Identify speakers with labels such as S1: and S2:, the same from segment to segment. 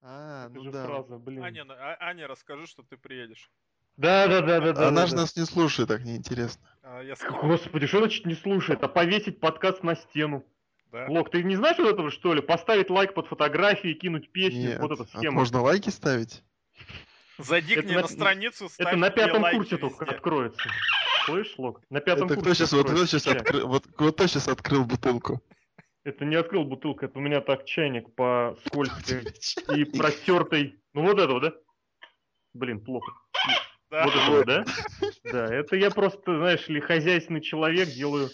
S1: А,
S2: Это
S1: ну
S2: же
S1: да.
S2: фраза, блин.
S3: Аня, на- А- Аня, расскажи, что ты приедешь.
S4: Да, да, да, да, да.
S1: А Она
S4: да,
S1: же
S4: да.
S1: нас не слушает, так неинтересно.
S3: А, я с-
S2: Господи, что значит не слушает? А повесить подкаст на стену.
S3: Да.
S2: Лок, ты не знаешь вот этого, что ли? Поставить лайк под фотографии, кинуть песни,
S1: Нет.
S2: вот эта
S1: А
S2: схема.
S1: можно лайки ставить?
S3: Зайди
S2: Это
S3: к ней
S2: на-
S3: на страницу, ставь
S2: Это на
S3: мне
S2: пятом
S3: лайки
S2: курсе только
S3: везде.
S2: откроется. Слышь, Лок? На пятом
S1: Это кто
S2: курсе.
S1: сейчас, вот кто
S2: откроется.
S1: сейчас, открыл, вот кто сейчас открыл бутылку?
S2: Это не открыл бутылка, это у меня так чайник по скользкой и
S1: И-
S2: протертой. Ну вот этого, да? Блин, плохо.
S3: Да.
S2: Вот этого, да? Да, это я просто, знаешь ли, хозяйственный человек, делаю,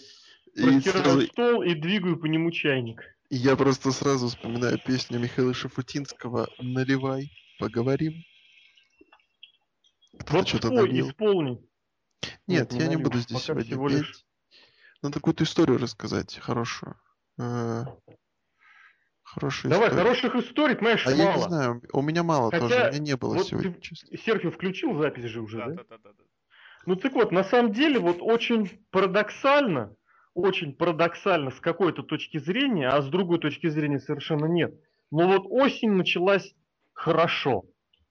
S1: И
S2: простираю
S1: сразу-
S2: стол и двигаю по нему чайник.
S1: и я просто сразу вспоминаю песню Михаила Шафутинского «Наливай, поговорим». Кто-то
S2: Вот
S1: что-то
S2: спой,
S1: налил.
S2: исполни.
S1: Нет, я не
S2: налью.
S1: буду здесь
S2: Пока
S1: сегодня
S2: всего лишь-
S1: петь. Надо какую-то историю рассказать, хорошую. Э, Хорошую
S2: Давай,
S1: историю.
S2: хороших историй, понимаешь,
S1: А я не
S2: мало.
S1: знаю, у меня мало
S2: Хотя,
S1: тоже, у меня не было
S2: вот
S1: сегодня,
S2: ты-
S1: честно.
S2: Серхио включил запись же уже,
S3: Да,
S2: да?
S3: да, да, да, да.
S2: Ну так вот, на самом деле, вот очень парадоксально, очень парадоксально с какой-то точки зрения, а с другой точки зрения совершенно нет. Но вот осень началась хорошо.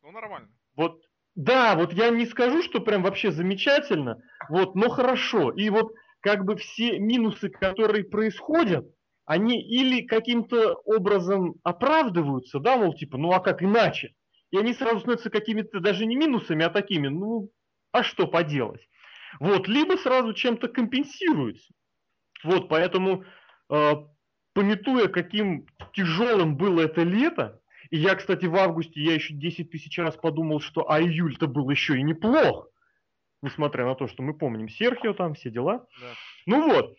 S3: Ну нормально.
S2: Вот, да, вот я не скажу, что прям вообще замечательно, вот, но хорошо. И вот как бы все минусы, которые происходят, они или каким-то образом оправдываются, да, мол, типа, ну а как иначе? И они сразу становятся какими-то даже не минусами, а такими, ну, а что поделать? Вот, либо сразу чем-то компенсируются. Вот, поэтому, э, пометуя, каким тяжелым было это лето, и я, кстати, в августе я еще 10 тысяч раз подумал, что а июль-то был еще и неплох. Несмотря на то, что мы помним Серхио там, все дела.
S3: Да.
S2: Ну вот.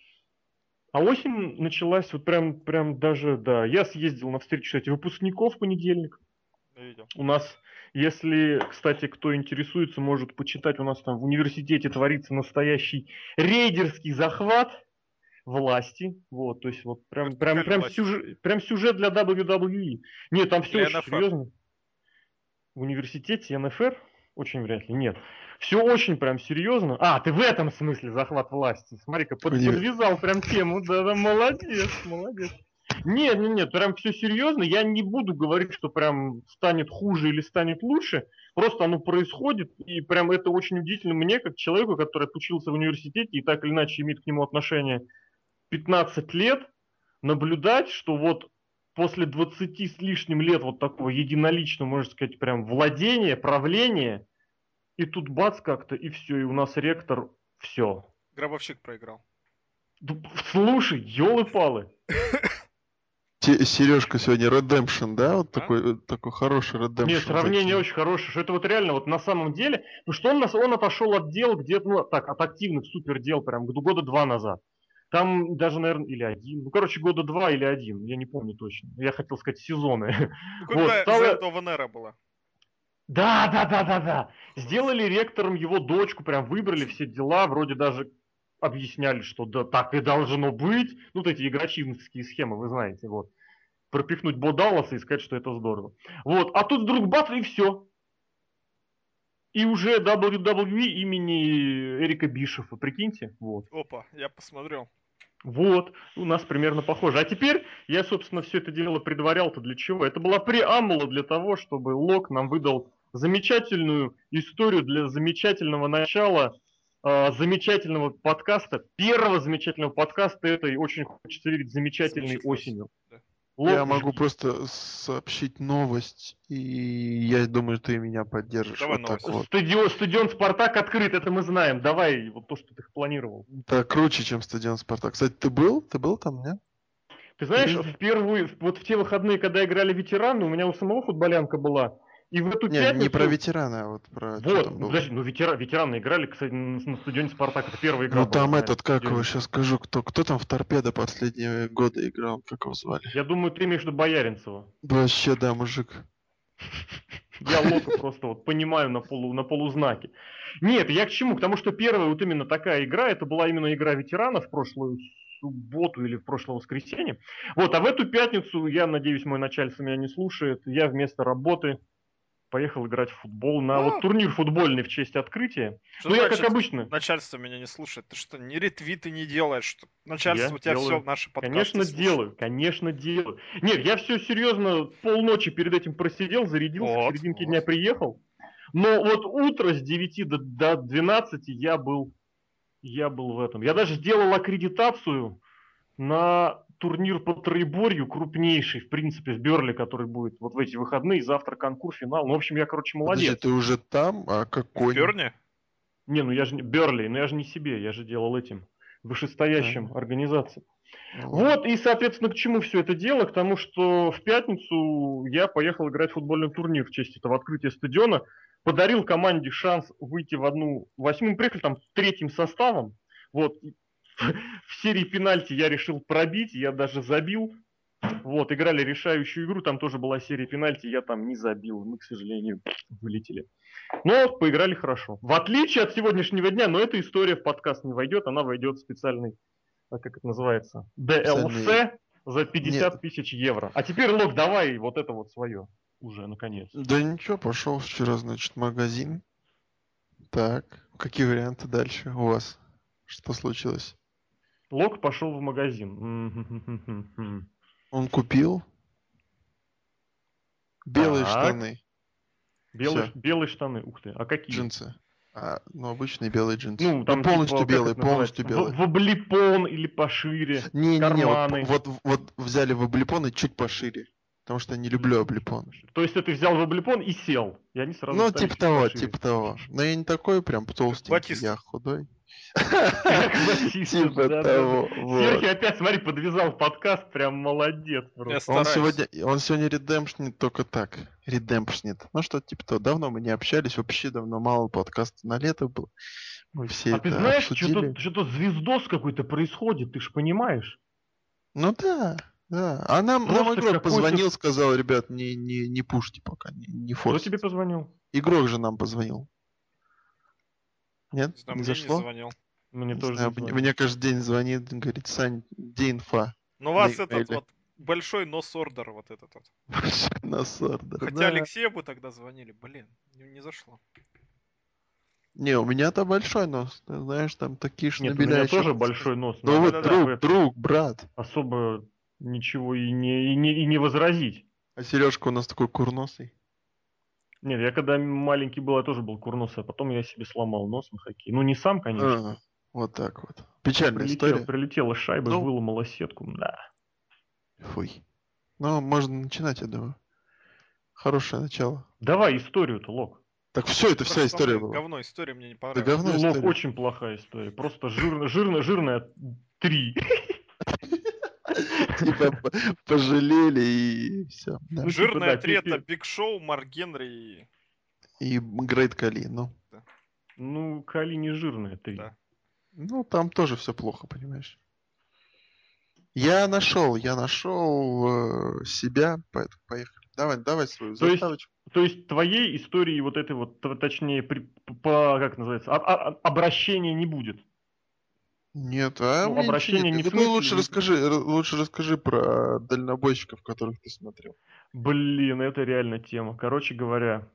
S2: А осень началась вот прям, прям даже, да. Я съездил на встречу, кстати, выпускников в понедельник.
S3: Я видел.
S2: У нас, если, кстати, кто интересуется, может почитать, у нас там в университете творится настоящий рейдерский захват власти. Вот, то есть вот прям, прям, прям,
S3: Вертикаль
S2: сюжет, прям сюжет для WWE. Нет, там все
S3: Для
S2: очень
S3: NFR.
S2: серьезно. В университете НФР? Очень вряд ли, нет. Все очень прям серьезно. А, ты в этом смысле захват власти. Смотри-ка, под-
S1: Универ-
S2: подвязал прям тему. Да-да, молодец, молодец. Нет, нет, нет, прям все серьезно. Я не буду говорить, что прям станет хуже или станет лучше. Просто оно происходит, и прям это очень удивительно мне, как человеку, который отучился в университете и так или иначе имеет к нему отношение 15 лет, наблюдать, что вот после 20 с лишним лет вот такого единоличного, можно сказать, прям владения, правления, и тут бац как-то, и все, и у нас ректор, все.
S3: Гробовщик проиграл.
S2: Слушай, елы-палы.
S1: Сережка сегодня Redemption, да? Вот
S3: Да.
S1: такой, вот такой хороший Redemption.
S2: А? Нет, сравнение
S1: закинул.
S2: очень хорошее, что это вот реально вот на самом деле, потому что он, нас- он отошел от дел где-то, ну, так, от активных супер дел прям г- года два назад. Там даже, наверное, или один, ну, короче, года два или один, я не помню точно. Я хотел сказать сезоны.
S3: Ну,
S2: Вот,
S3: когда
S2: стало-
S3: из-за этого Венера была.
S2: Да, да, да, да, да. Сделали ректором его дочку, прям выбрали все дела, вроде даже объясняли, что да, так и должно быть. Ну, вот эти игрочинские схемы, вы знаете, вот. Пропихнуть Бодаласа и сказать, что это здорово. Вот, а тут вдруг бац, и все. И уже WWE имени Эрика Бишефа, прикиньте, вот.
S3: Опа, я посмотрел.
S2: Вот, у нас примерно похоже. А теперь я, собственно, все это дело предварял-то для чего? Это была преамбула для того, чтобы Лок нам выдал замечательную историю для замечательного начала э, замечательного подкаста, первого замечательного подкаста этой, очень хочется верить, замечательной
S3: Замечательной
S2: осенью.
S3: да.
S2: Лок,
S1: я могу
S2: жги.
S1: просто сообщить новость, и я думаю, ты меня поддержишь.
S3: Давай
S1: вот так
S3: новость.
S1: вот.
S2: Стадион, стадион «Спартак» открыт, это мы знаем. Давай, вот то, что ты планировал.
S1: Да, круче, чем стадион Спартак. Кстати, ты был? Ты был там, нет?
S2: Ты знаешь,
S1: Мгм.
S2: в первую, в- вот в те выходные, когда играли ветераны, у меня у самого футболянка была, и в эту
S1: Не,
S2: Ну, пятницу...
S1: не про ветерана, а вот про... чё
S2: Вот,
S1: там
S2: ну,
S1: было.
S2: подожди, ну ветера- ветераны играли, кстати, на, на стадионе Спартак. Это первая игра.
S1: Ну
S2: была,
S1: там
S2: наверное,
S1: этот,
S2: на
S1: как его,
S2: стадионе.
S1: сейчас скажу, кто, кто там в торпедо последние годы играл, как его звали?
S2: Я думаю, ты имеешь в виду Бояринцева.
S1: Вообще, да, мужик.
S2: Я Лока просто вот понимаю на, полу, на полузнаке. Нет, я к чему? К тому, что первая вот именно такая игра, это была именно игра ветеранов в прошлую субботу или в прошлое воскресенье. Вот, а в эту пятницу, я надеюсь, мой начальство меня не слушает, я вместо работы поехал играть в футбол на
S3: Ну.
S2: вот турнир футбольный в честь открытия.
S3: Что
S2: Ну, я,
S3: значит,
S2: как обычно,
S3: Начальство меня не слушает. Ты что, ни ретвиты не делаешь? Что? Начальство
S2: Я
S3: у тебя
S2: делаю.
S3: все наши подкасты
S2: Конечно,
S3: слушает.
S2: делаю, конечно, делаю. Нет, я все серьезно полночи перед этим просидел, зарядился,
S3: Вот,
S2: к серединке
S3: вот.
S2: дня приехал. Но вот утро с 9 до, до 12 я был, я был в этом. Я даже сделал аккредитацию на турнир по троеборью, крупнейший, в принципе, в Берле, который будет вот в эти выходные, завтра конкурс, финал. Ну, в общем, я, короче,
S1: Подожди,
S2: молодец.
S1: ты уже там, а какой?
S3: Берни?
S2: Не, ну я же не Берли, но я же не себе, я же делал этим вышестоящим организациям.
S1: Ну,
S2: Вот, и, соответственно, к чему все это дело? К тому, что в пятницу я поехал играть в футбольный турнир в честь этого открытия стадиона, подарил команде шанс выйти в одну восьмую, Мы приехали там третьим составом, вот, и в серии пенальти я решил пробить, я даже забил, вот, играли решающую игру, там тоже была серия пенальти, я там не забил, мы, к сожалению, вылетели. Но поиграли хорошо. В отличие от сегодняшнего дня, но эта история в подкаст не войдет, она войдет в специальный, а, как это называется, ДЛЦ за 50 тысяч евро. А теперь, Лок, давай вот это вот свое уже, наконец.
S1: Да ничего, пошел вчера, значит, в магазин. Так, какие варианты дальше у вас? Что случилось?
S2: Лок пошел в магазин. М-м-м-м-м.
S1: Он купил белые
S2: Так.
S1: штаны,
S2: Белые,
S1: Всё.
S2: белые штаны, ух ты, а какие?
S1: джинсы. А, ну, обычные белые джинсы.
S2: Ну, там
S1: полностью
S2: типа, как
S1: белые,
S2: это
S1: полностью белые.
S2: называется? В, в облепон или пошире.
S1: Не-не-не, вот,
S2: карманы.
S1: вот, вот взяли в облепон и чуть пошире. Потому что я не люблю облепон.
S2: То есть ты взял в облепон и сел, и они сразу
S1: Ну,
S2: стали
S1: типа
S2: чуть
S1: того,
S2: пошире.
S1: типа того. Но я не такой прям толстенький,
S3: Батист.
S1: я худой.
S2: Как Батист,
S1: Типа
S2: да-да-да.
S1: того. вот.
S2: Серхи опять, смотри, подвязал подкаст, прям молодец. просто.
S3: Я
S1: Он
S3: стараюсь.
S1: сегодня, он сегодня редемпшнит только так. Редемпшнит. Ну что, типа того, давно мы не общались, вообще давно мало подкаста на лето было. Мы все
S2: А
S1: это
S2: ты знаешь,
S1: обсудили.
S2: что-то, что-то звездос какой-то происходит, ты же понимаешь?
S1: Ну да, да. А нам, нам
S2: Просто
S1: игрок
S2: какой-то-
S1: позвонил, сказал, ребят, не, не, не пушьте пока, не, не
S2: Кто
S1: форсите».
S2: Ну, тебе позвонил?
S1: Игрок же нам позвонил. Нет?
S3: Не знаю,
S1: не
S3: мне
S1: зашло?
S3: не звонил.
S2: Мне
S1: Не
S2: тоже
S1: знаю,
S2: не
S1: мне,
S2: звонил.
S1: мне каждый день звонит, говорит, Сань, где инфа?
S3: Ну, у вас
S1: На
S3: этот
S1: имейле.
S3: вот большой нос-ордер вот этот вот.
S1: На сордах.
S3: Хотя
S2: Да.
S3: Алексею бы тогда звонили, блин, не, не зашло.
S1: Не, у меня-то большой нос, ты знаешь, там такие
S2: Нет, у меня
S1: шнабелящие.
S2: тоже большой нос.
S1: Ну вот,
S3: Да-да-да,
S1: друг,
S2: в этом.
S1: друг, брат.
S2: Особо ничего и не, и не, и не возразить.
S1: А Сережка у нас такой курносый.
S2: Нет, я когда маленький был, я тоже был курносый, а потом я себе сломал нос на хоккей. Ну, не сам, конечно.
S1: А, вот так вот. Печальная
S2: Прилетел,
S1: история.
S2: прилетела шайба,
S1: Ну.
S2: выломала сетку. Да.
S1: Фуй. Ну, можно начинать, я думаю. Хорошее начало.
S2: Давай историю-то, Лок.
S1: Так все, это вся
S3: Просто там,
S1: история
S3: блин,
S1: была.
S3: Говно история мне не
S1: Да
S3: понравилась.
S1: говно
S2: Ну, Лок,
S1: история.
S2: очень плохая история. Просто жирно, жирно, жирная три.
S1: Типа п- пожалели и все.
S2: Ну, типа,
S3: Жирная
S2: да,
S3: три
S2: пи-
S3: это
S2: пи-
S3: Биг Шоу, Марк Генри и...
S1: И Грейт Кали, ну.
S2: Ну, Кали не жирная три.
S3: Да.
S1: Ну, там тоже все плохо, понимаешь. Я нашел, я нашел э, себя, поэтому поехали. Давай, давай свою
S2: То есть-
S1: заставочку.
S2: То есть твоей истории вот этой вот, т- точнее, при- по, как называется, а- а- а- обращения не будет.
S1: Нет, а
S2: Ну,
S1: мне ничего
S2: обращение
S1: нет.
S2: не в
S1: Ты
S2: смысле-
S1: лучше расскажи, р- лучше расскажи про дальнобойщиков, которых ты смотрел.
S2: Блин, это реально тема. Короче говоря,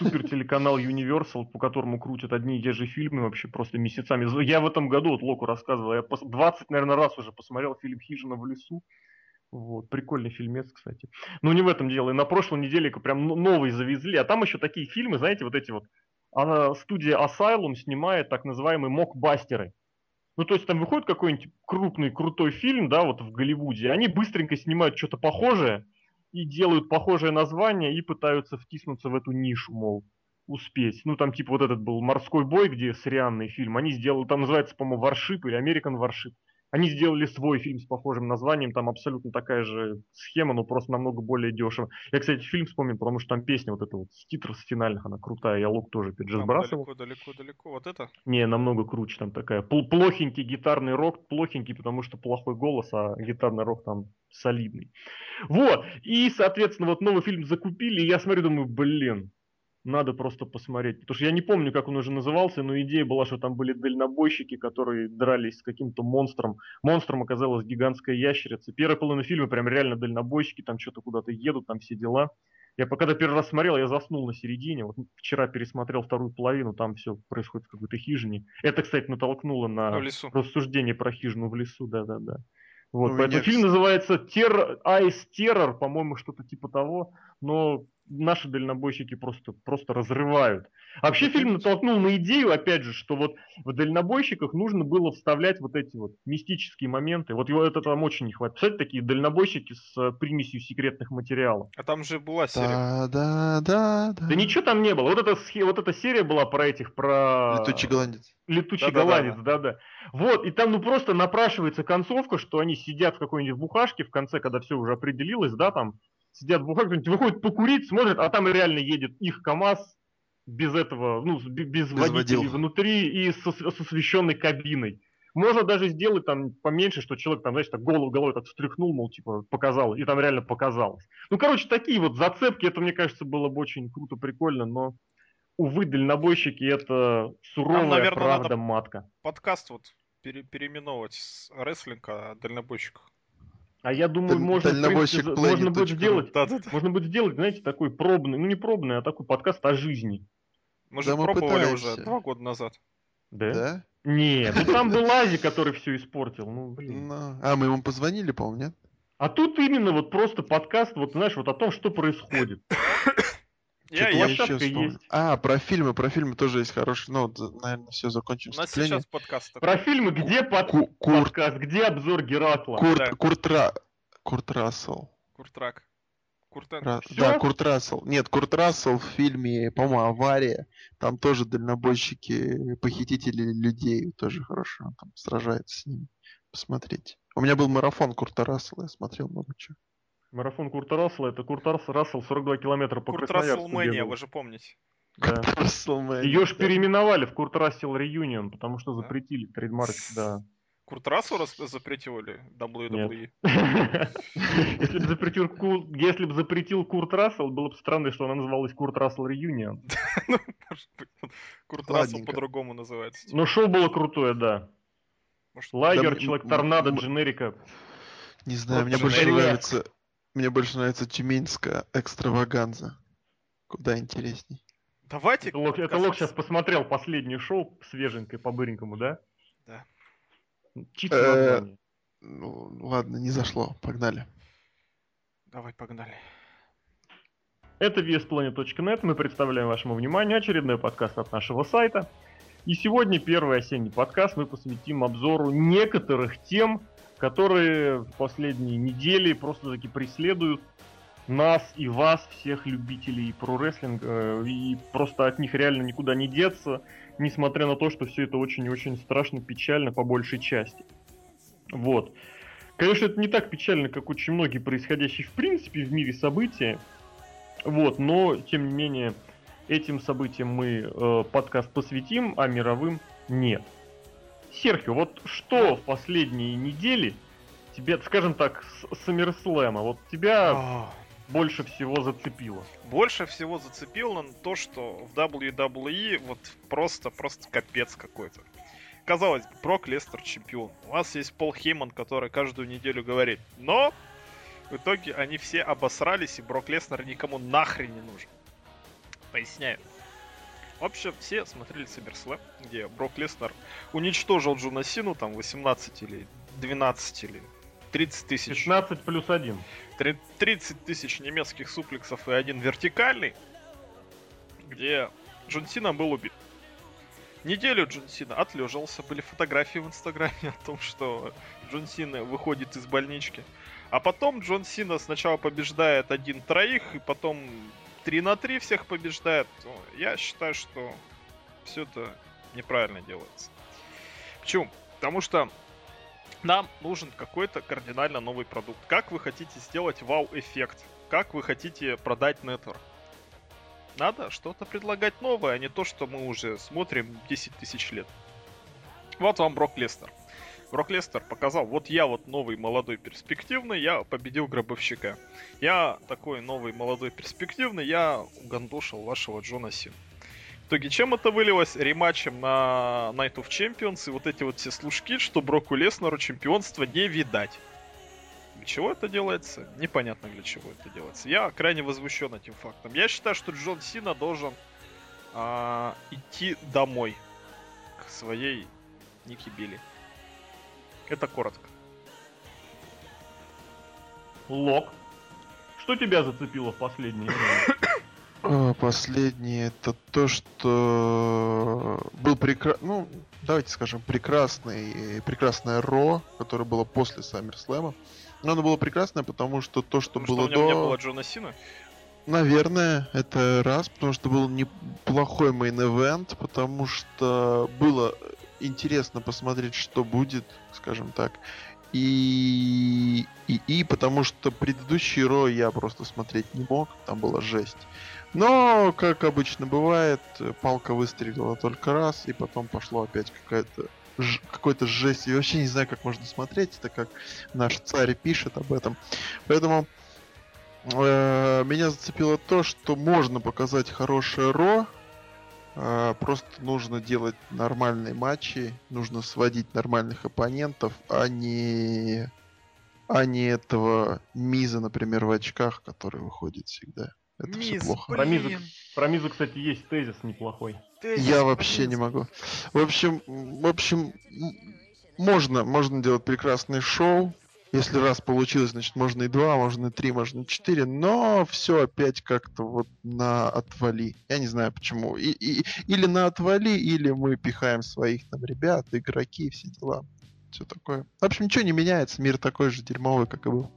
S2: супер телеканал Universal, по которому крутят одни и те же фильмы вообще просто месяцами. З- Я в этом году, вот Локу рассказывал, я пос- 20, наверное, раз уже посмотрел фильм «Хижина в лесу». Вот, прикольный фильмец, кстати. Но не в этом дело. И на прошлой неделе к- прям но- новый завезли. А там еще такие фильмы, знаете, вот эти вот. Она, студия Asylum снимает так называемые мокбастеры. Ну, то есть там выходит какой-нибудь крупный, крутой фильм, да, вот в Голливуде, они быстренько снимают что-то похожее, и делают похожее название и пытаются втиснуться в эту нишу, мол, успеть. Ну, там типа вот этот был «Морской бой», где с Рианной фильм. Они сделали, там называется, по-моему, «Варшип» или «Американ Варшип». Они сделали свой фильм с похожим названием, там абсолютно такая же схема, но просто намного более дешево. Я, кстати, фильм вспомнил, потому что там песня вот эта вот с титров с финальных, она крутая, я лук тоже
S3: Там
S2: пересбрасывал.
S3: далеко, далеко, далеко. Вот это?
S2: Не, намного круче там такая. пл- Плохенький гитарный рок, плохенький, потому что плохой голос, а гитарный рок там солидный. Вот, и, соответственно, вот новый фильм закупили, и я смотрю, думаю, блин, надо просто посмотреть. Потому что я не помню, как он уже назывался, но идея была, что там были дальнобойщики, которые дрались с каким-то монстром. Монстром оказалась гигантская ящерица. Первая половина фильма прям реально дальнобойщики, там что-то куда-то едут, там все дела. Я пока когда первый раз смотрел, я заснул на середине. Вот вчера пересмотрел вторую половину, там все происходит в какой-то хижине. Это, кстати, натолкнуло на
S3: Ну, в лесу.
S2: рассуждение про хижину в лесу, да-да-да. Вот,
S1: Ну, и
S2: поэтому
S1: нет.
S2: фильм называется Терр... Ice Terror, по-моему, что-то типа того, но наши дальнобойщики просто, просто разрывают. Вообще фильм натолкнул на идею, опять же, что вот в дальнобойщиках нужно было вставлять вот эти вот мистические моменты. Вот его это там очень не хватает. Представляете, такие дальнобойщики с э, примесью секретных материалов.
S3: А там же была серия.
S1: Да, да, да, да.
S2: Да ничего там не было. Вот эта, схе- вот эта серия была про этих, про...
S1: Летучий голландец.
S2: Летучий
S3: Да-да-да.
S2: голландец, да-да. Вот, и там ну просто напрашивается концовка, что они сидят в какой-нибудь бухашке, в конце, когда все уже определилось, да, там, сидят в бухашке, кто-нибудь выходит покурить, смотрят, а там реально едет их КАМАЗ без этого, ну, с- б- без, водителей
S1: водил.
S2: внутри и со, с освещенной кабиной. Можно даже сделать там поменьше, что человек там, знаешь, так голову головой так встряхнул, мол, типа, показал, и там реально показалось. Ну, короче, такие вот зацепки, это, мне кажется, было бы очень круто, прикольно, но, увы, дальнобойщики — это суровая
S3: наверно, надо-
S2: правда матка.
S3: Подкаст вот пере- переименовывать с рестлинга дальнобойщиков.
S2: А я
S1: Даль-
S2: думаю, можно, в принципе,
S1: дальнобойщик ну.
S2: за- можно будет
S1: planet.ru.
S2: сделать,
S3: Да-да-да.
S2: можно будет сделать, знаете, такой пробный, ну не пробный, а такой подкаст о жизни.
S3: Мы же
S1: Да мы
S3: пробовали
S1: пытаемся.
S3: уже два года назад.
S2: Да?
S1: Да?
S2: Не, ну там был Ази, который все испортил, ну блин.
S1: Ну, А, мы ему позвонили, по-моему, нет?
S2: А тут именно вот просто подкаст, вот знаешь, вот о том, что происходит.
S3: Я,
S1: Чё-то
S3: я-
S2: я-
S1: ещё
S2: площадка
S1: вспомнил.
S2: есть.
S1: А, про фильмы, про фильмы тоже есть хорошие. Ну, наверное, все закончим.
S3: У нас
S1: вступление.
S3: сейчас подкаст. такой.
S2: Про фильмы, где под-
S1: Ку- Курт,
S2: подкаст, где обзор Геракла.
S1: Курт,
S3: Да.
S1: Курт, Ра- Курт Рассел.
S3: Куртрак. Куртен.
S1: Ра-
S2: Всё?
S1: Да, Курт Рассел. Нет, Курт Рассел в фильме, по-моему, «Авария». Там тоже дальнобойщики, похитители людей. Тоже хорошо. Он там сражается с ними. Посмотрите. У меня был марафон Курта Рассела. Я смотрел много чего.
S2: Марафон Курта Рассела, это Курт Расс- Рассел 42 километра по
S3: Курт
S2: Красноярску
S3: Расселмэния,
S2: бегал.
S3: вы же помните.
S2: Да.
S1: Курт Расселмэния,
S2: Ее ж
S1: да.
S2: переименовали в Курт Рассел Реюнион, потому что
S3: Да?
S2: запретили трейдмарк, да.
S3: Курт Рассел рас- запретили E? WWE.
S2: Если бы запретил, Ку- если бы запретил Курт Рассел, было бы странно, что она называлась Курт Рассел Реюнион.
S3: Ну, может быть, он- Курт Рассел
S1: Ладненько.
S3: по-другому называется. теперь.
S2: Но шоу было крутое, да.
S3: Может,
S2: Лайгер,
S1: Типа. Да,
S2: Человек
S1: м-
S2: Торнадо,
S1: м-
S2: Дженерика.
S1: Не знаю,
S3: Вот
S1: мне больше
S3: Дженерик.
S1: нравится... Мне больше нравится тюменская экстраваганза. Куда интересней.
S3: Давайте.
S2: Это
S1: Типа,
S2: Лок, это
S3: подкаст-
S2: Лок сейчас посмотрел последнее шоу свеженькое по быренькому, да?
S3: Да.
S2: Чисто
S1: Э,
S2: название.
S1: Ну, ладно, не зашло. Погнали.
S3: Давай, погнали.
S2: Это VSPlanet.net. Мы представляем вашему вниманию очередной подкаст от нашего сайта. И сегодня первый осенний подкаст мы посвятим обзору некоторых тем, которые в последние недели просто-таки преследуют нас и вас, всех любителей прорестлинга, э, и просто от них реально никуда не деться, несмотря на то, что все это очень и очень страшно, печально по большей части. Вот. Конечно, это не так печально, как очень многие происходящие в принципе в мире события, вот, но тем не менее этим событиям мы э, подкаст посвятим, а мировым нет. Серхио, вот что в последние недели тебе, скажем так, с Саммерслэма, вот тебя
S3: Ах.
S2: больше всего зацепило?
S3: Больше всего зацепило на то, что в WWE вот просто, просто капец какой-то. Казалось бы, Брок Лестер чемпион. У вас есть Пол Хейман, который каждую неделю говорит. Но в итоге они все обосрались, и Брок Лестер никому нахрен не нужен. Поясняю. В общем, все смотрели Саммерслэм, где Брок Лестер уничтожил Джона Сину, там 18 или 12 или 30 тысяч
S2: 15 плюс 1.
S3: Три- 30 тысяч немецких суплексов и один вертикальный, где Джон Сина был убит. Неделю Джон Сина отлежался, были фотографии в Инстаграме о том, что Джон Сина выходит из больнички. А потом Джон Сина сначала побеждает один троих, и потом 3 на 3 всех побеждает. Ну, Я считаю, что все это неправильно делается. Почему? Потому что нам нужен какой-то кардинально новый продукт. Как вы хотите сделать вау-эффект? Как вы хотите продать нетвор? Надо что-то предлагать новое, а не то, что мы уже смотрим 10 тысяч лет. Вот вам Брок Лестер. Брок Лестер показал, вот я вот новый, молодой, перспективный, я победил гробовщика. Я такой новый, молодой, перспективный, я угандошил вашего Джона Сина. В итоге чем это вылилось? Рематчем на Night of Champions и вот эти вот все служки, что Броку Леснеру чемпионства не видать. Для чего это делается? Непонятно для чего это делается. Я крайне возмущен этим фактом. Я считаю, что Джон Сина должен а, идти домой к своей Ники Билли. Это коротко.
S2: Лок. Что тебя зацепило в последнее время?
S1: А, Последнее это то, что был прекрасный, ну, давайте скажем, прекрасный, прекрасное Ро, которое было после Саммерслэма. Но оно было прекрасное, потому что то, что
S3: Потому
S1: было
S3: что у меня
S1: до...
S3: не было Джона Сина.
S1: Наверное, это раз, потому что был неплохой мейн-эвент, потому что было интересно посмотреть, что будет, скажем так. И, и, и потому что предыдущий Ро я просто смотреть не мог, там была жесть. Но, как обычно бывает, палка выстрелила только раз, и потом пошло опять какая-то ж- какой-то жесть. Я вообще не знаю, как можно смотреть, это как наш царь пишет об этом. Поэтому э, меня зацепило то, что можно показать хорошее ро, э, просто нужно делать нормальные матчи, нужно сводить нормальных оппонентов, а не а не этого Миза, например, в очках, который выходит всегда. Это все
S3: Мисс,
S1: плохо.
S2: Про
S3: блин,
S2: Миза, Про Мизу, кстати, есть тезис неплохой.
S3: тезис,
S1: Я вообще
S3: блин.
S1: не могу. В общем, м, в общем, м, можно, можно делать прекрасное шоу. Если раз получилось, значит можно и два, можно и три, можно и четыре, но все опять как-то вот на отвали. Я не знаю почему. И, и- или на отвали, или мы пихаем своих там ребят, игроки, все дела. Все такое. В общем, ничего не меняется, мир такой же дерьмовый, как и был.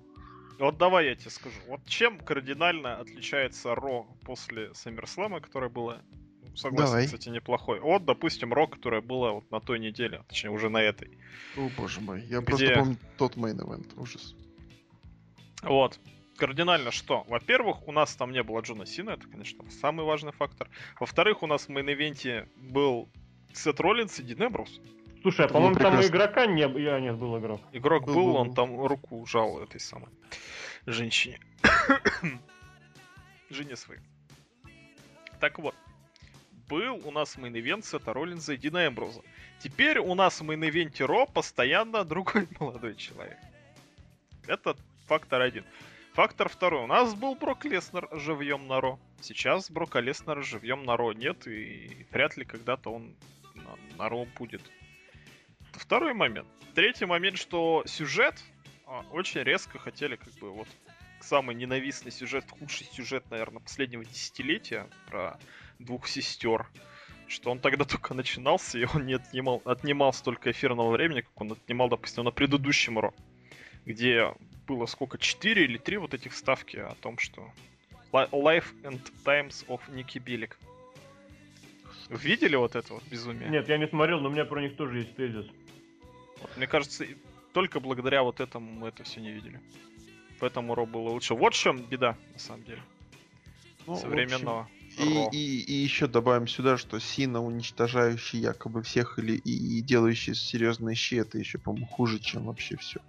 S3: Вот давай я тебе скажу. Вот чем кардинально отличается Ро после Саммерслэма, которое было, ну, согласен,
S1: Давай.
S3: кстати, неплохое. Вот, допустим, Ро, которое было вот на той неделе, точнее, уже на этой.
S1: О боже мой, я
S3: просто
S1: просто
S3: Где?
S1: помню тот мейн-эвент, ужас.
S3: Вот. Кардинально что? Во-первых, у нас там не было Джона Сина, это, конечно, самый важный фактор. Во-вторых, у нас в мейн-ивенте был Сет Роллинс и Дин Эмбрус.
S2: Слушай, а
S1: Это было
S2: по-моему, там и
S1: прекрасно.
S2: игрока не было. А, нет, был игрок.
S3: Игрок был,
S1: Был, был,
S3: он
S1: был.
S3: там руку жал этой самой женщине. Жене своей. Так вот. Был у нас мейн-ивент Сета Роллинза и Дина Эмброза. Теперь у нас в мейн-ивенте Ро постоянно другой молодой человек. Это фактор один. Фактор второй. У нас был Брок Леснер живьем на Ро. Сейчас Брока Леснера живьем на Ро нет, и вряд ли когда-то он на, на Ро будет. Второй момент. Третий момент, что сюжет а, очень резко хотели как бы вот самый ненавистный сюжет, худший сюжет, наверное, последнего десятилетия про двух сестер. Что он тогда только начинался, и он не отнимал, отнимал столько эфирного времени, как он отнимал, допустим, на предыдущем Ро. Где было сколько, 4 или 3 вот этих ставки о том, что... Li- Life and Times of Ники Билик. Видели вот это вот
S1: Э.
S3: безумие?
S2: Нет, я не смотрел, но у меня про них тоже есть тезис.
S3: Вот, мне кажется, и только благодаря вот этому мы это все не видели. Поэтому Ро было лучше. Вот в чем беда, на самом деле, современного
S1: И,
S3: Ро.
S1: Ну, и, и еще добавим сюда, что Сина, уничтожающий якобы всех или и, и делающий серьезные щи, это еще, по-моему, хуже, чем вообще все.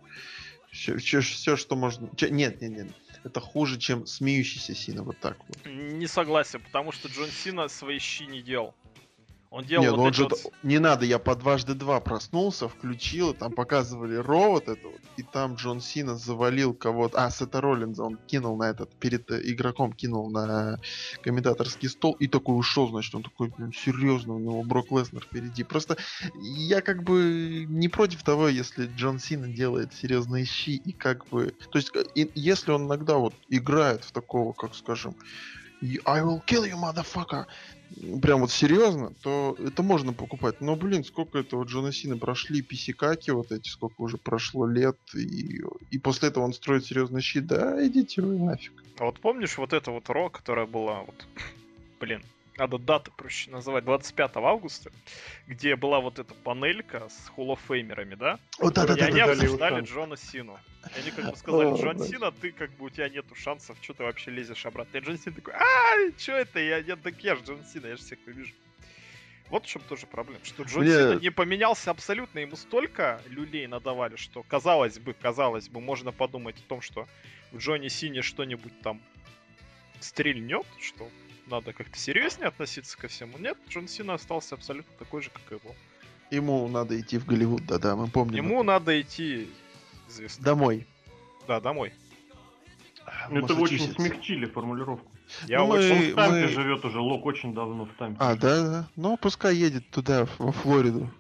S1: Все, все, что можно. че- нет, нет, нет. Это хуже, чем смеющийся Сина, вот так вот.
S3: Не согласен, потому что Джон Сина свои щи не делал. Он делал
S1: Не,
S3: вот
S1: ну он
S3: эти
S1: же
S3: вот-
S1: д- Не надо, я по дважды два проснулся, включил, и там показывали Ро вот это вот, и там Джон Сина завалил кого-то. А, Сета Роллинза он кинул на этот, перед э, игроком кинул на комментаторский стол и такой ушел, значит, он такой, «М, серьезно, у него Брок Леснер впереди. Просто я как бы не против того, если Джон Сина делает серьезные щи и как бы... То есть, э, и- если он иногда вот играет в такого, как скажем, «You- I will kill you, motherfucker, прям вот серьезно, то это можно покупать. Но, блин, сколько этого Джона Сина прошли писикаки вот эти, сколько уже прошло лет, и, и после этого он строит серьезный щит. Да, идите вы нафиг.
S3: А вот помнишь вот это вот Ро, которая была вот... Блин, надо дату проще называть, 25 августа, где была вот эта панелька с холлофеймерами, да?
S1: Вот
S2: да,
S1: да,
S2: да,
S3: И
S1: да,
S2: да,
S3: они
S1: да,
S2: да, да.
S3: обсуждали
S2: Лео
S3: Джона Сину. И они как бы сказали,
S1: О,
S3: Джон
S1: да.
S3: Сина, ты как бы у тебя нету шансов, что ты вообще лезешь обратно. И Джон Сина такой, а, что это, я, я, так я же Джон Сина, я же всех вижу. Вот в чем тоже проблема, что Джон
S1: Мне-
S3: Сина не поменялся абсолютно, ему столько люлей надавали, что казалось бы, казалось бы, можно подумать о том, что в Джонни Сине что-нибудь там стрельнет, что надо как-то серьезнее относиться ко всему. Нет, Джон Сина остался абсолютно такой же, как и его.
S1: Ему надо идти в Голливуд, да-да, мы помним.
S3: Ему надо идти известно.
S1: Домой.
S3: Да, домой.
S2: Ну, это вы очень
S1: Массачусетс.
S2: смягчили формулировку.
S3: Я
S1: Ну, А, мы-
S3: очень...
S2: Он в Тампе
S1: мы-
S2: живет уже, Лок очень давно в Тампе.
S1: А, да, да. Ну, пускай едет туда, в- во Флориду.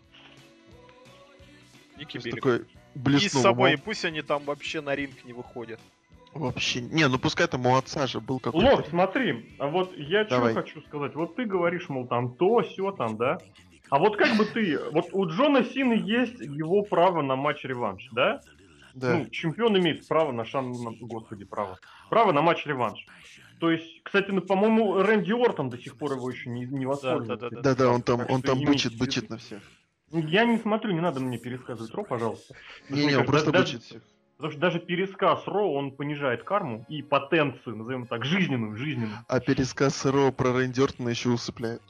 S3: Ники
S1: С
S3: Берег.
S1: такой
S3: И с
S1: блеснул.
S3: собой, и
S1: мол,
S3: пусть они там вообще на ринг не выходят.
S1: Вообще. Не, ну пускай там у отца же был какой-то.
S2: Лок, смотри, а вот я что
S1: Давай.
S2: хочу сказать. Вот ты говоришь, мол, там то, все там, да? А вот как бы ты... Вот у Джона Сины есть его право на матч-реванш, да?
S1: Да.
S2: Ну, чемпион имеет право на шанс... на- Господи, право. Право на матч-реванш. То есть, кстати, ну, по-моему, Рэнди Ортон до сих пор его еще не, не воспользовался.
S3: да, да,
S1: да, да, он там,
S2: так
S1: он
S2: что
S1: там
S2: имейте
S1: бычит,
S2: в виду.
S1: бычит на всех.
S2: Ну, Я не смотрю, не надо мне пересказывать Ро, пожалуйста. Потому что
S1: Не, не,
S2: мне
S1: он
S2: кажется,
S1: просто
S2: даже-
S1: бычит всех.
S2: Потому что даже пересказ Ро, он понижает карму и потенцию, назовем так, жизненную, жизненную.
S1: А пересказ Ро про Рэнди Ортона еще усыпляет.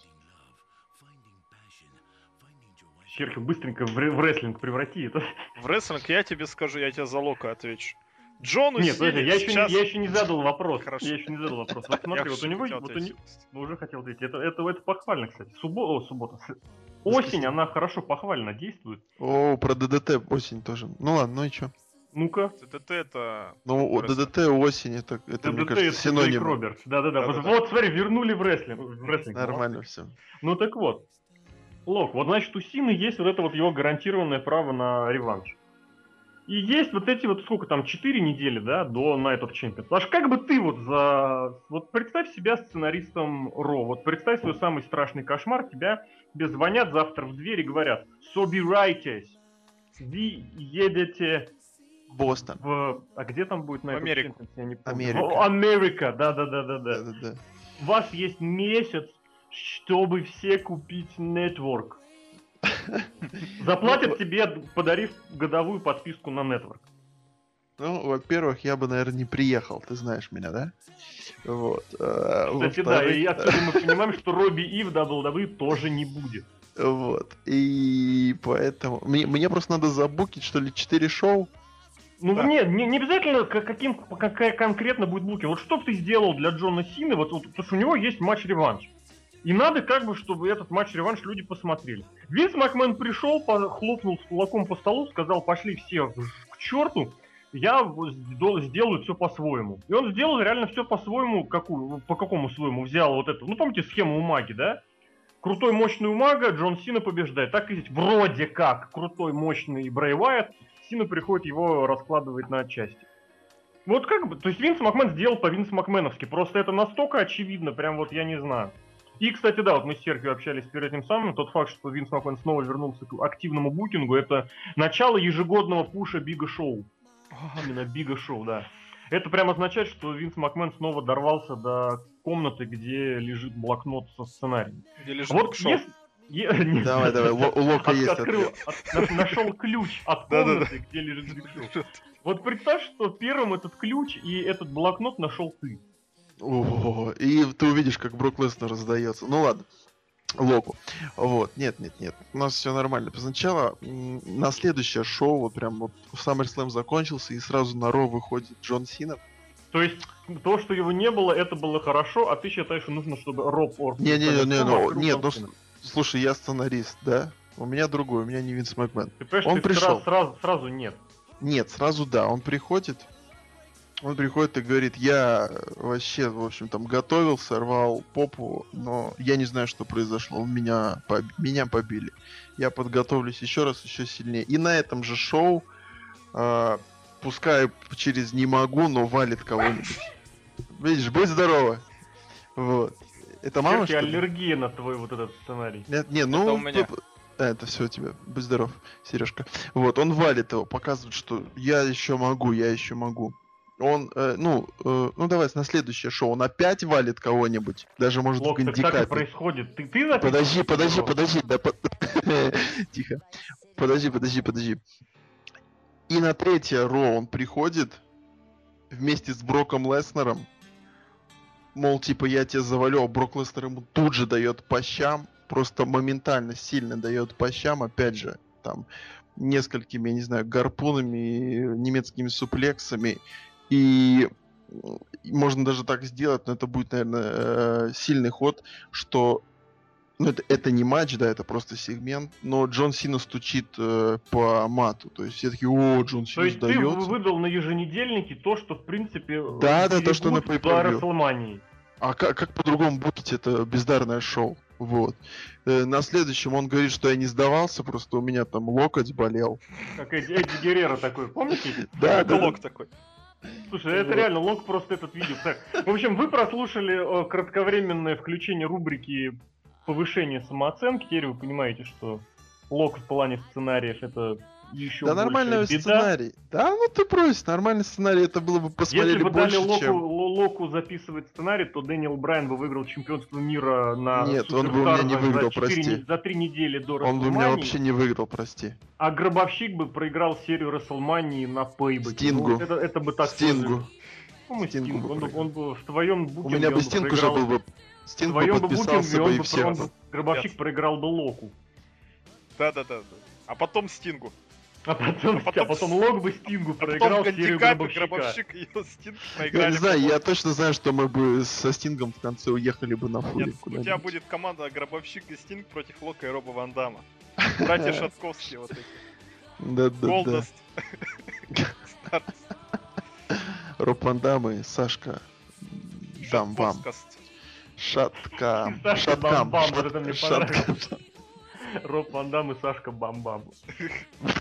S2: Серхио, быстренько в, ре- в рестлинг преврати это.
S3: В рестлинг я тебе скажу, я тебе за Лока отвечу. Джону
S2: Нет, подожди,
S3: Сине
S2: я еще,
S3: Ну, сейчас-
S2: не, я еще не задал вопрос.
S3: Хорошо.
S2: Я еще не задал вопрос. Вот
S3: Я
S2: смотри, вот у
S3: вообще
S2: него,
S3: хотел
S2: вот у
S3: ответить.
S2: него- ну, уже хотел ответить. Это, это, это похвально, кстати. Субо... О, суббота. С- Осень, она хорошо похвально действует.
S1: О, про ДДТ осень тоже. Ну ладно, ну и чё.
S2: Ну-ка.
S3: ТТТ это...
S1: Ну, о,
S3: Просто.
S1: ДДТ осень, это, это мне
S2: ДДТ
S1: кажется,
S2: с Джейк
S1: синоним.
S2: Робертс. Да-да-да. Вот,
S3: Да-да-да.
S2: вот, смотри, вернули в рестлинг. В рестлинг.
S1: Нормально все.
S2: Ну так вот. Лок, вот значит у Сины есть вот это вот его гарантированное право на реванш. И есть вот эти вот сколько там, 4 недели, да, до Night of Champions. Аж как бы ты вот за... Вот представь себя сценаристом Ро, вот представь свой самый страшный кошмар, тебя тебе звонят завтра в дверь и говорят «Собирайтесь, вы едете
S1: Бостон.
S2: в... А где там будет Night of
S3: Америку.
S2: Champions? Я не помню.
S1: Америка.
S2: О, Америка, да-да-да-да-да.
S1: Да-да-да.
S2: У вас есть месяц, чтобы все купить нетворк. Заплатят тебе, подарив годовую подписку на нетворк.
S1: Ну, во-первых, я бы, наверное, не приехал, ты знаешь меня, да? Вот. а,
S2: Кстати, да,
S1: во-вторых,
S2: и отсюда мы понимаем, что Робби и в WWE тоже не будет.
S1: э, Вот. И поэтому... Мне, мне просто надо забукить, что ли, 4 шоу.
S2: Ну,
S3: Да.
S2: нет, не, не обязательно, к- каким, какая конкретно будет букинг. Вот что бы ты сделал для Джона Сины, вот, вот, потому что у него есть матч-реванш. И надо как бы, чтобы этот матч-реванш люди посмотрели. Винс Макмен пришел, по- хлопнул с кулаком по столу, сказал, пошли все в- к черту, я в- сдо- сделаю все по-своему. И он сделал реально все по-своему, какую, по какому своему взял вот эту, ну помните схему Умаги, да? Крутой, мощный Умага, Джон Сина побеждает. Так и здесь вроде как крутой, мощный Брэй Уайт, Сина приходит его раскладывает на части. Вот как бы, то есть Винс Макмен сделал по Винс Макменовски, просто это настолько очевидно, прям вот я не знаю. И, кстати, да, вот мы с Серхио общались перед этим самым, тот факт, что Винс Макмен снова вернулся к активному букингу, это начало ежегодного пуша Бига Шоу. Именно Бига Шоу, да. Это прям означает, что Винс Макмен снова дорвался до комнаты, где лежит блокнот со сценарием.
S3: Где лежит
S2: Вот
S3: шоу.
S2: ес- е- нет.
S1: Давай, давай, Ло- у Лока
S2: От-
S1: есть
S2: открыл,
S1: ответ.
S2: от- на- нашел ключ от
S3: Да-да-да.
S2: комнаты, где лежит Биг Шоу. Вот представь, что первым этот ключ и этот блокнот нашел ты.
S1: О, и ты увидишь, как Брок Леснер раздается. Ну ладно. Локу. Вот, нет, нет, нет. У нас все нормально. Сначала м, на следующее шоу, вот прям вот SummerSlam закончился, и сразу на Ро выходит Джон Сина.
S2: То есть то, что его не было, это было хорошо, а ты считаешь, что нужно, чтобы Роб Орт...
S1: Не-не-не, ну, нет, ну, с- слушай, я сценарист, да? У меня другой, у меня не Винс Макмен.
S2: Ты понимаешь,
S1: он
S2: ты
S1: пришел.
S2: сра- сразу, сразу нет.
S1: Нет, сразу да, он приходит, он приходит и говорит, я э, вообще, в общем, там готовился, рвал попу, но я не знаю, что произошло, он меня, поб- меня побили. Я подготовлюсь еще раз, еще сильнее. И на этом же шоу, э, пускай через не могу, но валит кого-нибудь. Видишь, будь здорова. Вот. Это мама,
S2: Серхио,
S1: что ли?
S2: аллергия на твой вот этот сценарий.
S1: Нет, не, ну...
S3: у меня.
S1: п- А, это все у тебя. Будь здоров, Сережка. Вот, он валит его, показывает, что я еще могу, я еще могу. Он, э, ну, э, ну давай на следующее шоу, он опять валит кого-нибудь, даже может
S2: Лок, так так и
S1: гандикапе.
S2: происходит. Ты, ты записываешь
S1: Подожди, подожди,
S2: его?
S1: подожди, да под- тихо. Подожди, подожди, подожди. И на третье Ро он приходит вместе с Броком Леснером. Мол, типа, я тебя завалю, а Брок Леснер ему тут же дает по щам. Просто моментально сильно дает по щам, опять же, там, несколькими, я не знаю, гарпунами, немецкими суплексами. И м, можно даже так сделать, но это будет, наверное, э, сильный ход, что Ну, это, это не матч, да, это просто сегмент. Но Джон Сина стучит э, по мату. То есть все такие, о, Джон
S2: То
S1: Сина
S2: есть ты
S1: сдается.
S2: выдал на еженедельнике то, что в принципе
S1: Да, да, то, что на
S2: перебудет
S1: pay-per-view.
S2: до WrestleMania.
S1: А как, как по-другому букить это бездарное шоу? Вот. Э, на следующем он говорит, что я не сдавался, просто у меня там локоть болел.
S2: Как Эдди, Эдди Геррера такой, помните?
S1: Да, да,
S3: Блок такой.
S2: Слушай, это
S1: Вот.
S2: реально лог просто этот видео. Так, в общем, вы прослушали э, кратковременное включение рубрики повышение самооценки. Теперь вы понимаете, что лог в плане сценариев это еще
S1: Да
S2: большая
S1: нормальный
S2: беда.
S1: сценарий. Да, ну ты брось, нормальный сценарий, это было бы посмотрели
S2: Если бы дали
S1: больше,
S2: Локу,
S1: чем...
S2: Ло- Локу записывать сценарий, то Дэниел Брайан бы выиграл чемпионство мира на
S1: Нет, он бы у меня
S2: Суперстар
S1: не
S2: за
S1: выиграл,
S2: четыре не-
S1: прости.
S2: за три недели до
S1: Он бы у меня
S2: WrestleMania,
S1: вообще не выиграл, прости.
S2: а Гробовщик бы проиграл серию Расселмании на пейбэке.
S1: Стингу.
S2: Ну, это, это бы так
S1: Стингу.
S2: сложилось. Ну, и
S1: Стингу
S2: Стингу.
S1: бы
S2: Он, бы-
S1: проиграл.
S2: он бы в твоем
S1: У
S2: букинге
S1: меня
S2: он
S1: бы Стинг уже
S2: проиграл-
S1: был бы...
S2: в
S1: Стинг бы
S2: твоем бы
S1: подписался
S2: букинге он
S1: бы
S2: бы,
S1: и все.
S2: он бы- Гробовщик
S3: Нет.
S2: проиграл бы Локу.
S3: Да-да-да. А потом Стингу.
S2: А потом,
S3: А
S2: а
S3: потом
S2: потом, Лок бы Стингу проиграл
S3: Потом
S2: серию
S3: Гандикап и
S2: Гробовщика.
S3: Гробовщик и Стинг
S1: Я
S3: наиграли.
S1: не
S3: в
S1: знаю, я
S3: футбол.
S1: точно знаю, что мы бы со Стингом в конце уехали бы на фуре.
S3: Нет, у
S1: куда-нибудь.
S3: тебя будет команда Гробовщик и Стинг против Лока и Роба Ван Дамма. Братья Шатковские вот эти.
S1: Да, да, да.
S3: Голдост. Старт.
S1: Роб Ван Дам и Сашка. Дам вам.
S3: Шатковскост.
S1: Шатка.
S2: Сашка
S1: Шаткам.
S2: Бам-Бам, вот это мне
S1: Шаткам.
S2: Роб Ван Дам и Сашка Бамбам.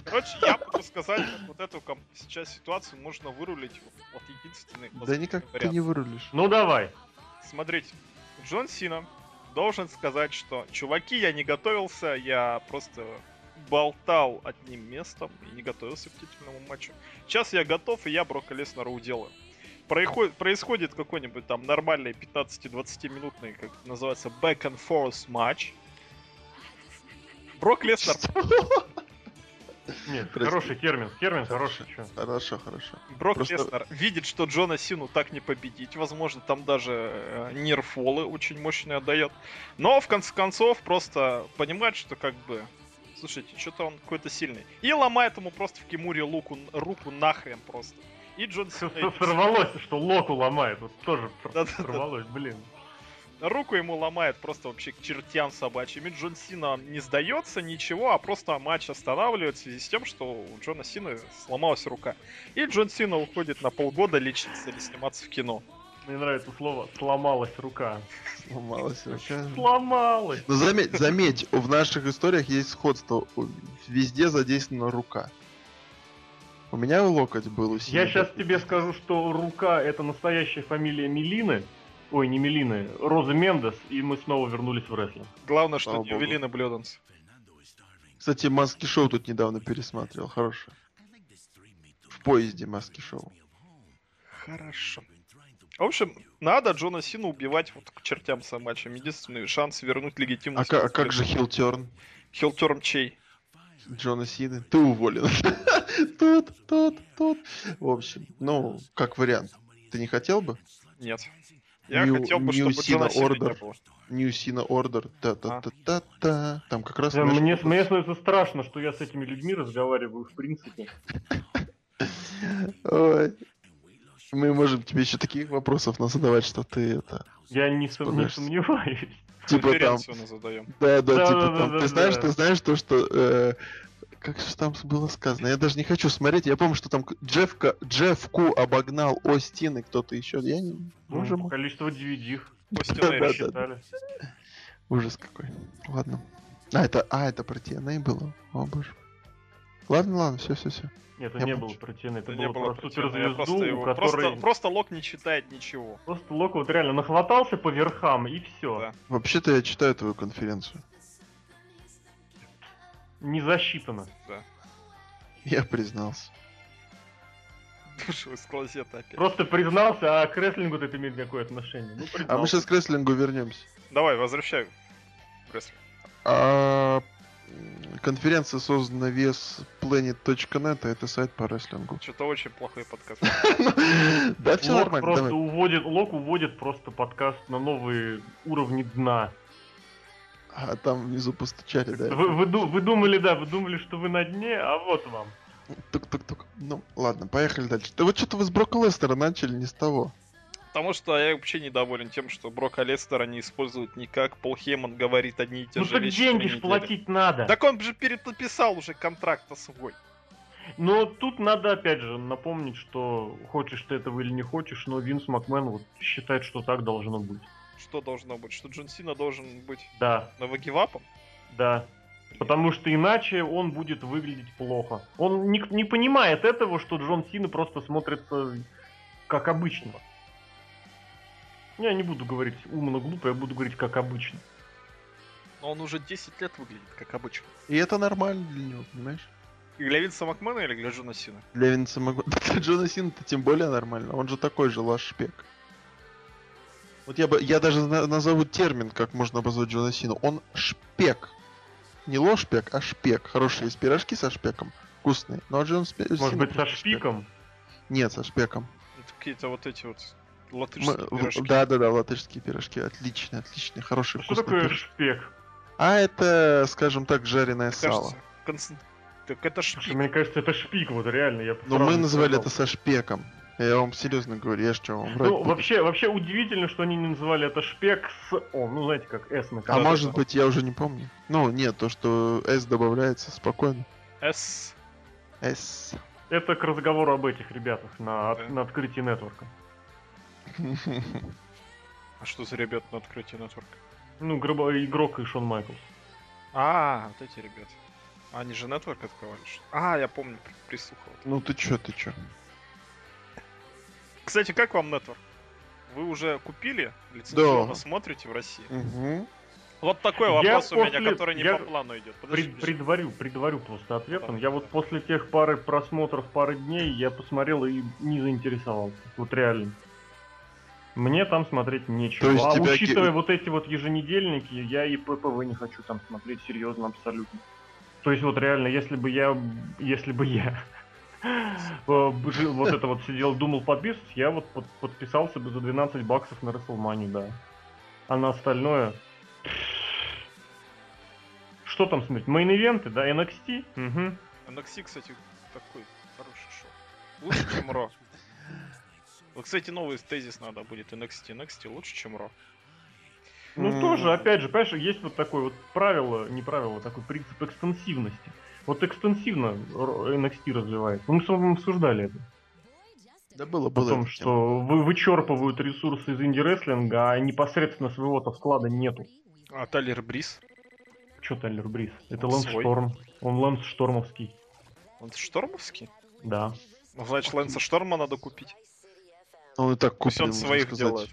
S3: Короче, я могу сказать, как вот эту ком- сейчас ситуацию можно вырулить. Вот единственный
S1: Да
S3: возможный
S1: никак ты
S3: вариант.
S1: не вырулишь.
S2: Ну давай.
S3: Смотрите, Джон Сина должен сказать, что чуваки, я не готовился, я просто болтал одним местом и не готовился к титульному матчу. Сейчас я готов, и я Брока Леснару уделаю. Происходит, происходит какой-нибудь там нормальный 15-20 минутный, как это называется, back and forth матч. Брок Леснар,
S2: Нет,
S1: Прости.
S2: хороший термин. Термин хороший. чё.
S1: Хорошо, хорошо.
S3: Брок
S1: Просто-
S3: Леснар видит, что Джона Сину так не победить. Возможно, там даже э, нерфолы очень мощные отдает. Но в конце концов просто понимает, что как бы... Слушайте, что-то он какой-то сильный. И ломает ему просто в Кимуре луку, руку нахрен просто. И Джон Сина...
S2: Всё
S3: идёт.
S2: Сорвалось, что Локу ломает. Вот тоже просто
S3: Да-да-да.
S2: сорвалось, блин.
S3: Руку ему ломает просто вообще к чертям собачьим. И Джон Сина не сдается, ничего, а просто матч останавливает в связи с тем, что у Джона Сина сломалась рука. И Джон Сина уходит на полгода лечиться или сниматься в кино.
S2: Мне нравится слово «сломалась рука».
S1: Сломалась рука.
S2: Сломалась!
S1: Но Ну, заметь, заметь, в наших историях есть сходство. У- Везде задействована рука. У меня локоть был у себя.
S2: Я сейчас тебе скажу, что рука — это настоящая фамилия Мелины. Ой, не Мелины, Розы Мендес, и мы снова вернулись в рестлинг.
S3: Главное, что
S1: Слава
S3: не
S1: богу.
S3: увели наблюданца.
S1: Кстати, маски шоу тут недавно пересматривал. Хорошее. В поезде маски шоу.
S3: Хорошо. В общем, надо Джона Сина убивать вот к чертям собачьим. Единственный шанс вернуть
S1: А,
S3: легитимность.
S1: ка- а как же Хилтерн?
S3: Хилтерм чей?
S1: Джона Сины? Ты уволен. Тут, тут, тут. В общем, ну, как вариант. Ты не хотел бы?
S3: Нет. Я
S1: Нью-
S3: хотел бы,
S1: Нью
S3: чтобы
S1: Сина
S3: Джона Сина не
S1: Ордер. Типа
S3: было.
S1: New Сина Ордер. Та-та-та-та-та. Там как раз...
S2: Да,
S1: знаешь,
S2: Мне, мне становится страшно, что я с этими людьми разговариваю, в принципе.
S1: Ой. Мы можем тебе еще таких вопросов задавать, что ты это...
S2: Я не, сом- не
S1: Подожди.
S2: сомневаюсь.
S1: Типа там...
S3: Конференцию мы задаем.
S1: Да, да,
S2: Да,
S1: типа
S2: да,
S1: там...
S2: да,
S1: Ты
S2: да,
S1: знаешь,
S2: да.
S1: ты знаешь то, что... э, Как же там было сказано? Я даже не хочу смотреть. Я помню, что там к- Джефф, Ка- Джефф Ку обогнал Остин и кто-то еще. Я не... Боже
S2: Ну,
S1: мой.
S2: Количество DVD -х
S3: Пусть
S1: Да, да,
S3: решит.
S2: посчитали.
S1: Ужас какой. Ладно. А, это, а, это про TNA было? О, боже. Ладно, ладно, все, все, все.
S2: Нет,
S1: Я
S2: это не
S1: помню.
S2: было про TNA, это
S3: Это не
S2: было
S3: было
S2: про
S3: противно, я просто
S2: суперзвезду, у
S3: его- просто,
S2: которой...
S3: просто Лок не читает ничего.
S2: Просто Лок вот реально нахватался по верхам, и все.
S3: Да.
S1: Вообще-то я читаю твою конференцию.
S2: Не засчитано.
S3: Да.
S1: Я признался.
S3: Вышел из клозета опять.
S2: Просто признался, а к рестлингу это имеет какое отношение? Ну,
S1: А мы
S2: признался.
S1: сейчас к рестлингу вернемся.
S3: Давай, возвращай. Рестлинг.
S1: А, м, конференция создана вес planet.net, а это сайт по рестлингу.
S3: Что-то очень плохой подкаст.
S1: Да, все
S2: Лок
S1: нормально,
S2: просто
S1: давай.
S2: уводит, Лок уводит просто подкаст на новые уровни дна.
S1: А там внизу постучали, да.
S2: Вы, вы ду- вы думали, да, вы думали, что вы на дне, а вот вам.
S1: Тук-тук-тук. Ну, ладно, поехали дальше. Да вот что-то вы с Брока Лестера начали не с того.
S3: Потому что я вообще недоволен тем, что Брока Лестера не используют никак. Пол Хейман говорит одни и те
S2: Ну
S3: же
S2: так
S3: вещи.
S2: деньги
S3: три
S2: ж
S3: недели.
S2: платить надо.
S3: Так он же переподписал уже контракт-то свой.
S2: Но тут надо, опять же, напомнить, что хочешь ты этого или не хочешь, но Винс Макмен вот считает, что так должно быть.
S3: Что должно быть? Что Джон Сина должен быть
S2: Да,
S3: новогивапом?
S2: да. Потому что иначе он будет выглядеть плохо. Он не, не понимает этого, что Джон Сина просто смотрится как обычно. Я не буду говорить умно-глупо, я буду говорить как обычно.
S3: Но он уже 10 лет выглядит, как обычно.
S1: И это нормально для него, понимаешь?
S3: И для Винса Макмена или для Джона Сина?
S1: Для Винса Макмен- Для Джона Сина-то тем более нормально. Он же такой же лашпек. Вот я бы. Я даже на- назову термин, как можно обозвать Джона Сину. Он шпек. Не лошпек, а шпек. Хорошие есть пирожки со шпеком. Вкусные. Но Джон Спе-
S2: Может
S1: Сина
S2: быть, со
S1: просто шпек.
S2: шпиком?
S1: Нет, со шпеком.
S3: Ну, Это какие-то вот эти вот
S1: Мы-
S3: латышские пирожки.
S1: в- Да-да-да, латышские пирожки. Отличные, отличные, хорошие,
S2: А Что
S1: вкусные
S2: такое
S1: пирожки.
S2: шпек?
S1: А это, скажем так, жареное сало.
S3: Кажется, концен- Так это
S2: Потому
S3: ж
S2: что Мне кажется, это шпик, вот реально. Я
S1: Но
S2: сразу
S1: Ну, мы
S2: не
S1: называли
S2: сказал.
S1: это со шпеком. Я вам серьезно говорю, я ж чего вам врать
S2: Ну,
S1: буду?
S2: вообще, вообще удивительно, что они не называли это шпек с О. Ну, знаете, как С на
S1: А
S2: конце.
S1: может быть, я уже не помню. Ну, нет, то, что S добавляется спокойно.
S3: С.
S1: S.
S2: Это к разговору об этих ребятах на,
S3: Да.
S2: на открытии нетворка.
S3: А что за ребят на открытии нетворка?
S2: Ну, грубо игрок и Шон Майклс.
S3: А, вот эти ребята. Они же нетворк открывали. что ли? А, я помню, при- прислухал.
S1: Ну ты чё, ты чё?
S3: Кстати, как вам нетворк? Вы уже купили? Лицензионно
S1: Да.
S3: смотрите в России?
S1: Мгм.
S3: Вот такой
S2: Я
S3: вопрос у меня,
S2: после-
S3: который не
S2: я-
S3: по плану идет. Подожди, А.
S2: Пред-
S3: подожди.
S2: предварю, предварю просто ответом.
S3: Ладно.
S2: Я вот после тех пары просмотров, пары дней, я посмотрел и не заинтересовался. Вот реально. Мне там смотреть нечего.
S1: То есть
S2: а
S1: тебя ки-
S2: учитывая вот эти вот еженедельники, я и ППВ не хочу там смотреть серьезно абсолютно. То есть вот реально, если бы я, если бы я э, б- жил- вот это вот сидел, думал подписываться, я вот под- подписался бы за 12 баксов на Расселманию, да. А на остальное... Что там смотреть? Мейн-ивенты, да, NXT? Мгм.
S3: NXT, кстати, такой хороший шоу. Лучше, чем Ро. Вот, кстати, новый тезис надо будет. NXT, NXT лучше, чем Ро.
S2: Ну
S1: М.
S2: тоже, опять же, понимаешь, есть вот такое вот правило, не правило, а такой принцип экстенсивности. Вот экстенсивно Ро- NXT развивается. Мы с вами обсуждали это.
S1: Да было,
S2: О
S1: было.
S2: том,
S1: эта тема.
S2: что вы вычерпывают ресурсы из инди-рестлинга, а непосредственно своего-то вклада нету.
S3: А Талер Брис?
S2: Че Тайлер Брис? Это
S3: Он
S2: Лэнс
S3: свой.
S2: Шторм. Он Лэнс Штормовский.
S3: Он штормовский?
S2: Да.
S3: Ну, значит, Лэнса Шторма надо купить.
S1: Ну, Он и так
S3: Пусть
S1: купил,
S3: он
S1: можно
S3: своих
S1: сказать.
S3: делает.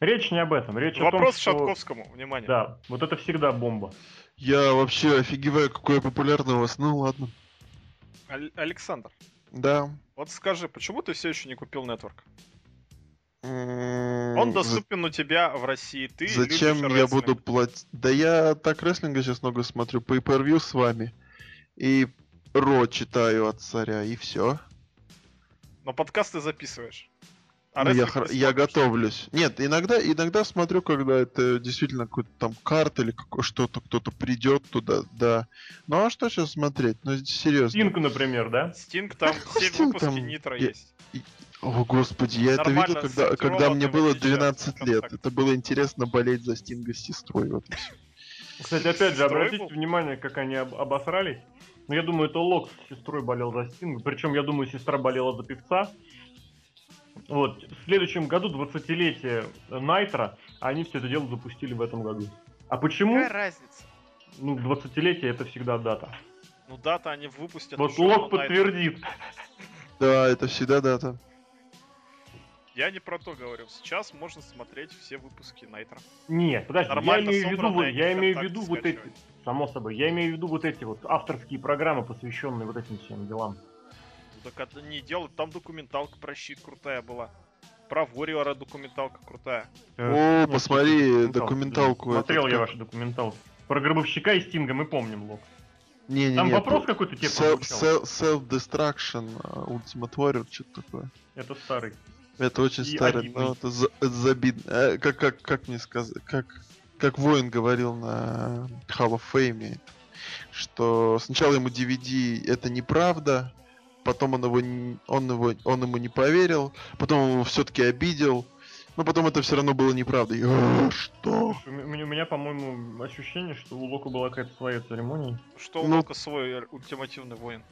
S2: Речь не об этом. Речь о том,
S3: Вопрос
S2: что...
S3: Шатковскому, внимание.
S2: Да, вот это всегда бомба.
S1: Я вообще офигеваю, какой я популярный у вас. Ну ладно.
S3: Аль- Александр,
S1: Да.
S3: вот скажи, почему ты все еще не купил нетворк?
S1: Он
S3: Он доступен у тебя в России, ты
S1: М-м-м. Зачем
S3: любишь
S1: я
S3: рестлинг.
S1: буду платить? Да я так рестлинга сейчас много смотрю, по ипрвью с вами. И Ро читаю от царя, и все.
S3: Но подкаст ты записываешь. А
S2: А
S1: Ну, я,
S3: рестлинг
S1: хор-
S3: ты
S1: я
S3: смотришь.
S1: готовлюсь. Нет, иногда, иногда смотрю, когда это действительно какой-то там карт или како- что-то, кто-то придет туда, да. Ну а что сейчас смотреть? Ну серьезно.
S2: Стинг, например, да?
S3: Стинг там,
S1: какой
S3: все
S1: Стинг
S3: выпуски
S1: там?
S3: Нитро
S1: Я-
S3: есть.
S1: О, господи, я это
S3: Нормально,
S1: видел, когда, когда
S3: сортированный
S1: мне
S3: вот
S1: было
S3: сейчас
S1: 12 лет.
S3: контакт.
S1: Это было интересно болеть за Стинга с сестрой. Вот. и всё.
S2: Кстати, опять же,
S3: Сестрой
S2: обратите
S3: был?
S2: внимание, как они об- обосрались. Ну, я думаю, это Локс с сестрой болел за Стинга. Причем, я думаю, сестра болела за певца. Вот, в следующем году, 20-летие Найтра, они все это дело запустили в этом году. А почему?
S3: Какая разница?
S2: Ну, 20-летие это всегда дата.
S3: Ну дата они выпустят.
S2: Вот
S3: уже
S2: Лок
S3: на Night.
S2: подтвердит.
S1: Да, это всегда дата.
S3: Я не про то говорю. Сейчас можно смотреть все выпуски Найтра.
S2: Нет, подожди, я
S3: Нормально
S2: имею в виду,
S3: собранные,
S2: вот,
S3: они
S2: я имею в
S3: ВКонтакте
S2: виду вот эти,
S3: скачивать.
S2: само собой, я имею в виду вот эти вот авторские программы, посвященные вот этим всем делам.
S3: Ну, Так это не делают. Там документалка про щит крутая была. Про Вориора документалка крутая.
S1: О,
S2: Ну,
S1: посмотри документалку.
S2: документалку, да.
S1: этот,
S2: Смотрел я
S1: как-
S2: ваши документалку. Про гробовщика и Стинга мы помним, Лок.
S1: Не-не-не,
S2: Там вопрос
S1: это-
S2: какой-то тебе
S1: Сел-
S2: прозвучал?
S1: сел- Self-Destruction, а, Ultimate Warrior, что-то такое.
S2: Это старый.
S1: Это очень
S2: И
S1: старый,
S2: обидный.
S1: но это, за- это забидно. Э, как, как, как мне сказать, как, как воин говорил на Hall of Fame, что сначала ему DVD это неправда, потом он его, н- он его, он ему не поверил, потом он его все-таки обидел, но потом это все равно было неправдой. «А, Что?
S2: У м- у меня, по-моему, ощущение, что у Лока была какая-то своя церемония.
S3: Что у
S1: Ну.
S3: Лока свой э, ультимативный воин.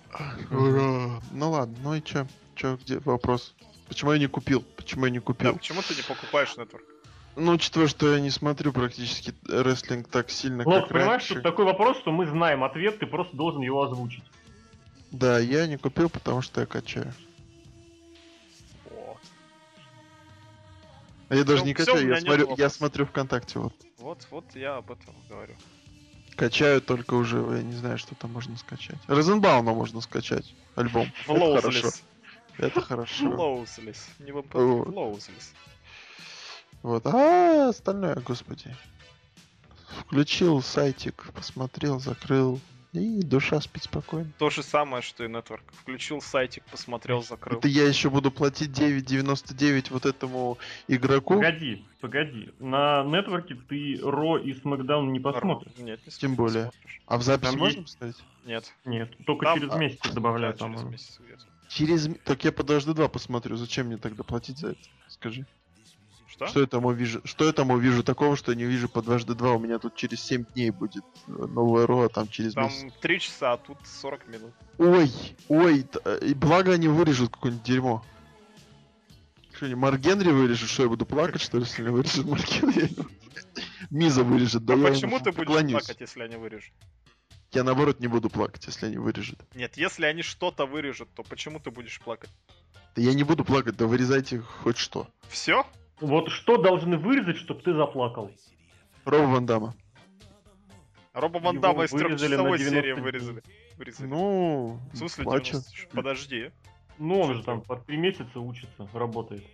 S1: Ура! Ну ладно, ну и че? Че, где вопрос? Почему я не купил? Почему я не
S3: Да,
S1: купил?
S3: почему ты не покупаешь нетворк?
S1: Ну, учитывая, что я не смотрю практически э, рестлинг так сильно,
S2: Лок,
S1: как
S2: понимаешь,
S1: раньше.
S2: что такой вопрос, что мы знаем ответ, ты просто должен его озвучить.
S1: Да, я не купил, потому что я качаю.
S3: Вот.
S1: А я даже
S3: Ну,
S1: не
S3: всё, у
S1: качаю,
S3: меня
S1: я
S3: нет
S1: смотрю, я
S3: вопросов.
S1: смотрю ВКонтакте вот.
S3: Вот, вот я об этом говорю.
S1: Качаю только уже, я не знаю, что там можно скачать. Розенбаума можно скачать, альбом. Это хорошо.
S3: Лоузлис.
S1: Это
S3: Ну,
S1: хорошо.
S3: Лоузлис. Не в МП,
S1: Вот.
S3: Лоузлис.
S1: Вот. А остальное, господи. Включил сайтик, посмотрел, закрыл. И душа спит спокойно.
S3: То же самое, что и нетворк. Включил сайтик, посмотрел, закрыл.
S1: Это я еще буду платить 9.99 вот этому игроку.
S2: Погоди, погоди. На нетворке ты Ро и Смакдаун не посмотришь.
S3: Нет, не
S1: Тем
S3: не
S1: более.
S3: смотришь.
S1: А в запись
S2: Там
S1: можно вставить?
S3: Нет.
S2: Нет, только
S3: Там-
S2: через
S1: а,
S2: месяц
S3: Да,
S2: добавляют,
S3: через
S2: по-моему.
S3: месяц где-то.
S1: Через... м- Так я подожду два посмотрю. Зачем мне тогда платить за это? Скажи.
S3: Что?
S1: Что я там увижу? Что я там увижу такого, что я не вижу по дважды два? У меня тут через 7 дней будет э, новая РО, а там через
S3: Там
S1: месяц.
S3: 3 часа, а тут 40 минут.
S1: Ой, ой, т- э, и благо они вырежут какое-нибудь дерьмо. Что, не Марк Генри вырежет, что я буду плакать, что ли, если не вырежет Марк Генри? Миза вырежет, да
S3: а
S1: я
S3: почему
S1: ему
S3: ты будешь
S1: поклонюсь.
S3: плакать, если они вырежут?
S1: Я наоборот не буду плакать, если они вырежут.
S3: Нет, если они что-то вырежут, то почему ты будешь плакать?
S1: Да я не буду плакать, да вырезайте хоть что.
S3: Все?
S2: Вот что должны вырезать, чтобы ты заплакал?
S1: Роба Ван Дамма.
S3: Роба Ван
S2: Его
S3: Дамма из
S2: вырезали на
S3: трехчасовой
S2: 90
S3: серии
S2: дней.
S3: вырезали. Вырезали.
S1: Ну,
S3: в смысле
S1: плачу.
S3: 90? Ш- Подожди.
S2: Ну, он же там по три месяца учится, работает.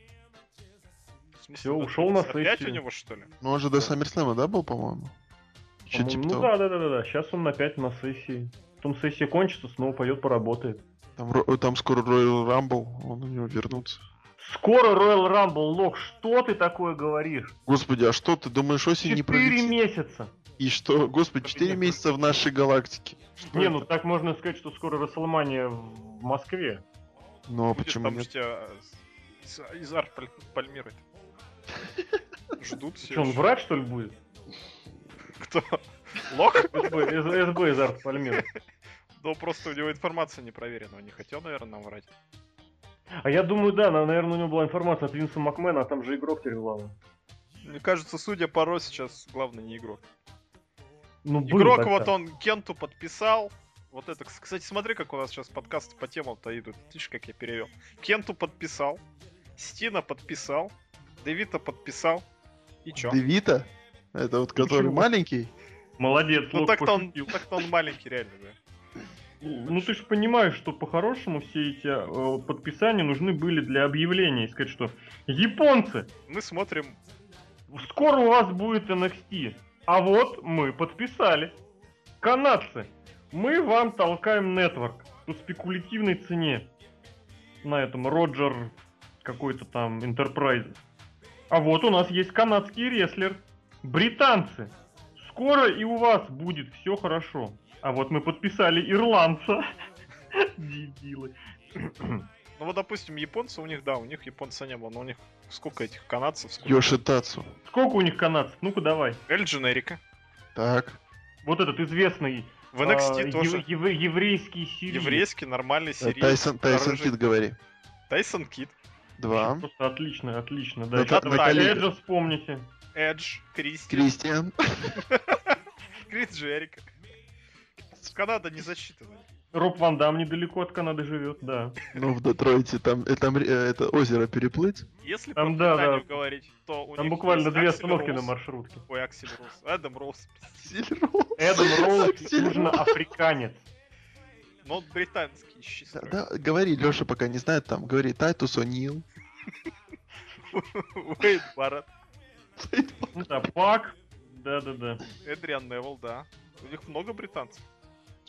S3: В смысле,
S2: Всё,
S3: да,
S2: ушёл на
S3: Опять
S2: сессию.
S3: у него, что ли?
S1: Ну, он же до Саммерслэма, да, был, по-моему? Чё
S2: По-моему,
S1: типа
S2: ну
S1: того.
S2: да, да, да, да, да. Сейчас он опять на сессии. Потом сессия кончится, снова пойдет поработает.
S1: Там, ро- э, там скоро Royal Rumble, он у него вернутся.
S2: Скоро Royal Rumble, Лок, что ты такое говоришь?
S1: Господи, а что ты думаешь, осень не
S2: Четыре
S1: пролетит?
S2: месяца.
S1: И что? Господи,
S3: Нет,
S1: 4
S3: нет.
S1: месяца в нашей галактике. Что
S2: Не,
S1: это?
S2: ну так можно сказать, что скоро Расселмания в Москве.
S1: Ну, а
S3: Будет
S1: почему
S3: там
S1: нет?
S3: же тебя э, из, из Ар Паль- Пальмиры. Ждут все.
S2: Че, он врач, что ли, будет?
S3: Кто? Лох?
S2: СБ, из- СБ из Арт Пальмира.
S3: Да Ну, просто у него информация не проверена. Он не хотел, наверное, нам врать.
S2: А я думаю, да, наверное, у него была информация от Винса Макмена, а там же игрок теперь главный.
S3: Мне кажется, судя по Ро, сейчас главный не игрок.
S2: Ну, был
S3: Игрок
S2: тогда.
S3: вот он Кенту подписал. Вот это, кс- кстати, смотри, как у нас сейчас подкасты по темам-то идут. Видишь, как я перевел. Кенту подписал, Стина подписал, Дэвита подписал. И чё?
S1: Девита? Это вот который
S2: Почему?
S1: маленький?
S2: Молодец,
S3: Ну
S2: Лок
S3: так-то он,
S2: пошутил.
S3: так-то он маленький, реально, да.
S2: Ну ты же понимаешь, что по-хорошему все эти э, подписания нужны были для объявления. И сказать, что японцы,
S3: Мы смотрим
S2: скоро у вас будет NXT. А вот мы подписали. Канадцы, мы вам толкаем нетворк по спекулятивной цене. На этом Роджер какой-то там Энтерпрайз. А вот у нас есть канадский рестлер. Британцы, скоро и у вас будет все хорошо. А вот мы подписали ирландца. Дебилы.
S3: Ну вот, допустим, японцы у них, да, у них японца не было, но у них сколько этих канадцев, сколько?
S1: Йоши Тацу.
S2: Сколько у них канадцев? Ну-ка давай.
S3: Эль Дженерика.
S1: Так.
S2: Вот этот известный
S3: В NXT
S2: А,
S3: тоже.
S2: ев- ев- еврейский сирий.
S3: Еврейский, нормальный
S1: Э,
S3: серийный.
S1: Тайсон, Тайсон
S3: рыжий.
S1: Кид, говори.
S3: Тайсон Кид.
S1: Два.
S2: Просто отлично, отлично. Да,
S1: Да
S2: еще
S1: так,
S2: давайте
S1: Наталья.
S2: Эджа вспомните.
S3: Эдж, Кристи,
S1: Кристиан.
S3: Крис Джерика. Канада не засчитана.
S2: Роб Ван Дам недалеко от Канады живет, да.
S1: Ну, в Детройте там, э, там э, это озеро переплыть.
S3: Если
S2: Там,
S3: по
S2: да,
S3: питанию
S2: да.
S3: говорить, то у
S2: Там
S3: них
S2: буквально
S3: есть
S2: две
S3: Аксель
S2: остановки на
S3: Роуз.
S2: маршрутке.
S3: Ой, Аксель Роуз. Адам Роуз.
S2: Эдам Роуз
S1: Аксель Роуз.
S2: южноафриканец.
S3: Но он британский, ищи
S1: Да,
S3: строй.
S1: да, говори, Лёша пока не знает там, говори, Тайтус О'Нил.
S3: Уэйд Барретт,
S2: Ну да, Пак. Да-да-да.
S3: Эдриан Невилл, да. У них много британцев.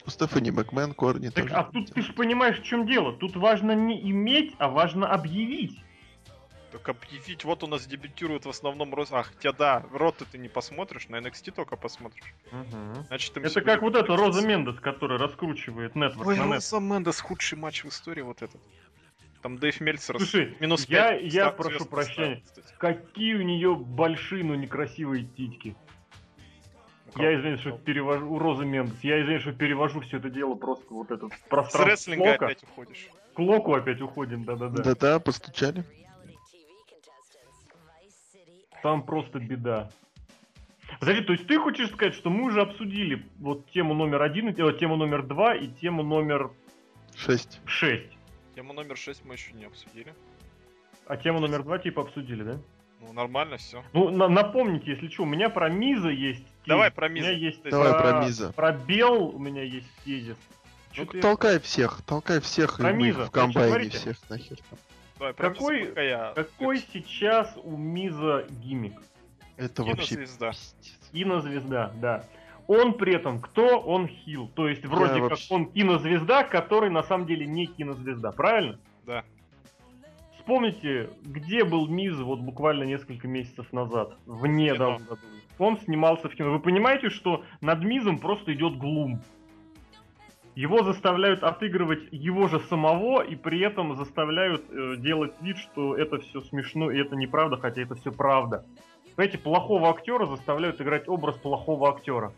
S1: У Стефани Макмен корни
S2: Так,
S1: тоже.
S2: а тут ты же понимаешь, в чем дело. Тут важно не иметь, а важно а объявить.
S3: Так объявить, вот у нас дебютирует в основном Рос... Ах, хотя да, Рот ты не посмотришь, на NXT только посмотришь. Значит, им
S2: Это
S3: всё
S2: как
S3: будет
S2: вот эта
S3: нравиться.
S2: Роза Мендес, которая раскручивает Нетворк
S3: Ой,
S2: на Network.
S3: Роза Мендес, худший матч в истории вот этот. Там Дэйв Мельцер с
S2: Слушай,
S3: минус
S2: я,
S3: 5.
S2: я прошу прощения. Какие у нее большие, но некрасивые титьки. Я извиняюсь, что перевожу... У Розы Мендес. Я извиняюсь, что перевожу все это дело просто вот это в
S3: С
S2: пространство.
S3: рестлинга
S2: Клока.
S3: опять уходишь.
S2: К Локу опять уходим, да-да-да.
S1: Да-да, постучали.
S2: Там просто беда. Подожди, то есть ты хочешь сказать, что мы уже обсудили вот тему номер один, и те- тему номер два и тему номер
S1: Шесть.
S2: шесть.
S3: Тему номер 6 мы еще не обсудили.
S2: А тему номер два типа обсудили, да?
S3: Ну, нормально, все.
S2: Ну, на- напомните, если что, у меня про Миза есть тезис.
S3: Давай про Миза.
S2: У меня есть
S1: Давай
S2: про,
S1: про Миза. Ну,
S2: Про Бел у меня есть тезис. Чё ты-
S1: Толкай всех, толкай всех, и
S2: Про
S1: мы
S2: Миза,
S1: в
S2: вы чё
S1: комбайне
S2: говорите?
S1: всех нахер. там.
S3: Давай, про
S2: Какой-
S3: Миза пока я...
S2: Какой сейчас у Миза гиммик?
S1: Это вообще
S3: Кинозвезда.
S1: пиздец.
S2: Кинозвезда, да. Он при этом кто? Он хил. То есть вроде как
S1: вообще-
S2: он кинозвезда, который на самом деле не кинозвезда, правильно?
S3: Да.
S2: Вспомните, где был Миз вот буквально несколько месяцев назад, в
S3: Кино.
S2: недавнем году. Он снимался в кино. Вы понимаете, что над Мизом просто идет глум. Его заставляют отыгрывать его же самого, и при этом заставляют э, делать вид, что это все смешно, и это неправда, хотя это все правда. Понимаете, плохого актера заставляют играть образ плохого актера.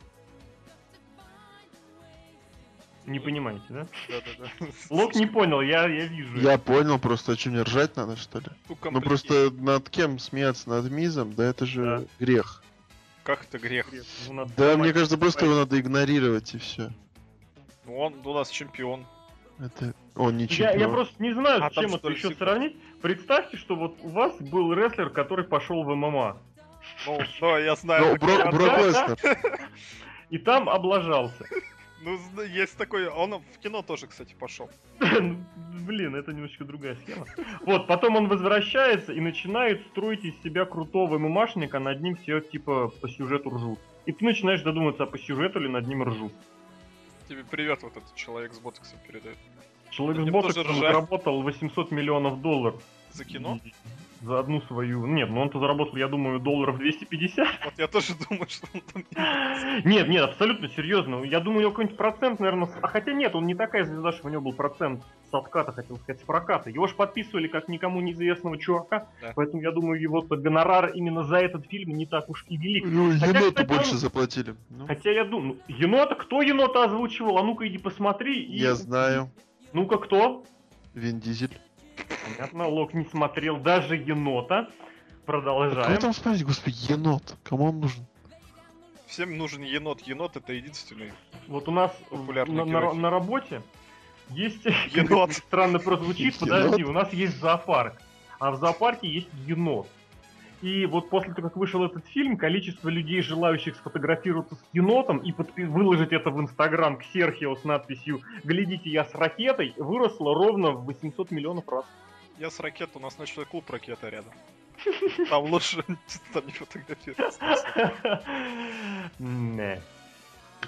S2: Не понимаете, да?
S3: Да-да-да.
S2: Лок не понял, я, я вижу.
S1: Я понял, просто о чем мне ржать надо, что ли?
S3: Сука,
S1: Ну
S3: блин,
S1: просто над кем смеяться? Над Мизом? Да это же
S2: Да.
S1: грех.
S3: Как это грех?
S2: Ну, надо
S1: Да, мне
S2: понимать.
S1: кажется, просто его надо игнорировать и все.
S3: Ну, он у нас чемпион.
S1: Это он не
S2: Я,
S1: чемпион.
S2: я просто не знаю,
S3: А,
S2: с чем
S3: там, что
S2: это
S3: ли,
S2: еще
S3: секунд?
S2: сравнить. Представьте, что вот у вас был рестлер, который пошел в ММА.
S3: Ну, да, я знаю.
S1: Ну, Бро-
S2: Да,
S1: Брок
S2: да.
S1: Леснер.
S2: И там облажался.
S3: Ну, зна- есть такой... Он в кино тоже, кстати, пошел.
S2: Ну, Блин, это немножечко другая схема. Вот, потом он возвращается и начинает строить из себя крутого ММАшника, над ним все типа по сюжету ржут. И ты начинаешь додуматься, а по сюжету ли над ним ржут.
S3: Тебе привет вот этот человек с ботоксом передает.
S2: Человек
S3: Над
S2: с
S3: ним тоже
S2: ботоксом
S3: ржать.
S2: заработал 800 миллионов долларов.
S3: За кино?
S2: За одну свою... Нет, ну он-то заработал, я думаю, долларов 250.
S3: Вот я тоже думаю, что он там...
S2: Нет, нет, абсолютно серьезно. Я думаю, у него какой-нибудь процент, наверное... с- А хотя нет, он не такая звезда, что у него был процент с отката, хотел сказать, с проката. Его же подписывали как никому неизвестного чувака,
S3: Да.
S2: поэтому я думаю, его гонорар именно за этот фильм не так уж и велик.
S1: Ну,
S2: Хотя,
S1: еноту
S2: кстати,
S1: больше
S2: он-
S1: заплатили. Ну,
S2: Хотя я думаю, ну, енота, кто енота озвучивал? А ну-ка иди посмотри. и-
S1: я знаю.
S2: Ну-ка кто?
S1: Вин Дизель.
S2: Понятно, Лок не смотрел даже енота.
S1: А кого
S2: Продолжаем.
S1: там смотреть, господи, енот? Кому он нужен?
S3: Всем нужен енот. Енот это единственный.
S2: Вот у нас
S3: Популярный
S2: на, на-
S3: герой.
S2: на работе есть...
S3: Енот.
S2: Странно прозвучит,
S1: Енот.
S2: подожди, у нас есть зоопарк, а в зоопарке есть енот. И вот после того, как вышел этот фильм, количество людей, желающих сфотографироваться с енотом и подпи- выложить это в Инстаграм к Серхио с надписью «Глядите, я с ракетой», выросло ровно в 800 миллионов раз.
S3: Я с ракет, у нас ночной клуб ракета рядом. Там лучше там не фотографироваться.
S2: Не.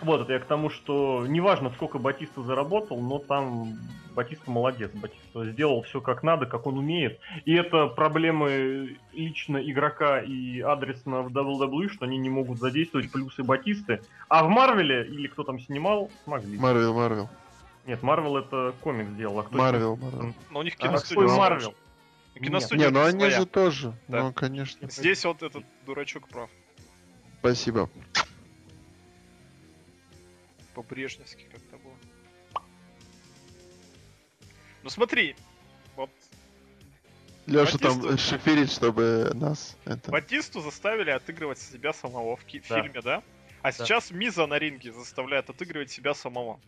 S2: Вот, это я к тому, что неважно, сколько Батиста заработал, но там Батиста молодец. Батиста сделал все как надо, как он умеет. И это проблемы лично игрока и адресно в WWE, что они не могут задействовать плюсы Батисты. А в Марвеле, или кто там снимал, смогли.
S1: Марвел, Марвел.
S2: Нет, Марвел это комикс сделал. А кто
S1: Марвел, Марвел.
S3: Но у них
S1: А,
S3: киностудия.
S1: какой
S3: своя.
S2: Марвел?
S3: Ну,
S2: Нет.
S3: Киностудия
S1: Не, ну они
S3: своя.
S1: же тоже.
S3: Да.
S1: Ну, конечно.
S3: Здесь вот этот дурачок прав.
S1: Спасибо.
S3: По-брежневски как-то было. Ну смотри, вот
S1: Леша там
S3: Батисту-
S1: шиферит, чтобы нас... Это...
S3: Батисту заставили отыгрывать себя самого в, ки- в
S2: Да.
S3: фильме, да? А сейчас Миза на ринге заставляет отыгрывать себя самого.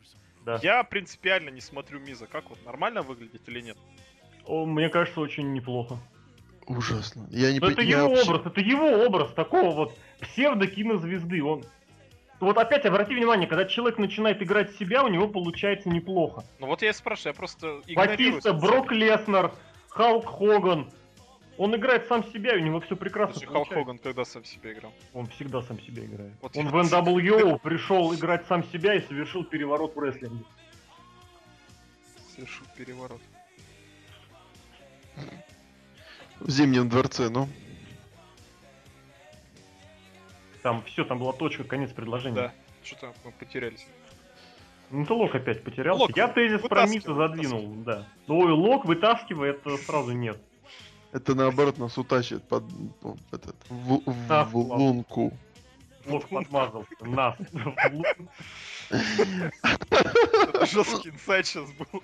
S2: Да.
S3: Я принципиально не смотрю Миза. Как вот, нормально выглядит или нет?
S2: О, мне кажется, очень неплохо.
S1: Ужасно. Я не
S2: Но Ну, это
S1: пон- Типа, я
S2: его
S1: вообще-
S2: образ, это его образ такого вот псевдо-кинозвезды. Он... Вот опять обрати внимание, когда человек начинает играть себя, у него получается неплохо.
S3: Ну вот я и спрашиваю, я просто игнорирую.
S2: Батиста,
S3: социальные
S2: Брок Леснер, Халк Хоган. Он играет сам себя, и у него все прекрасно
S3: Слушай, Халк
S2: получается.
S3: Хоган когда сам в себе играл?
S2: Он всегда сам себя играет.
S3: Вот
S2: Он
S3: я-
S2: в NWO пришел играть сам себя и совершил переворот в рестлинге.
S3: Совершил переворот.
S1: В Зимнем дворце, ну.
S2: Там все, там была точка, конец предложения.
S3: Да. Что-то мы потерялись.
S2: Ну ты лок опять потерял.
S3: Лок
S2: Я тезис про
S3: вытаскивай,
S2: Мита задвинул, да. Ну, Ой, лок вытаскивай, это сразу нет.
S1: Это наоборот нас утащит под под этот, в, в-
S2: А,
S1: в
S2: ладно.
S1: лунку.
S2: Лок подмазал нас.
S3: Это жесткий инсайт сейчас был.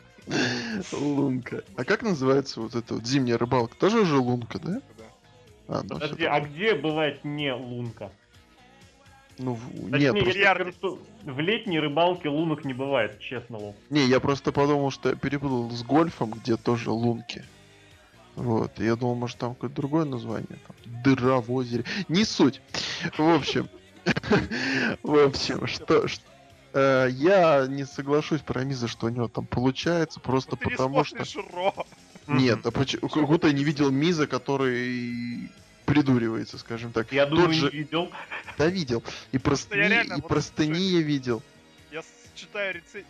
S1: Лунка. А как называется вот эта вот зимняя рыбалка? Тоже уже лунка, да?
S3: Да.
S1: А, ну,
S2: Подожди,
S1: всё.
S2: а где бывает не лунка?
S1: Ну, в-
S2: Точнее,
S1: нет, просто-
S2: я тебе скажу, что в летней рыбалке лунок не бывает, честно, лок.
S1: не, я просто подумал, что я перепутал с гольфом, где тоже лунки. Вот, и я думал, может, там какое-то другое название. Там, дыра в озере. Не суть. В общем, в общем, что, ш- э, я не соглашусь про Миза, что у него там получается, просто
S3: Ну ты не
S1: потому что...
S3: смотришь Ро.
S2: Хм.
S1: Нет, а почему? Как будто я не видел Миза, который придуривается, скажем так.
S2: Я думаю,
S1: Тот же...
S2: не видел.
S1: Да, видел. И простыни,
S3: реально
S1: и
S3: вот
S1: простыни
S3: слушаю.
S1: я видел.
S3: Я с- читаю рецен-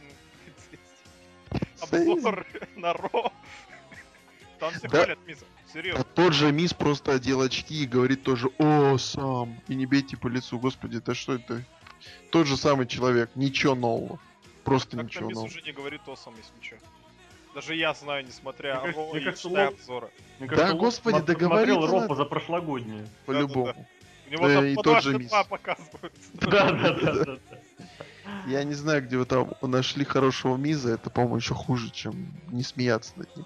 S3: ну, рецензии. Обзор на Ро. Там все
S1: Да.
S3: хвалят Миза.
S1: А
S3: Серьезно.
S1: тот же Миз просто одел очки и говорит тоже «О, сам!» И не бейте по лицу, господи, да что это? Тот же самый человек, ничего нового. Просто
S3: Как там
S1: ничего ну.
S3: Миз
S1: нового.
S3: уже не говорит о сам, если ничего. Даже я знаю, несмотря
S2: Мне кажется-
S3: Ро
S2: мне
S3: и
S2: кажется,
S3: читаю
S2: Лок-
S3: обзоры.
S2: Мне кажется,
S1: Да,
S2: Лок
S1: господи,
S2: посмотрел
S1: договориться
S2: Ро
S1: надо.
S2: по за прошлогоднюю.
S1: По-любому.
S3: У него
S1: Да,
S3: там
S1: и
S3: по
S1: тот
S3: два
S1: же
S3: штыка
S1: Миз.
S3: показывают.
S2: Да, да, да, да. да.
S1: Я не знаю, где вы там нашли хорошего Миза, это, по-моему, еще хуже, чем не смеяться над ним.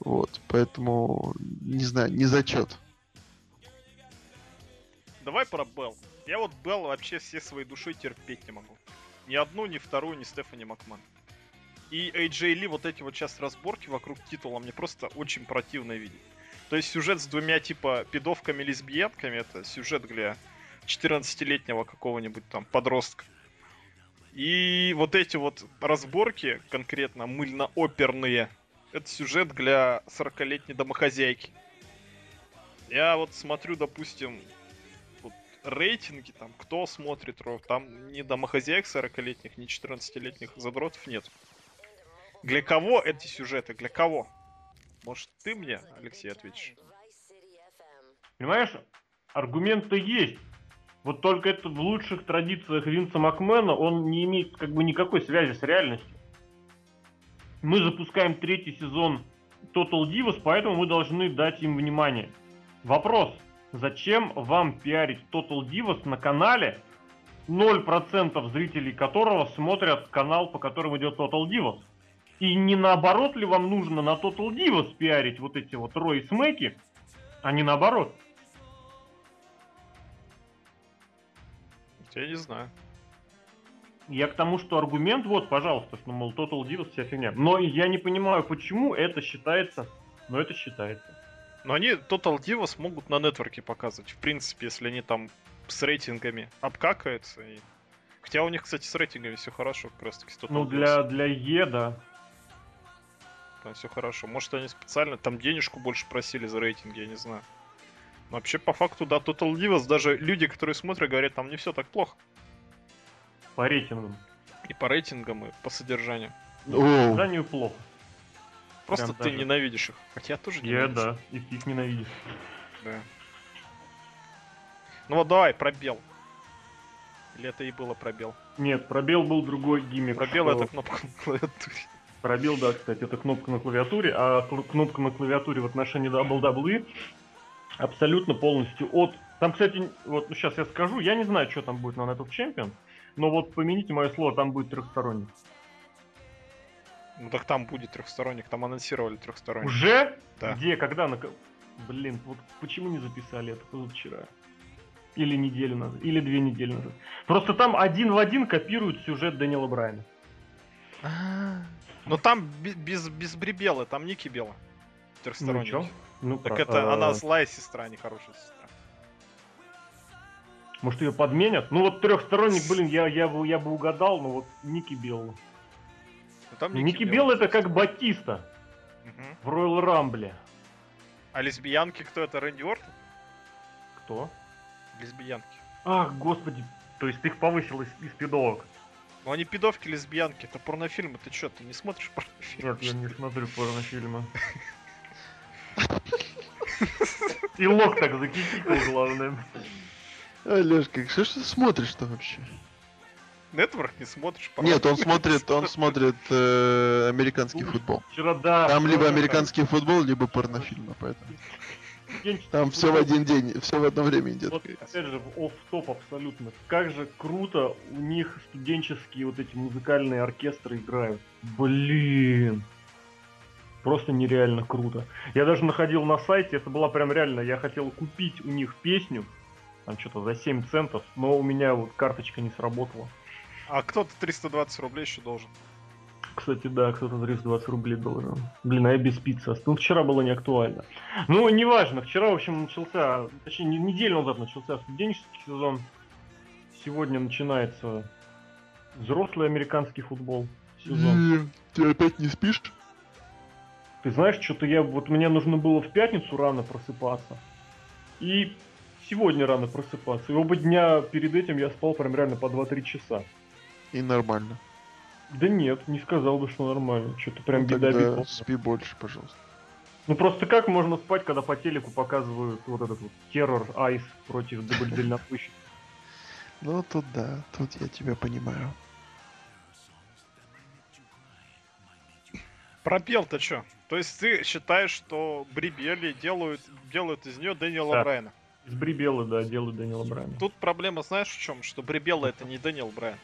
S1: Вот, поэтому, не знаю, не зачет.
S3: Давай про Белл. Я вот Белл вообще все своей душой терпеть не могу. Ни одну, ни вторую, ни Стефани Макман. И Эйджей Ли вот эти вот сейчас разборки вокруг титула мне просто очень противно видеть. То есть сюжет с двумя типа пидовками-лесбиянками, это сюжет для 14-летнего какого-нибудь там подростка. И вот эти вот разборки, конкретно мыльно-оперные, это сюжет для 40-летней домохозяйки. Я вот смотрю, допустим, вот рейтинги, там, кто смотрит Ро, там ни домохозяек 40-летних, ни 14-летних задротов нет. Для кого эти сюжеты? Для кого? Может, ты мне, Алексей, ответишь?
S2: Понимаешь, аргументы есть. Вот только это в лучших традициях Винса Макмена он не имеет как бы никакой связи с реальностью. Мы запускаем третий сезон Total Divas, поэтому мы должны дать им внимание. Вопрос. Зачем вам пиарить Total Divas на канале, 0% зрителей которого смотрят канал, по которому идет Total Divas? И не наоборот ли вам нужно на Total Divas пиарить вот эти вот Рой и Смеки, а не наоборот?
S3: Я не знаю.
S2: Я к тому, что аргумент, вот, пожалуйста, что, мол, Total Divas вся фигня. Но я не понимаю, почему это считается, но это считается.
S3: Но они Total Divas могут на нетворке показывать, в принципе, если они там с рейтингами обкакаются. и- Хотя у них, кстати, с рейтингами все хорошо, как раз таки с Total
S2: Ну,
S3: Divas.
S2: для, для Е, да.
S3: Там все хорошо. Может, они специально там денежку больше просили за рейтинги, я не знаю. Но вообще, по факту, да, Total Divas, даже люди, которые смотрят, говорят, там не все так плохо.
S2: По рейтингам.
S3: И по рейтингам, и по содержанию.
S1: Оу.
S2: Да, не плохо.
S3: Просто
S2: Прям
S3: ты
S2: даже.
S3: ненавидишь их. Хотя я тоже
S2: Е,
S3: ненавижу.
S2: да. И ты их ненавидишь.
S3: Да. Ну вот давай, пробел. Или это и было пробел?
S2: Нет, пробел был другой гиммик.
S3: Пробел
S2: что-
S3: это кнопка на клавиатуре.
S2: Пробел, да, кстати, это кнопка на клавиатуре, а кл- кнопка на клавиатуре в отношении WWE абсолютно полностью от... Там, кстати, вот сейчас я скажу, я не знаю, что там будет на Night of Champion, но вот помяните мое слово, там будет трехсторонний.
S3: Ну так там будет трехсторонник, там анонсировали трехсторонник.
S2: Уже?
S3: Да.
S2: Где, когда? На... ко- Блин, вот почему не записали это позавчера? Или неделю назад, или две недели назад. Просто там один в один копируют сюжет Дэниела Брайана. Ну
S3: Но там би- без, без бребела, там не кибела. Трехсторонник.
S2: Ну чё? Ну,
S3: Так
S2: про-
S3: это
S2: а,
S3: она злая сестра, а не хорошая сестра.
S2: Может, ее подменят? Ну, вот трехсторонник, блин, я, я, бы, я бы угадал, но вот Ники Белл.
S3: Ну, там не
S2: Ники
S3: кибела.
S2: Белл это как Батиста
S3: Мгм.
S2: в Ройл Рамбле.
S3: А лесбиянки кто это? Рэнди Уортон?
S2: Кто?
S3: Лесбиянки.
S2: Ах, господи. То есть ты их повысил из, из пидовок.
S3: Ну они пидовки, лесбиянки. Это порнофильмы. Ты чё, ты не смотришь порнофильмы?
S2: Нет, я не смотрю порнофильмы. И лок так закипикал, главное.
S1: Алеш, как что ж ты смотришь-то вообще?
S3: Нетворк не смотришь? порой.
S1: Нет, он смотрит, он смотрит э, американский футбол.
S2: Вчера, Ну, да.
S1: Там либо
S2: вчера
S1: американский футбол, либо порнофильмы, поэтому.
S2: так, день-
S1: Там все в один день, все в одно время идет.
S2: Вот опять же, офф топ абсолютно. Как же круто у них студенческие вот эти музыкальные оркестры играют. Блин. Просто нереально круто. Я даже находил на сайте, это была прям реально, я хотел купить у них песню, там что-то за 7 центов, но у меня вот карточка не сработала.
S3: А кто-то 320 рублей еще должен.
S2: Кстати, да, кто-то 320 рублей должен. Блин, а я без пиццы остыл. Вчера было не актуально. Ну, неважно. Вчера, в общем, начался, точнее, не- неделю назад начался студенческий сезон. Сегодня начинается взрослый американский футбол сезон.
S1: И Ты опять не спишь?
S2: Ты знаешь, что-то я, вот мне нужно было в пятницу рано просыпаться. И сегодня рано просыпаться. И оба дня перед этим я спал прям реально по 2-3 часа.
S1: И нормально.
S2: Да нет, не сказал бы, что нормально. Что-то прям
S1: Ну,
S2: беда
S1: тогда
S2: беда.
S1: спи больше, пожалуйста.
S2: Ну просто как можно спать, когда по телеку показывают вот этот вот террор айс против дубль- дальнопущих?
S1: Ну тут да, тут я тебя понимаю.
S3: Пропел-то что? То есть ты считаешь, что Брибели делают, делают из нее Дэниела
S2: Да.
S3: Брайана?
S2: Из Брибелы, да, делают Данила Брайана.
S3: Тут проблема, знаешь, в чем? Что Брибела это не Дэниел Брайан.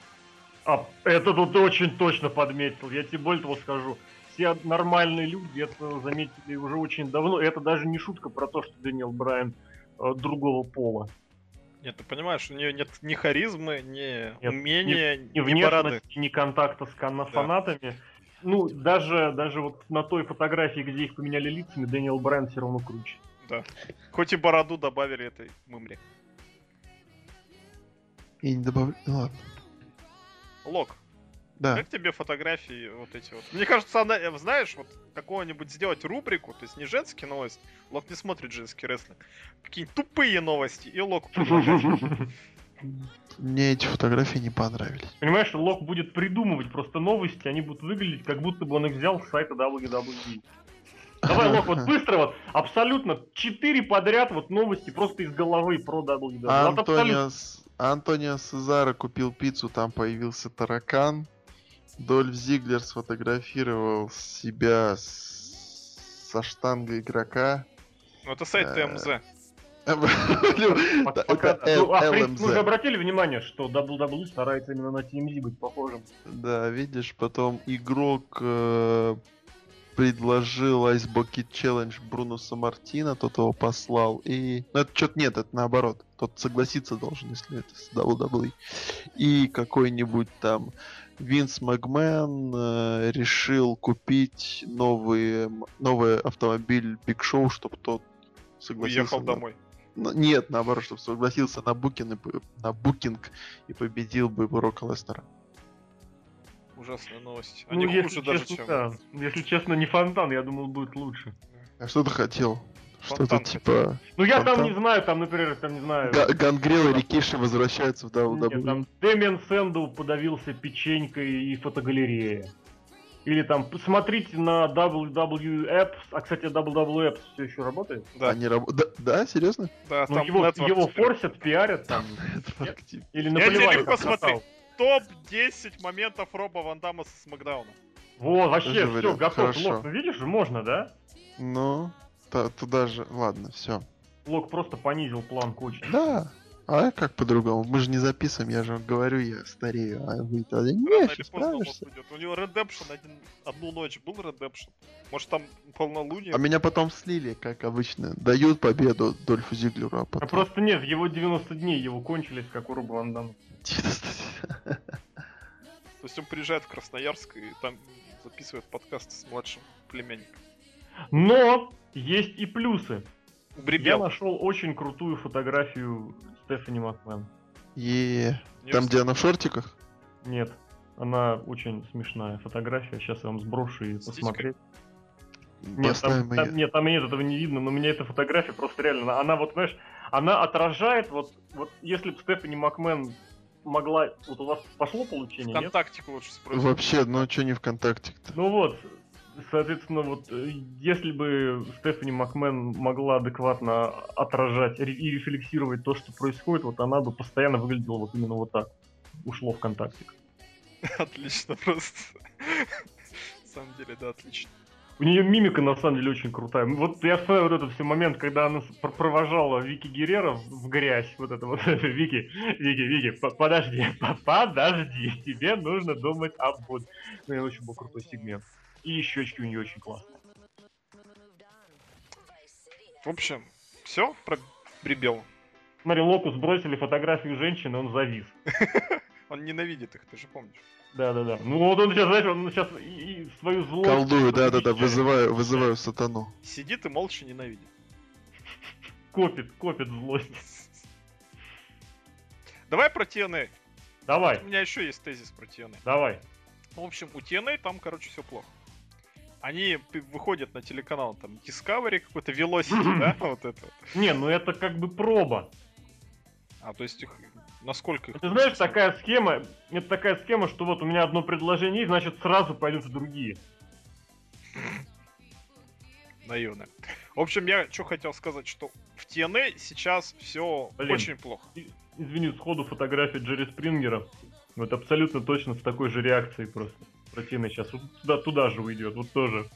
S2: А это тут очень точно подметил. Я тебе более того скажу. Все нормальные люди это заметили уже очень давно. И Это даже не шутка про то, что Дэниел Брайан э, другого пола.
S3: Нет, ты понимаешь, у нее нет ни харизмы, ни
S2: Нет,
S3: умения,
S2: Ни
S3: ни бороды.
S2: внешности, ни контакта с кан- фанатами. Ну, даже, даже вот на той фотографии, где их поменяли лицами, Дэниел Брайан все равно круче.
S3: Да. Хоть и бороду добавили этой мымре.
S1: И не добавляю. Ну ладно.
S3: Лок,
S1: Да.
S3: как тебе фотографии вот эти вот? Мне кажется, она, э, знаешь, вот какую-нибудь сделать рубрику, то есть не женские новости, Лок не смотрит женский рестлинг, какие-нибудь тупые новости, и Лок предлагает.
S1: Мне эти фотографии не понравились.
S2: Понимаешь, Лок будет придумывать просто новости, они будут выглядеть, как будто бы он их взял с сайта WWE. Давай, Лок, вот быстро вот, абсолютно, четыре подряд вот новости просто из головы про WWE. Вот абсолютно.
S1: Антонио, С- Антонио Сезаро купил пиццу, там появился таракан. Дольф Зиглер сфотографировал себя с- со штангой игрока.
S3: Ну это сайт
S1: Э,
S3: ТМЗ.
S2: Пока-
S1: Это
S2: пока- ну, а, в принципе, мы же
S1: LMZ.
S2: обратили внимание, что WWE старается именно на TMZ быть похожим.
S1: Да, видишь, потом игрок э, предложил Ice Bucket Challenge Брунуса Мартина, тот его послал, и... Ну, это что-то нет, это наоборот. Тот согласиться должен, если это с WWE. И какой-нибудь там Винс Макмен э, решил купить новые, м- новый автомобиль Биг Шоу, чтобы тот согласился.
S3: Уехал
S1: на-
S3: домой.
S1: Ну, нет, наоборот, чтобы согласился на, букин и п- на букинг и победил бы Рока Лестера.
S3: Ужасные новости. Они хуже даже,
S2: Ну, честно,
S3: чем...
S2: да. Если честно, не фонтан, я думал, будет лучше.
S1: А что ты хотел? Что-то
S3: Фонтан
S1: типа
S2: Ну я там
S1: Фонтан.
S2: не знаю, там, например, там не знаю.
S1: Га- Гангрел и Рикиши возвращаются в
S2: Нет,
S1: WWE.
S2: там Дэмиан Сэндл подавился печенькой и фотогалерея. Или там, посмотрите на WW Apps. А, кстати, WW Apps все еще работает.
S3: Да,
S1: Они раб- Да, да, серьезно?
S3: да,
S2: Ну,
S3: А там
S2: его,
S3: Network
S2: его
S3: теперь.
S2: форсят, пиарят там.
S1: Network, типа.
S2: Или
S3: Я
S2: наплевать,
S3: телек
S2: как
S3: посмотрел.
S2: катал.
S3: Топ-10 моментов Роба Ван Дамма с Макдауна.
S2: Во, вообще,
S1: Тоже
S2: все,
S1: вариант.
S2: готов.
S1: Хорошо.
S2: Лок, ну видишь, можно, да?
S1: Ну, та- туда же. Ладно, все.
S2: Лок просто понизил планку очень.
S1: Да. А как по-другому? Мы же не записываем, я же говорю, я старею, а вы тогда не
S3: Рано или поздно он
S1: справишься.
S3: уйдет. У него Redemption один, одну ночь был Redemption. Может там полнолуние?
S1: А меня потом слили, как обычно. Дают победу Дольфу Зиглеру, а
S2: А
S1: потом...
S2: просто нет, его 90 дней, его кончились, как у Роба Ван Дамма.
S3: То есть он приезжает в Красноярск и там записывает подкаст с младшим племянником.
S2: Но есть и плюсы.
S3: У
S2: Я
S3: Брибела.
S2: нашел очень крутую фотографию Стефани Макмен.
S1: Е,
S3: Не
S1: Там,
S3: вс-
S1: где она в шортиках?
S2: Нет, она очень смешная фотография. Сейчас я вам сброшу и
S3: С титькой?
S2: посмотреть. Нет там,
S1: Поставим
S2: там-
S1: ее.
S2: нет, там и нет, этого не видно, но мне эта фотография просто реально. Она вот, знаешь, она отражает вот, вот если бы Стефани Макмен могла. Вот у вас пошло получение, нет?
S3: Контактик лучше спросить.
S1: Вообще, ну что не ВКонтакте-то?
S2: Ну вот, Соответственно, вот э, если бы Стефани Макмен могла адекватно отражать ре- и рефлексировать то, что происходит, вот она бы постоянно выглядела вот именно вот так. Ушло в контактик.
S3: Отлично просто. На самом деле, да, отлично.
S2: У нее мимика на самом деле очень крутая. Вот я вспоминаю вот этот все момент, когда она с- пр- провожала Вики Герера в грязь. Вот это вот Вики, Вики, Вики, по- подожди, по- подожди, тебе нужно думать об будущем. Ну, и очень был крутой сегмент. И щечки у нее очень классные.
S3: В общем, все про Брибел.
S2: Смотри, Локус бросили фотографию женщины, он завис.
S3: Он ненавидит их, ты же помнишь.
S2: Да-да-да. Ну вот он сейчас, знаешь, он сейчас и, и свою злость...
S1: Колдую, да-да-да,
S2: посвящает.
S1: вызываю, вызываю сатану.
S3: Сидит и молча ненавидит.
S2: Копит, копит злость.
S3: Давай про TNA.
S2: Давай,
S3: У меня еще есть тезис про TNA.
S2: давай.
S3: Ну, В общем, у TNA там, короче, все плохо. Они пи- выходят на телеканал, там, Discovery, какой-то Velocity, да, вот это.
S2: Не, ну это как бы проба.
S3: А, то есть их, насколько их...
S2: А Ты знаешь, такая схема, это такая схема, что вот у меня одно предложение есть, значит сразу пойдут и другие.
S3: Наивно. В общем, я что хотел сказать, что в TNA сейчас все
S2: Блин.
S3: очень плохо.
S2: И- Извини, сходу фотография Джерри Спрингера. Вот абсолютно точно с такой же реакцией просто. Противный сейчас. Вот туда, туда же уйдет, вот тоже.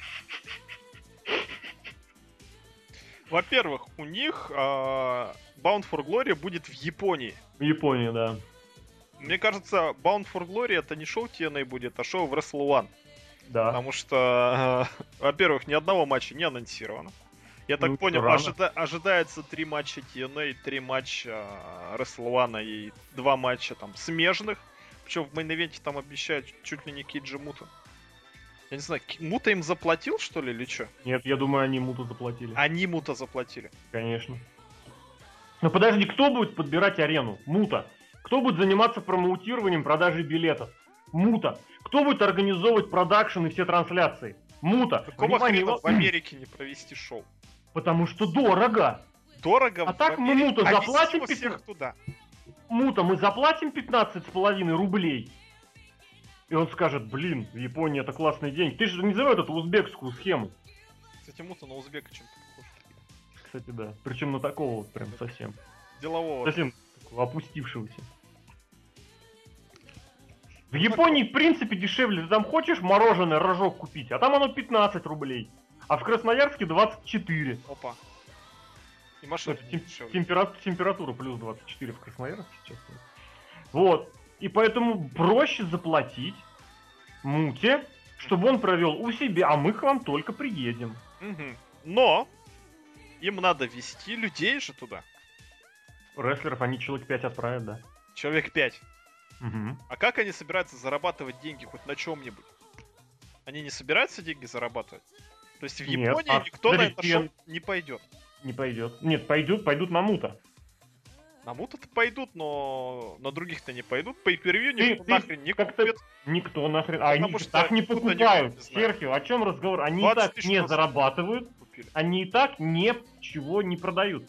S3: Во-первых, у них а, Bound for Glory будет в Японии.
S2: В Японии, да.
S3: Мне кажется, Bound for Glory это не шоу TNA будет, а шоу в Wrestle One.
S2: Да.
S3: Потому что, э, во-первых, ни одного матча не анонсировано. Я так
S2: Ну,
S3: понял,
S2: рано.
S3: ожида- ожидается три матча TNA, три матча Реслвана и два матча там смежных. Причем в мейн там обещают чуть ли не Киджи Мута. Я не знаю, Ки- Мута им заплатил, что ли, или что?
S2: Нет, я думаю, они муту заплатили.
S3: Они Мута заплатили.
S2: Конечно. Но подожди, кто будет подбирать арену? Мута. Кто будет заниматься промоутированием продажи билетов? Мута. Кто будет организовывать продакшн и все трансляции? Мута.
S3: Какого
S2: Внимание,
S3: хрена
S2: его-
S3: в Америке не провести шоу?
S2: Потому что дорого.
S3: Дорого
S2: А
S3: в
S2: так мы
S3: Америке,
S2: Мута
S3: а везти
S2: заплатим
S3: его
S2: 15?
S3: всех туда.
S2: Мута, мы заплатим 15,5 рублей. И он скажет, блин, в Японии это классный день. Ты же не забывай вот эту узбекскую схему.
S3: Кстати, Мута на узбека чем-то похож.
S2: Кстати, да. Причем на такого вот прям совсем.
S3: Делового. типа.
S2: Совсем такого опустившегося. В Японии, в принципе, дешевле. Ты там хочешь мороженое, рожок купить, а там оно 15 рублей. А в Красноярске 24.
S3: Опа. И машина
S2: Тем-
S3: не дешевле.
S2: Темпера- температура плюс 24 в Красноярске сейчас. Вот. И поэтому проще заплатить муте, чтобы он провел у себя, а мы к вам только приедем.
S3: Мгм. Но им надо вести людей же туда.
S2: Рестлеров они человек 5 отправят, да.
S3: Человек 5.
S2: Мгм.
S3: А как они собираются зарабатывать деньги хоть на чем-нибудь? Они не собираются деньги зарабатывать? То есть в
S2: Нет,
S3: Японии
S2: а
S3: никто на это
S2: подожди,
S3: шоу не пойдет.
S2: Не пойдет. Нет, пойдут, пойдут на мута.
S3: На мута-то пойдут, но на других-то не пойдут. По ипервью
S2: Ты-
S3: никто
S2: ты
S3: нахрен не
S2: как-то
S3: купит.
S2: Никто нахрен. А они
S3: Потому что
S2: так не
S3: никто
S2: покупают.
S3: никого не знает.
S2: Серхио, о чем разговор? Они и
S3: 20
S2: так
S3: тысяч
S2: не
S3: просто.
S2: зарабатывают,
S3: Купили.
S2: они и так ничего не продают.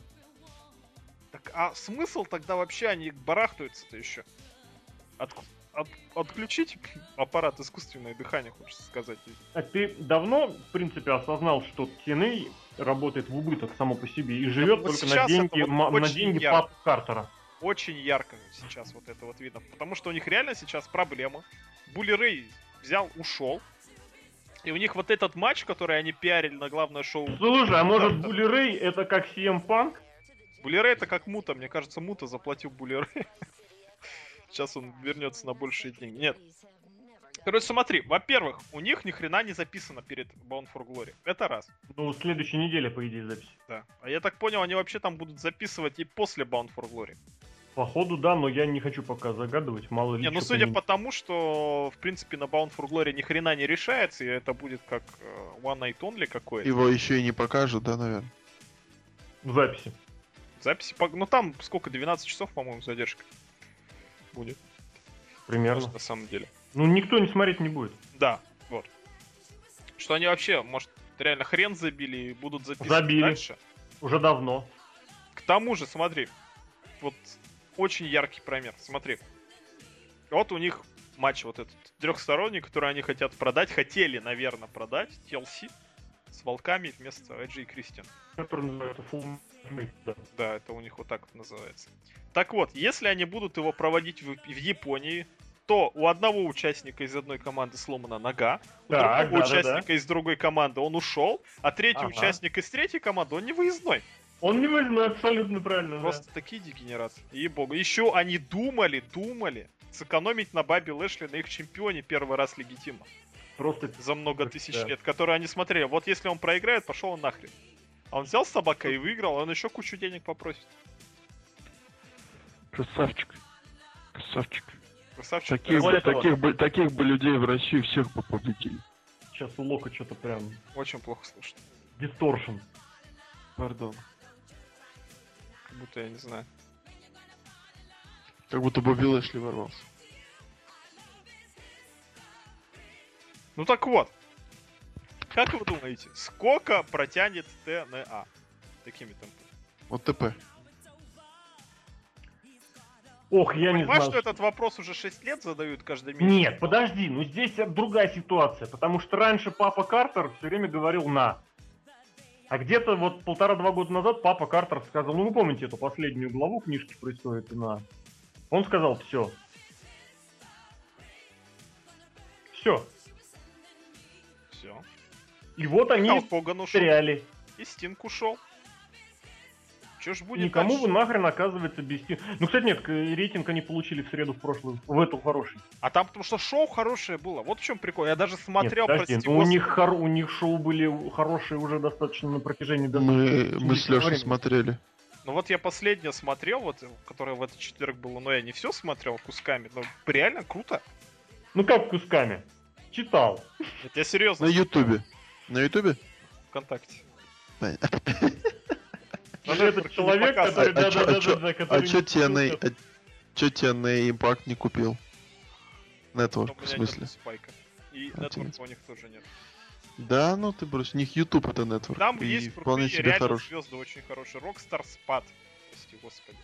S3: Так, а смысл тогда вообще они барахтаются-то еще? Отк- от- отключить аппарат искусственное дыхание, хочется сказать.
S2: А ты давно, в принципе, осознал, что TNA работает в убыток само по себе и живет
S3: вот
S2: только на
S3: сейчас
S2: деньги,
S3: это вот
S2: ма- на
S3: очень
S2: деньги
S3: ярко.
S2: папы Картера?
S3: очень ярко сейчас вот это вот видно. Потому что у них реально сейчас проблема. Були Рэй взял, ушел. И у них вот этот матч, который они пиарили на главное шоу.
S2: Слушай, а может
S3: Да.
S2: Були Рэй это как Эм CM Punk?
S3: Були Рэй это как Мута. Мне кажется, Мута заплатил Були Рэй. Сейчас он вернется на большие деньги. Нет. Короче, смотри, во-первых, у них ни хрена не записано перед Bound for Glory. Это раз.
S2: Ну, в следующей неделе, по идее, запись.
S3: Да. А я так понял, они вообще там будут записывать и после Bound for Glory.
S2: Походу, да, но я не хочу пока загадывать, мало ли
S3: Не, ну
S2: чё
S3: судя
S2: поменять.
S3: по тому, что в принципе на Bound for Glory ни хрена не решается, и это будет как э, One Night Only какой-то.
S1: Его еще и не покажут, да, наверное.
S2: В записи.
S3: Записи, по- ну там сколько, 12 часов, по-моему, задержка будет,
S2: Примерно.
S3: на самом деле.
S2: Ну, никто не смотреть не будет.
S3: Да, вот. Что они вообще, может, реально хрен забили и будут записывать
S2: Забили.
S3: дальше.
S2: Уже давно.
S3: К тому же, смотри, вот очень яркий пример, смотри. Вот у них матч вот этот трехсторонний, который они хотят продать, хотели, наверное, продать, TLC, с волками вместо Эджи и Кристиан.
S2: Который называется Full Metal, да.
S3: Да, это у них вот так вот называется. Так вот, если они будут его проводить в, в Японии, то у одного участника из одной команды сломана нога, у
S2: Так,
S3: другого
S2: да-да-да.
S3: участника из другой команды он ушел, а третий
S2: Ага.
S3: участник из третьей команды он не выездной.
S2: Он не вызвал абсолютно правильно. да.
S3: Просто такие дегенераты. И богу. Еще они думали, думали сэкономить на Бабе Лэшли на их чемпионе первый раз легитимно
S2: Просто
S3: за много
S2: Да.
S3: тысяч лет, которые они смотрели. Вот если он проиграет, пошел он нахрен. А он взял собака и выиграл, он еще кучу денег попросит.
S4: Красавчик. Красавчик.
S3: Красавчик.
S4: Таких,
S2: Более
S4: бы,
S2: того-
S4: таких, бы, таких бы людей в России всех бы победили.
S2: сейчас у Лока что-то прям
S3: Очень плохо слышно.
S2: дисторшн.
S1: Пардон.
S3: Как будто я не знаю.
S1: Как будто Бобби Лэшли ворвался.
S3: Ну так вот. Как вы думаете, сколько протянет ТНА? Такими темпами.
S1: Вот ТП.
S2: Ох, я не
S3: Понимаешь,
S2: знаю.
S3: Ну, что этот вопрос уже 6 лет задают каждый месяц?
S2: Нет, подожди, ну здесь другая ситуация, потому что раньше папа Картер все время говорил на. А где-то вот полтора-два года назад папа Картер сказал, ну вы помните эту последнюю главу книжки про историю на. Он сказал все. Все.
S3: Все.
S2: И вот они
S3: Хоган ушел.
S2: потеряли.
S3: И Стинг ушел. Че ж будет
S2: Никому
S3: дальше?
S2: вы нахрен оказывается объясни. Ну, кстати, нет, к- рейтинг они получили в среду в прошлую, в эту хороший.
S3: А там потому что шоу хорошее было. Вот в чем прикол. Я даже смотрел,
S2: Нет, подожди,
S3: прости
S2: ну, у
S3: господи.
S2: них хор- у них шоу были хорошие уже достаточно на протяжении
S1: Мы, мы с
S2: длительного
S1: Лешей
S2: времени.
S1: смотрели.
S3: Ну вот я последнее смотрел, вот, которое в этот четверг было, но я не все смотрел кусками, но реально круто.
S2: Ну как кусками? Читал.
S3: Это я серьезно.
S1: На Ютубе. На Ютубе?
S3: Вконтакте.
S1: Понятно.
S3: Ну,
S2: Это
S3: Нетфликс не
S2: человек, который...
S3: показывает.
S1: А- а чё- а чё- А
S2: да-да-да-да-да, который
S1: чё
S2: не
S1: тебе на...
S2: слушает.
S1: а чё тебе на Impact не купил?
S3: Но
S1: Нетворк,
S3: у
S1: в
S3: меня
S1: смысле?
S3: нет спайка. И
S1: А,
S3: нетворка
S1: интересно.
S3: у них тоже нет.
S1: Да, ну ты брось, у них YouTube это нетворк.
S3: Там
S1: и
S3: есть
S1: вполне
S3: крутые,
S1: себе
S3: реально
S1: хороший.
S3: звезды очень хорошие. Rockstar Spad. Прости, господи.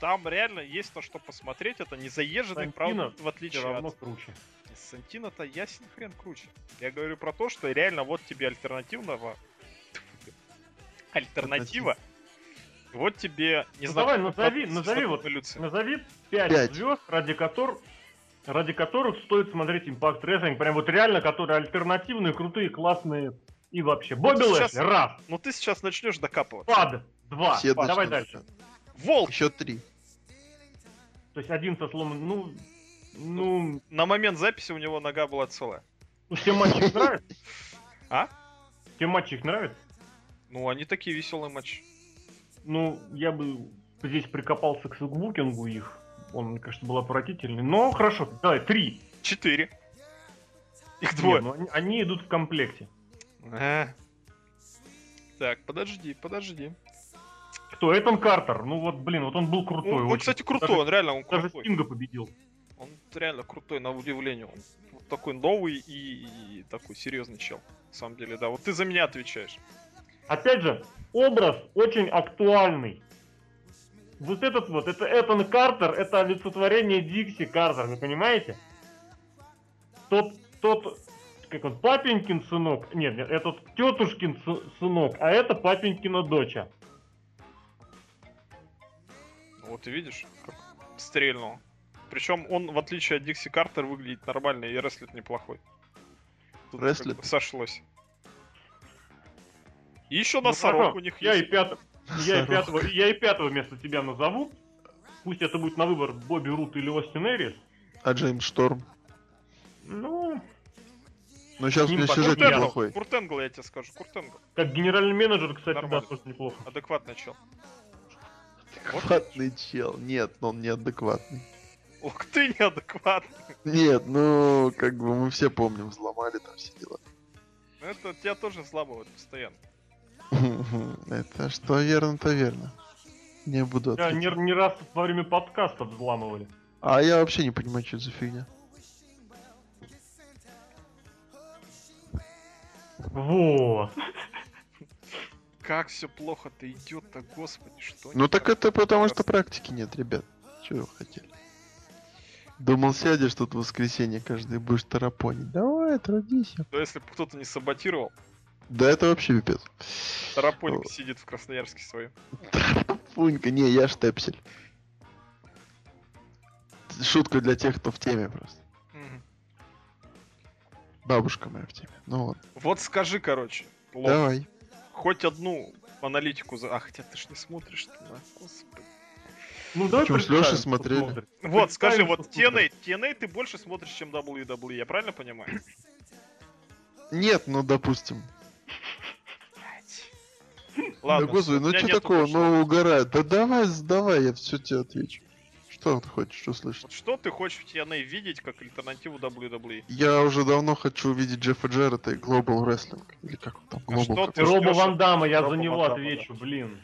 S3: Там реально есть то, что посмотреть. Это не заезженный, правда,
S2: Сантино
S3: в отличие
S2: Всё равно
S3: от...
S2: круче.
S3: Сантина-то ясен хрен круче. Я говорю про то, что реально вот тебе альтернативного... Альтернатива. Вот тебе, не
S2: Ну
S3: знаю...
S2: давай,
S3: как
S2: назови- назови
S3: это называется,
S2: вот- Ну.
S3: эволюция.
S2: Назови 5,
S1: Пять.
S2: звезд, ради которых ради которых стоит смотреть Impact Wrestling, прям вот реально, которые альтернативные, крутые, классные и вообще. Бобби
S3: сейчас-
S2: Лэшли, раз.
S3: Ну ты сейчас начнешь докапываться.
S2: Пад, два.
S1: Все
S2: Давай
S1: начнут.
S2: дальше.
S3: Волк!
S1: Еще три.
S2: То есть один со сломан, ну, ну,
S3: На момент записи у него нога была целая.
S2: ну, всем матчи их нравится?
S3: А?
S2: Всем матчи их нравится?
S3: Ну, они такие веселые матчи.
S2: Ну, я бы здесь прикопался к сукбукингу их. Он, мне кажется, был отвратительный. Но хорошо, давай, три.
S3: Четыре. Их двое.
S2: Не, ну, они, они идут в комплекте.
S3: А. Так, подожди, подожди.
S2: Кто? Этан Картер. Ну вот, блин, вот он был крутой.
S3: Он, он,
S2: очень.
S3: кстати, крутой,
S2: Даже-
S3: он реально он
S2: Даже
S3: крутой.
S2: Стинга победил.
S3: Он реально крутой, на удивление. Он вот такой новый и, и такой серьезный чел. На самом деле, да. Вот ты за меня отвечаешь.
S2: Опять же, образ очень актуальный. Вот этот вот, это Этан Картер, это олицетворение Дикси Картер, вы понимаете? Тот, тот, как он, папенькин сынок, нет, нет, этот тетушкин сы- сынок, а это папенькина доча.
S3: Ну, Вот ты видишь, как стрельнул. Причем он, в отличие от Дикси Картер, выглядит нормально и рестлит неплохой. Тут как
S1: Рестлит?
S3: бы сошлось. И еще
S2: Ну,
S3: носорог
S2: хорошо,
S3: у них
S2: я и,
S3: есть.
S2: пят... я, и
S1: Сорок.
S2: пятого... я и пятого вместо тебя назову. Пусть это будет на выбор Бобби Рут или Остин Эрис.
S1: А Джеймс Шторм.
S2: Ну,
S1: Ну сейчас у
S2: С ним
S1: меня
S2: потом
S1: сюжет
S2: я-
S1: неплохой.
S3: Куртенгл, я тебе скажу. Куртенгл.
S2: как генеральный менеджер, кстати, да,
S3: Нормально.
S2: тоже неплохо.
S3: Адекватный чел.
S1: Адекватный чел. Нет, но он неадекватный.
S3: Ух ты, неадекватный.
S1: Нет, ну как бы мы все помним, взломали там все дела.
S3: Ну, Это тебя тоже взламывают постоянно.
S1: Это что верно, то верно. Не буду
S2: Я не,
S1: отвечать.
S2: не раз во время подкаста взламывали.
S1: А я вообще не понимаю, что это за фигня.
S2: Вот.
S3: Как все плохо-то идет-то, господи, что
S1: Ну
S3: они
S1: так
S3: там-
S1: это потому,
S3: Раз.
S1: что практики нет, ребят. Чего вы хотели? Думал, сядешь тут в воскресенье каждый и будешь тарапонить. Давай, трудись.
S3: Да если бы кто-то не саботировал,
S1: Да это вообще пипец.
S3: Тарапоник
S1: О.
S3: сидит в Красноярске своем.
S1: Тарапунька, не, я штепсель. Шутка для тех, кто в теме просто.
S3: Мгм.
S1: Бабушка моя в теме. Ну вот,
S3: Вот скажи, короче, Лох,
S1: давай.
S3: хоть одну аналитику за... А, хотя ты ж не смотришь на... Господи.
S2: Ну давай
S1: Чё, с
S2: представим,
S1: Лёшей
S2: что
S1: смотрели?
S2: смотрит.
S3: Вот,
S2: Представим,
S3: скажи,
S2: что
S3: вот
S2: смотрит.
S3: TNA, TNA ты больше смотришь, чем WWE, я правильно понимаю?
S1: Нет, ну допустим.
S3: Ладно,
S1: да, господи,
S3: всё, у
S1: ну
S3: меня
S1: что
S3: нету
S1: такого,
S3: больше
S1: ну угорает. Да давай, сдавай, я все тебе отвечу. Что ты хочешь услышать?
S3: Вот что ты хочешь в TNA видеть как альтернативу WWE?
S1: Я уже давно хочу увидеть Джеффа Джеррета и Global Wrestling. Или как он там?
S3: А что
S1: Global
S3: ты
S2: Ты
S1: какой-то.
S2: Роба Ван Дамма, я за
S3: Роба
S2: него
S3: Ван Дамма,
S2: отвечу, блин.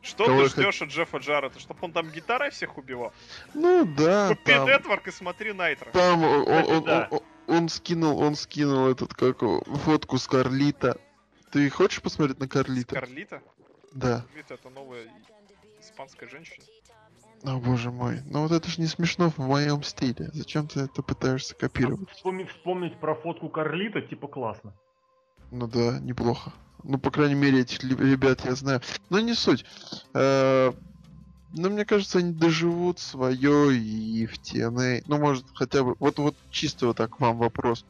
S3: Что
S1: Кого
S3: ты
S1: я хот-
S3: ждешь от Джеффа Джарета? Чтоб он там гитарой всех убивал?
S1: Ну да,
S3: Купи
S1: там,
S3: нетворк и смотри Найтро.
S1: там он,
S2: Кстати,
S1: он-
S2: да.
S1: он- он скинул, он скинул этот, как его, фотку с Карлита. Ты хочешь посмотреть на Карлита?
S3: Карлита?
S1: Да.
S3: Карлита это новая и- испанская женщина.
S1: О боже мой. Ну вот это ж не смешно в моем стиле. Зачем ты это пытаешься копировать?
S2: Вспомни- Вспомнить про фотку Карлита, типа классно.
S1: Ну да, неплохо. Ну, по крайней мере, этих ли- ребят я знаю. Но не суть. Э, Ну, мне кажется, они доживут свое и в TNA. Ну, может, хотя бы... Вот, вот чисто вот так вам вопрос.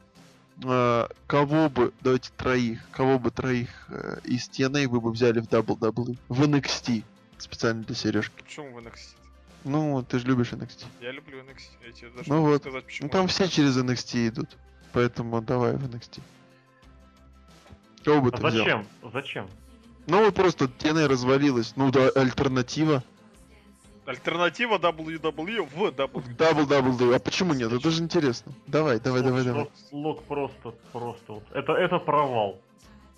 S1: Э, Кого бы, давайте троих, кого бы троих э, из TNA вы бы взяли в WWE? В NXT. Специально для Сережки.
S3: Почему в NXT? -то?
S1: Ну, ты же любишь NXT.
S3: Я люблю NXT. Я тебе даже
S1: Ну
S3: не могу
S1: вот.
S3: сказать, почему.
S1: Ну там все через NXT идут. Поэтому давай в NXT. Кого бы ты
S2: А
S1: взял?
S2: зачем? Зачем?
S1: Ну вот просто TNA развалилась. Ну да, альтернатива.
S3: Альтернатива WWE в WWE.
S1: Дабл дабл А почему нет? Это же интересно. Давай, давай, давай,
S2: Лок-
S1: давай.
S2: Лок просто, просто. вот. Это, это провал.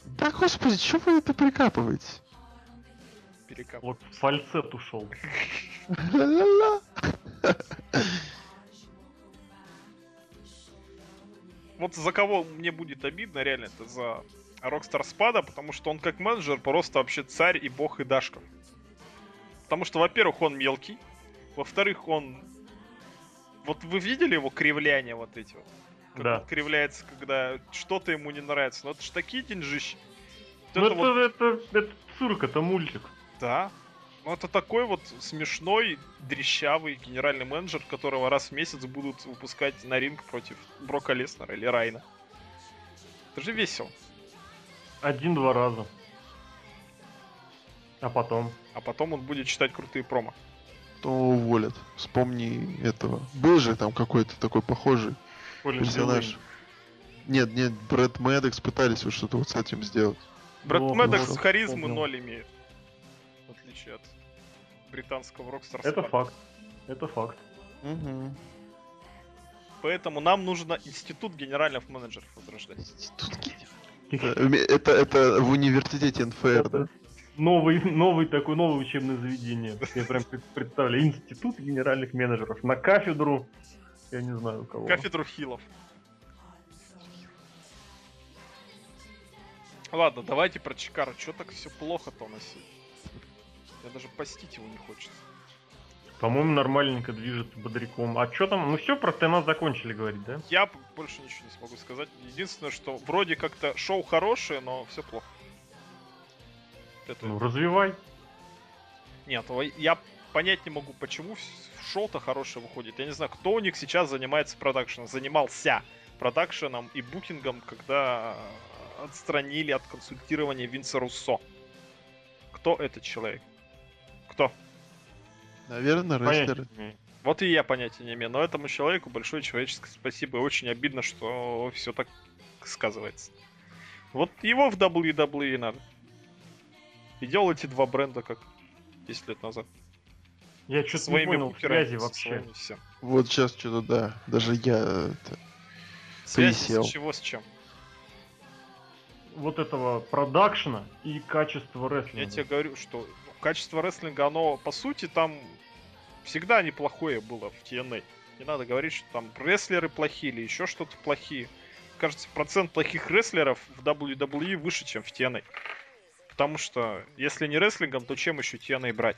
S1: Да господи, что вы это прикапываете?
S3: Перекап.
S2: Лок в фальцет ушел.
S1: Ла-ла-ла.
S3: Вот за кого мне будет обидно, реально, это за Rockstar Спада, потому что он как менеджер просто вообще царь и бог и дашка. Потому что, во-первых, он мелкий, во-вторых, он... Вот вы видели его кривляние вот эти вот? Как
S2: Да.
S3: он кривляется, когда что-то ему не нравится. Но это ж такие деньжищи. Вот
S2: Ну
S3: это
S2: это,
S3: вот-
S2: это, это цирк, это мультик.
S3: Да. Ну, это такой вот смешной, дрещавый генеральный менеджер, которого раз в месяц будут выпускать на ринг против Брока Леснера или Райна. Это же весело.
S2: Один-два раза. А потом.
S3: А потом он будет читать крутые промо.
S1: То уволят. Вспомни этого. Был же там какой-то такой похожий
S2: Колин
S1: персонаж.
S2: Дилейн.
S1: Нет, нет, Брэд Мэддокс пытались вот что-то вот с этим сделать.
S3: Брэд
S2: Ну,
S3: Мэддокс
S1: ну,
S3: харизмы
S2: понял.
S3: ноль имеет. В отличие от британского рокстара.
S2: Это факт. Это факт.
S3: Поэтому нам нужно институт генеральных менеджеров возрождать.
S1: Тут гений. Э, ме- Это, это в университете НФР, да?
S2: Это Новый, новый такой, новое учебное заведение. Я прям пред- представляю. Институт генеральных менеджеров. На кафедру. Я не знаю у кого.
S3: Кафедру хилов. Ладно, давайте про Чикара. Чё так все плохо-то у нас сегодня? Я даже постить его не хочется.
S2: По-моему, нормальненько движет бодряком. А что там? Ну все, про Тена закончили говорить, да?
S3: Я б- больше ничего не смогу сказать. Единственное, что вроде как-то шоу хорошее, но все плохо. Это...
S2: Ну, развивай.
S3: Нет, во- я понять не могу, почему вс- шоу-то хорошее выходит. Я не знаю, кто у них сейчас занимается продакшеном. Занимался продакшеном и букингом, когда э, отстранили от консультирования Винса Руссо. Кто этот человек? Кто?
S1: Наверное, рестлеры.
S2: Понятия не имею.
S3: Вот и я понятия не имею, но этому человеку большое человеческое спасибо. И очень обидно, что все так сказывается. Вот его в WWE надо. И делал эти два бренда, как 10 лет назад.
S2: Я
S3: Со
S2: что-то не
S3: своими
S2: понял
S3: букерами,
S2: связи
S3: со
S2: вообще.
S3: своими всем.
S1: Вот сейчас что-то, да. Даже я... это,
S3: Связь
S1: Присел.
S3: с чего с чем?
S2: Вот этого продакшена и качества
S3: Я
S2: рестлинга.
S3: тебе говорю, что ну, качество рестлинга, оно по сути там всегда неплохое было в TNA. Не надо говорить, что там рестлеры плохие или еще что-то плохие. Кажется, процент плохих рестлеров в WWE выше, чем в А. TNA. А Потому что, если не рестлингом, то чем еще TNA брать?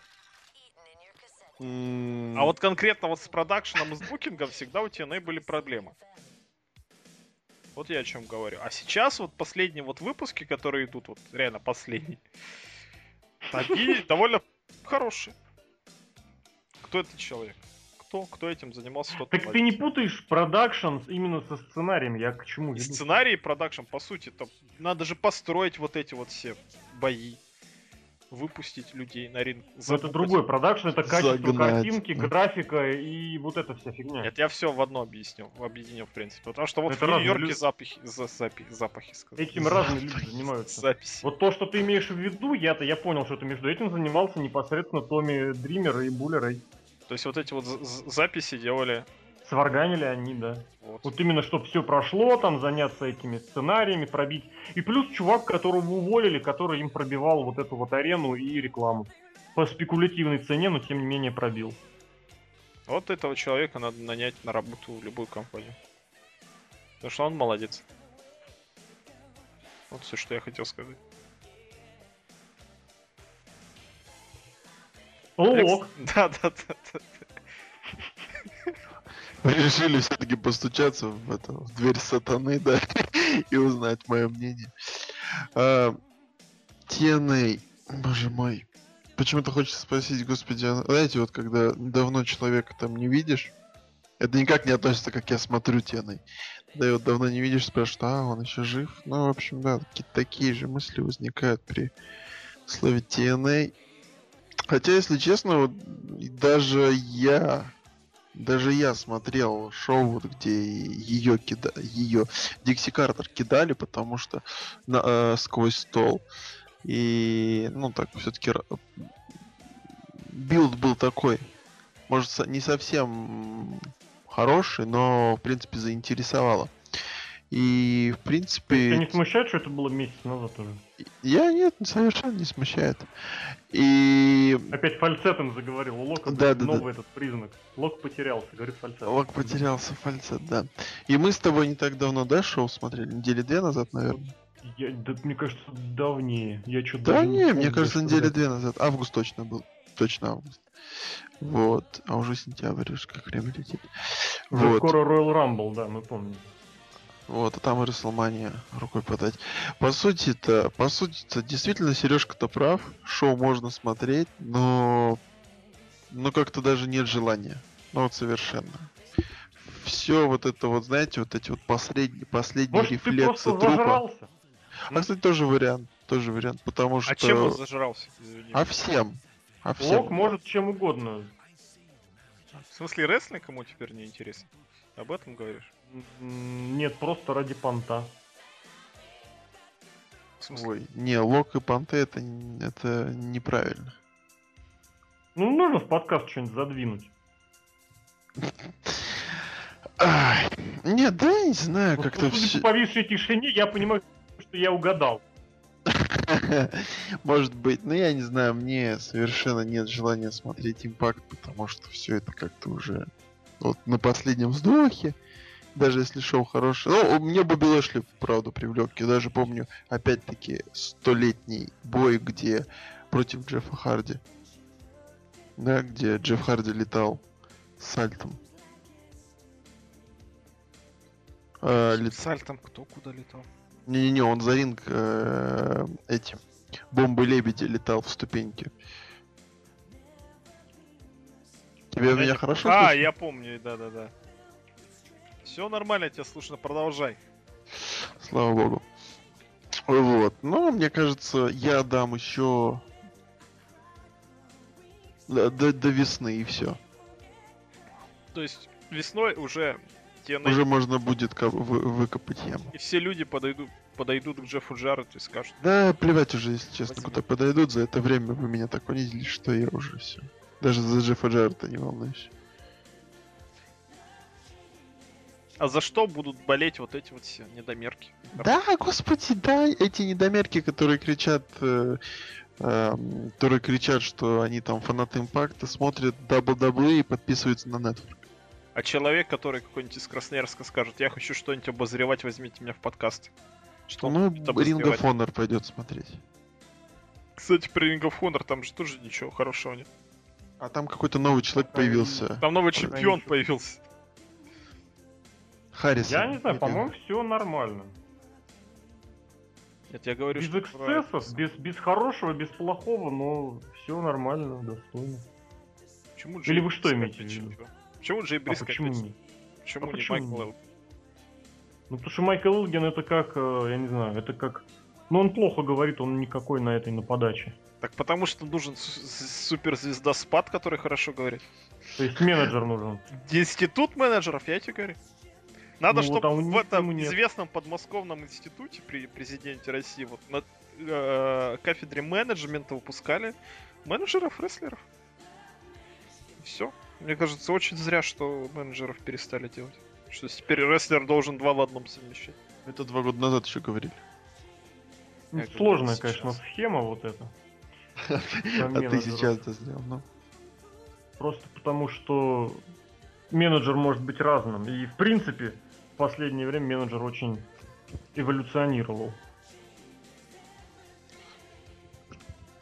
S3: А вот конкретно вот с продакшеном и с букингом всегда у TNA были проблемы. Вот я о чем говорю. А сейчас вот последние вот выпуски, которые идут, вот реально последние, такие довольно хорошие. Кто этот человек? Кто? Кто этим занимался? Кто
S2: Так ты не путаешь продакшн с- именно со сценарием, я к чему
S3: И
S2: веду.
S3: сценарий и продакшн, по сути, там надо же построить вот эти вот все бои, выпустить людей на ринг.
S2: Ну, Это
S3: запутать.
S2: другой продакшн, это качество
S1: Загнать.
S2: картинки, графика и вот эта вся фигня.
S3: Нет, я все в одно объяснил, в объединил, в принципе. Потому что вот
S2: Хм. Это
S3: в
S2: разные
S3: Нью-Йорке
S2: люди.
S3: запахи, за- запи- запахи, сказал.
S2: Этим разные люди занимаются.
S3: Записи.
S2: Вот то, что ты имеешь в виду, я-то я понял, что ты между этим занимался непосредственно Томми Дример и Буллер.
S3: То есть вот эти вот з- з- записи делали.
S2: Сварганили они, да.
S3: Вот.
S2: Вот именно, чтобы все прошло, там заняться этими сценариями, пробить. И плюс чувак, которого уволили, который им пробивал вот эту вот арену и рекламу. По спекулятивной цене, но тем не менее пробил.
S3: Вот этого человека надо нанять на работу в любую компанию. Потому что он молодец. Вот все, что я хотел сказать.
S2: Лок.
S3: Да, да, да, да.
S1: Решили все-таки постучаться в, это, в дверь сатаны, да, и узнать мое мнение. А, TNA, боже мой. Почему-то хочется спросить, господи, а знаете, вот когда давно человека там не видишь, это никак не относится, как я смотрю TNA. Да и вот давно не видишь, спрашивают, а, он еще жив? Ну, в общем, да, какие-то такие же мысли возникают при слове TNA. Хотя, если честно, вот и даже я даже я смотрел шоу, вот, где ее кида... ее Дикси Картер кидали, потому что на- э, сквозь стол. И, ну, так, все-таки билд был такой. Может, со- не совсем м, хороший, но, в принципе, заинтересовало. И, в принципе...
S2: Тебя не смущает, что это было месяц назад уже?
S1: Я нет, совершенно не смущает. И
S2: Опять фальцетом заговорил. У Лока
S1: Да, да,
S2: будет
S1: да.
S2: новый этот признак. Лок потерялся, говорит фальцетом.
S1: Лок потерялся фальцет, да. И мы с тобой не так давно, да, шоу смотрели? Недели две назад, наверное.
S2: Я- да, мне кажется, давнее. Я что-то
S1: Да не, мне кажется, недели две назад. Август точно был. Точно август. Вот. А уже сентябрь, уж как время летит. Вот.
S2: Скоро Royal Rumble, да, мы помним.
S1: Вот, а там и Расселмания рукой подать. По сути-то, по сути-то, действительно, Сережка-то прав. Шоу можно смотреть, но... Но как-то даже нет желания. Ну вот совершенно. Все вот это вот, знаете, вот эти вот последние, последние
S2: Может, ты
S1: рефлексы
S2: просто
S1: трупа.
S2: зажрался?
S1: А, кстати, тоже вариант. Тоже вариант, потому что...
S3: А чем он зажрался? Извини.
S1: А всем. А всем.
S2: Лок может чем угодно.
S3: В смысле, рестлинг ему теперь не интересен? Об этом говоришь?
S2: М, Нет, просто ради понта.
S3: В смысле,
S1: Ой, не, Лок и Панте это, н- это неправильно.
S2: Ну, нужно в подкаст что-нибудь задвинуть.
S1: Ай, нет, да я не знаю,
S2: Вот,
S1: А как-то
S2: судя
S1: все...
S2: по повисшей тишине, я понимаю, что я угадал.
S1: Может быть, но я не знаю, мне совершенно нет желания смотреть импакт, потому что все это как-то уже вот на последнем вздохе, даже если шоу хорошее. Ну, у меня Бобби Лэшли, правда, привлек. Я даже помню, опять-таки, столетний бой, где против Джеффа Харди. Да, где Джефф Харди летал с сальтом. А, лет-
S3: Сальтом кто куда летал?
S1: не-не-не, он за ринг э, этим бомбы лебеди летал в ступеньке. Тебе меня хорошо
S3: А,
S1: слышно?
S3: я помню, да-да-да. Все нормально, я тебя слышно, продолжай.
S1: Слава богу. Вот. Но мне кажется, я дам еще до, до- до весны и все.
S3: То есть весной уже те на-
S1: Уже можно будет ко- вы- выкопать яму.
S3: и все люди подойдут, подойдут к Джеффу Джаррету и скажут,
S1: Да, плевать уже, если честно,
S3: Спасибо.
S1: куда подойдут. За это время вы меня так унизили, что я уже все. Даже за Джеффа Джарта не волнуюсь.
S3: а за что будут болеть вот эти вот все недомерки?
S1: Да, господи, да, эти недомерки, которые кричат, э, эм, которые кричат, что они там фанаты импакта, смотрят дабл-даблы и подписываются на Netflix.
S3: А человек, который какой-нибудь из Красноярска скажет, я хочу что-нибудь обозревать, возьмите меня в подкаст. Что он
S1: Ну,
S3: будет
S1: Ring
S3: обозревать?
S1: of Honor пойдет смотреть.
S3: Кстати, про Ring of Honor там же тоже ничего хорошего нет.
S1: А там какой-то новый человек появился.
S3: Там новый
S1: Про
S3: чемпион
S2: них.
S3: появился.
S1: Харрис.
S2: Я не знаю, по-моему, все нормально.
S3: Нет, я говорю,
S2: Без
S3: что... про-
S2: эксцессов, без, без хорошего, без плохого, но все нормально, достойно. А
S3: Почему
S2: Или вы
S3: Джей
S2: что
S3: Бриско
S2: имеете в
S3: опять
S2: виду?
S3: чемпион? Почему Джей
S2: А
S3: Бриско
S2: почему
S3: опять-
S2: не?
S3: Почему
S2: А
S3: не
S2: почему
S3: Майкл
S2: не?
S3: Элгин?
S2: Ну, потому что Майкл Илген это как, э, я не знаю, это как... Ну, он плохо говорит, он никакой на этой на подаче.
S3: Так потому что нужен су- с- суперзвезда спад, который хорошо говорит.
S2: То есть менеджер нужен.
S3: Институт менеджеров, я тебе говорю. Надо,
S2: Ну вот,
S3: чтобы
S2: а у
S3: в
S2: них ему
S3: этом
S2: нет.
S3: известном подмосковном институте при президенте России вот на э, кафедре менеджмента выпускали менеджеров рестлеров. Все. Мне кажется, очень зря, что менеджеров перестали делать. Что теперь рестлер должен два в одном совмещать.
S1: Это два года назад еще говорили.
S2: Ну,
S3: Я говорю,
S2: Сложная,
S3: сейчас.
S2: конечно, схема вот эта.
S1: А ты
S2: менеджеров.
S1: сейчас это сделал, ну.
S2: Просто потому, что менеджер может быть разным. И, в принципе, в последнее время менеджер очень эволюционировал.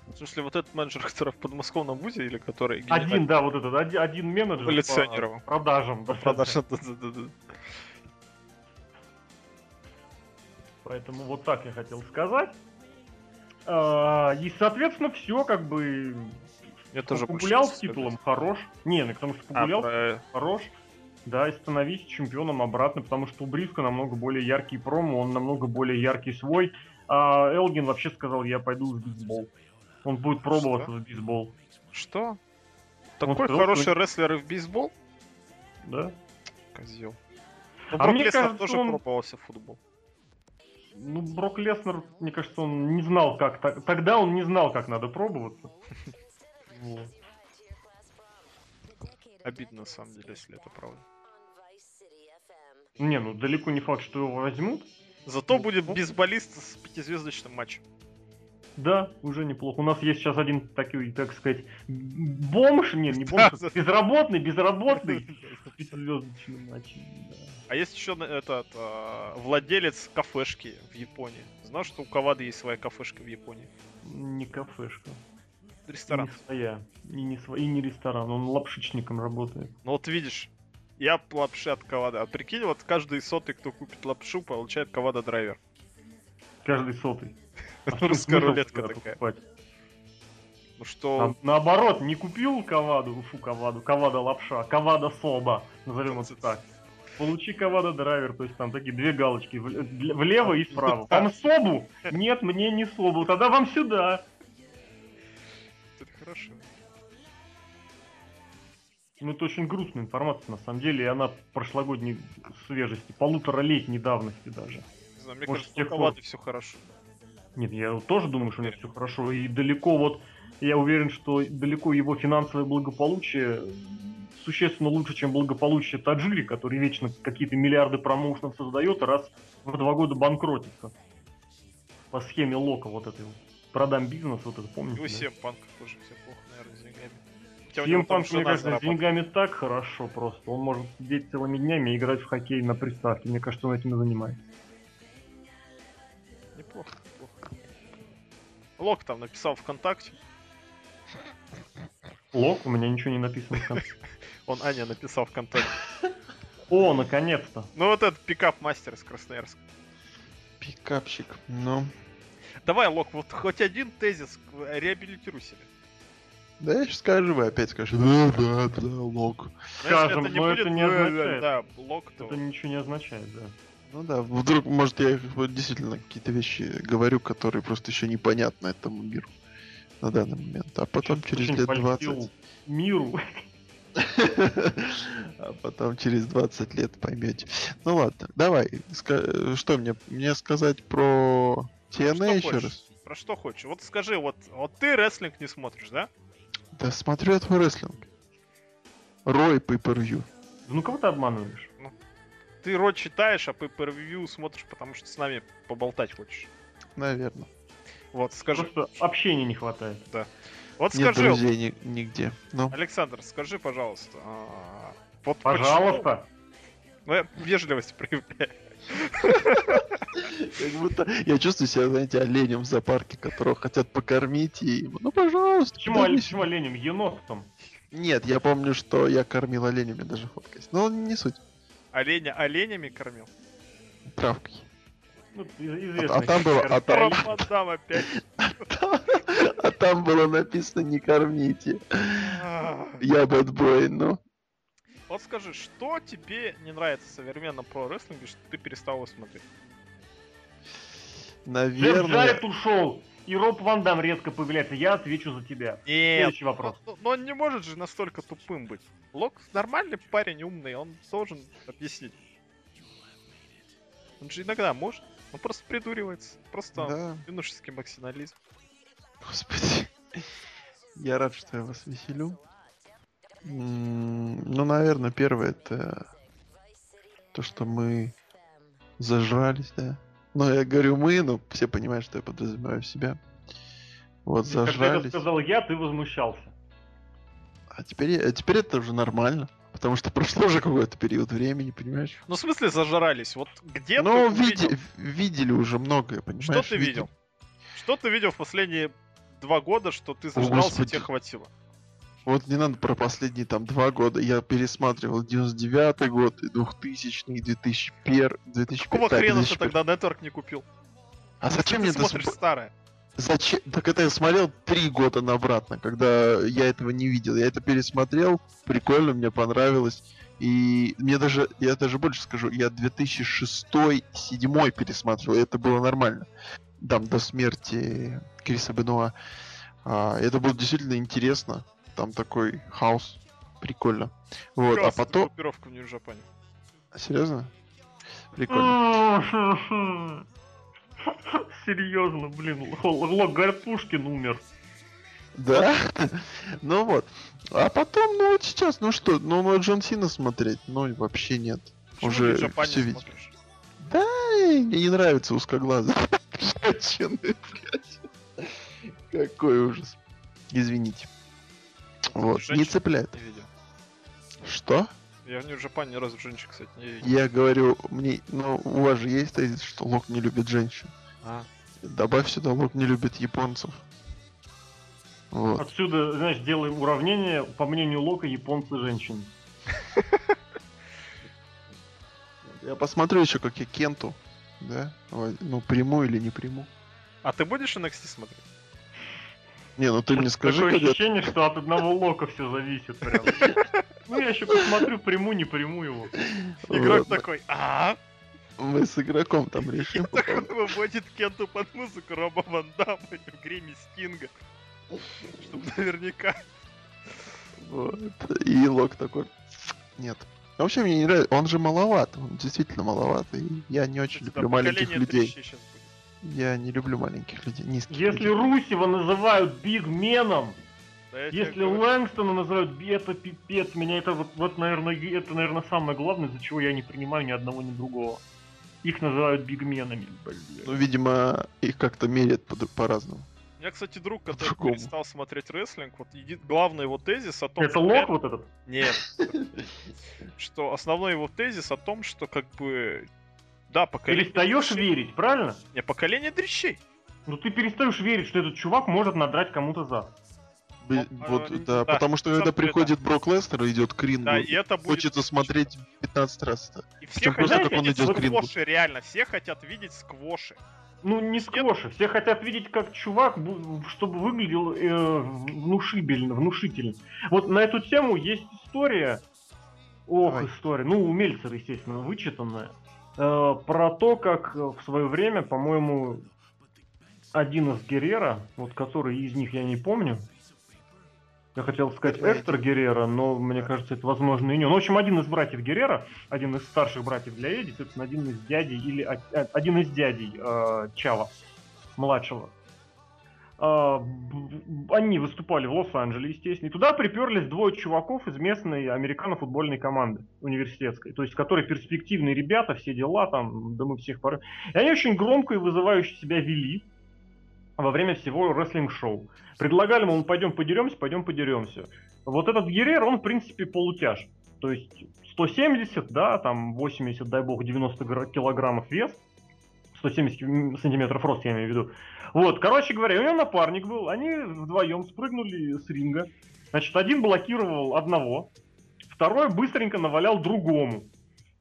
S3: В смысле, вот этот менеджер, который в подмосковном вузе или который...
S2: Один, да, вот этот, оди- один менеджер
S3: Эволюционировал.
S2: по продажам. да.
S3: Продажа, да-да-да-да.
S2: Поэтому вот так я хотел сказать. А, И, соответственно, все как бы...
S3: Я тоже больше
S2: Погулял
S3: не
S2: с
S3: смотрю.
S2: титулом, хорош. Не, ну потому что
S3: А,
S2: погулял,
S3: про-
S2: хорош. Да, и становись чемпионом обратно, потому что у Бриска намного более яркий промо, он намного более яркий свой. А Элгин вообще сказал, я пойду в бейсбол. Он будет пробоваться в бейсбол.
S3: Что? Такой
S2: сказал,
S3: хороший
S2: что-
S3: рестлер и в бейсбол?
S2: Да?
S3: Козел.
S2: А
S3: Ну, Брок
S2: мне
S3: Леснар
S2: кажется,
S3: тоже
S2: он-
S3: пробовался в футбол.
S2: Ну, Брок Леснер, мне кажется, он не знал, как... так- Тогда он не знал, как надо пробоваться. Вот.
S3: Обидно, на самом деле, если это правда.
S2: Не, ну далеко не факт, что его возьмут.
S3: Зато
S2: Ну,
S3: будет
S2: ну.
S3: бейсболист с пятизвездочным матчем.
S2: Да, уже неплохо. У нас есть сейчас один такой, так сказать, бомж, не, не бомж, а
S3: Да.
S2: безработный, безработный. с пятизвездочным матчем, да.
S3: А есть еще на- этот а, владелец кафешки в Японии. Знал, что у Кавады есть своя кафешка в Японии?
S2: Не кафешка. И
S3: Ресторан.
S2: не своя. И не, сво- и не ресторан. Он лапшичником работает.
S3: Ну вот видишь, я п- лапши от Кавады. А прикинь, вот каждый сотый, кто купит лапшу, получает Кавада драйвер.
S2: Каждый сотый. А в чем
S3: Русская
S2: смысл
S3: рулетка
S2: тогда
S3: такая.
S2: покупать?
S3: Ну что,
S2: Там, наоборот, не купил каваду, фу, каваду, кавада лапша, кавада соба, назовем это так. Получи кавада драйвер, то есть там такие две галочки, в- для- влево и справа. Там собу? Нет, мне не собу, тогда вам сюда.
S3: это хорошо.
S2: Ну это очень грустная информация на самом деле, и она прошлогодней свежести, полуторалетней давности даже.
S3: Не знаю, мне
S2: Может, с
S3: кажется, у
S2: тех пор.
S3: Кавады все хорошо.
S2: Нет, я тоже думаю, что у него все хорошо. И далеко вот, я уверен, что далеко его финансовое благополучие существенно лучше, чем благополучие Таджири, который вечно какие-то миллиарды промоушенов создает, а раз в два года банкротится. По схеме Лока вот этой вот. Продам бизнес, вот это помните?
S3: Ну и
S2: да?
S3: Семпанк тоже все плохо, наверное, с деньгами. Хотя у него
S2: Сим
S3: там
S2: Панк, мне
S3: жена
S2: кажется, с
S3: зарабатывает.
S2: деньгами так хорошо просто. Он может сидеть целыми днями и играть в хоккей на приставке. Мне кажется, он этим и занимается.
S3: Неплохо, неплохо. Лок там написал ВКонтакте.
S2: Лок, у меня ничего не написано. в конце.
S3: Он Аня написал ВКонтакте.
S2: О, наконец-то!
S3: Ну вот этот пикап-мастер из Красноярска.
S1: Пикапщик. Ну.
S3: Давай, Лок, вот хоть один тезис, к- реабилитируй себя.
S1: Да я сейчас скажу, вы опять скажете. Да, да, да, лог.
S3: Но если
S2: Скажем, но это не
S3: э,
S2: означает.
S3: Да, Лок, то...
S2: Это ничего не означает, да.
S1: Ну да, вдруг, может, я вот действительно какие-то вещи говорю, которые просто еще непонятны этому миру на данный момент. А потом
S2: Щас
S1: через
S2: очень
S1: лет
S2: польстил
S1: 20...
S2: Миру.
S1: А потом через 20 лет поймете. Ну ладно, давай. ска- э, Что мне? Мне сказать про TNA еще
S3: хочешь?
S1: раз?
S3: Про что хочешь? Вот скажи, вот, вот ты рестлинг не смотришь, да?
S1: Да смотрю я твой рестлинг. Рой по
S2: Ну кого ты обманываешь?
S3: Ты рот читаешь, а по превью смотришь, потому что с нами поболтать хочешь.
S1: Наверное.
S3: Вот, скажи.
S2: Просто общения не хватает.
S3: Вот
S1: Нет
S3: скажи, А
S1: друзей ни- нигде. Ну,
S3: Александр, скажи, пожалуйста, а, вот почему-
S2: Пожалуйста.
S3: Ну, я вежливость проявляю.
S1: как будто я чувствую себя, знаете, оленем в зоопарке, которого хотят покормить и... Ну, пожалуйста.
S2: Почему,
S1: подойди
S2: Оле-
S1: сюда.
S2: почему оленем? Енотом.
S1: Нет, я помню, что я кормил оленями даже фоткаясь. Но не суть.
S3: Оленя оленями кормил.
S1: Травкой.
S2: Ну, из- известный
S1: а там было- а
S2: характер.
S1: там-
S3: Пропадам опять.
S1: А там было написано «Не кормите».
S3: А.
S1: Я бэтбой, ну.
S3: Вот скажи, что тебе не нравится в современном про-рестлинге, что ты перестал его смотреть?
S2: Джефф
S1: Наверное,
S2: Джаред ушел, и Роб Ван Дам резко появляется. Я отвечу за тебя.
S3: Нет.
S2: Следующий вопрос.
S3: Но, но ну, он не может же настолько тупым быть. Лок нормальный парень, умный, он должен объяснить. Он же иногда может, он просто придуривается. Просто
S1: да.
S3: юношеский максимализм.
S1: Господи. Я рад, что я вас веселю. М, Ну, наверное, первое это то, что мы зажрались, да. Но я говорю мы, но все понимают, что я подразумеваю себя. Вот,
S2: Когда я
S1: зажрались.
S2: сказал я, ты возмущался.
S1: А теперь, а теперь это уже нормально. Потому что прошло уже какой-то период времени, понимаешь?
S3: Ну, в смысле зажрались? Вот где
S1: Ну,
S3: ты
S1: виде-
S3: увидел?
S1: в- видели уже многое, понимаешь?
S3: Что ты видел? Что ты видел в последние два года, что ты зажрался и
S1: Господи.
S3: тебе хватило?
S1: Вот не надо про последние там два года. Я пересматривал 99-й год, и 2000 и 2001 2005
S3: Какого хрена ты
S1: 2001.
S3: тогда нетворк не купил?
S1: А зачем
S3: Ты
S1: мне это...
S3: смотришь
S1: см-
S3: старое?
S1: Зачем? Так это я смотрел три года на обратно, когда я этого не видел. Я это пересмотрел, прикольно, мне понравилось. И мне даже, я даже больше скажу, я 2006-2007 пересматривал, и это было нормально. Там до смерти Криса Бенуа. А, это было действительно интересно. Там такой хаос. Прикольно. Вот, а
S3: Классная
S1: потом...
S3: группировка в Нью-Джапане.
S1: Серьезно? Прикольно.
S2: Серьезно, блин. Лок говорит, Пушкин умер.
S1: Да? Ну вот. А потом, ну вот сейчас, ну что, ну на Джон Сина смотреть, ну и вообще нет.
S3: Почему
S1: Уже
S3: Нью-Джапан не
S1: всё видел.
S3: смотришь?
S1: Ай, Мне не нравятся узкоглазые женщины, блядь. Какой ужас. Извините. Вот, не
S3: Женщин?
S1: цепляет.
S3: Не видел.
S1: Что?
S3: Я в Нью-Джапане ни разу женщин, кстати, не видел.
S1: Я говорю, мне, ну, у вас же есть тезис, что Лок не любит женщин.
S3: А.
S1: Добавь сюда, Лок не любит японцев. Вот.
S2: Отсюда, знаешь, делаем уравнение. По мнению Лока, японцы женщины.
S1: Я посмотрю еще, как я Кенту, да, Ой, ну, приму или не приму.
S3: А ты будешь NXT смотреть?
S1: Не, ну ты мне скажи,
S2: Такое
S1: когда...
S2: ощущение, что от одного Лока все зависит прям. Ну, я еще посмотрю, приму, не приму его.
S1: Вот,
S3: Игрок такой, а
S1: Мы с игроком там решим.
S3: Так он выводит Кенту под музыку Роба Ван Дамма и в гриме Стинга. Чтобы наверняка...
S1: Вот. И Лок такой... Нет. Вообще мне не нравится. Он же маловат. Он действительно маловат. И я не очень
S3: Кстати,
S1: люблю
S3: там
S1: маленьких
S3: поколение
S1: людей.
S3: трещи щас будет.
S1: Я не люблю маленьких людей. Низких
S2: Если
S1: людей.
S2: Русева называют бигменом,
S3: Да я тебе
S2: если
S3: говорю.
S2: Лэнгстона называют, би- это пипец. Меня это вот, вот наверное, и- это, наверное, самое главное, из-за чего я не принимаю ни одного, ни другого. Их называют бигменами.
S1: Ну, видимо, их как-то мерят по- по-разному.
S3: У меня, кстати, друг, который
S1: По-другому.
S3: перестал смотреть рестлинг, вот еди- главный его тезис о том,
S2: Это
S3: что
S2: лок вот этот?
S3: Нет. Что основной его тезис о том, что как бы... Да, поколение...
S2: Перестаешь
S3: дрищей-
S2: верить, правильно?
S3: Не, поколение дрищей.
S2: Ну ты перестаешь верить, что этот чувак может надрать кому-то зад.
S1: Бы-
S3: Ну,
S1: Вот,
S3: э,
S1: да,
S3: да,
S1: потому что
S3: на
S1: когда
S3: самом деле,
S1: приходит Брок Лестер и идет Крин,
S3: Да,
S1: вот,
S3: и это будет...
S1: Ну, хочется смотреть 15 раз это.
S3: И все
S1: Причем просто,
S3: хотят
S1: как он
S3: видеть
S1: идет к рингу.
S3: сквоши, реально. Все хотят видеть сквоши.
S2: Ну не сквоши. Все хотят видеть, как чувак, бу- чтобы выглядел э, внушибельно, внушительно. Вот на эту тему есть история. Ох,
S1: Давай.
S2: история. Ну, у Мельцера, естественно, вычитанная. Э, про то, как э, в свое время, по-моему, один из Герера, вот который из них я не помню. Я хотел сказать
S1: Давай.
S2: Эстер Герера, но мне кажется, это возможно и не он. В общем, один из братьев Герера, один из старших братьев для Эдди, собственно, один из дядей или о- э, один из дядей э, Чава, младшего. А, б- б- они выступали в Лос-Анджеле, естественно, и туда приперлись двое чуваков из местной американо-футбольной команды университетской, то есть которые перспективные ребята, все дела там, да мы всех поры. И они очень громко и вызывающе себя вели во время всего рестлинг-шоу. Предлагали, мол, ну, пойдем подеремся, пойдем подеремся. Вот этот Герер, он, в принципе, полутяж. То есть 170, да, там 80, дай бог, 90 гра- килограммов вес, 170 м, сантиметров рост, я имею в виду. Вот, короче говоря, у него напарник был, они вдвоем спрыгнули с ринга, Значит, один блокировал одного, второй быстренько навалял другому.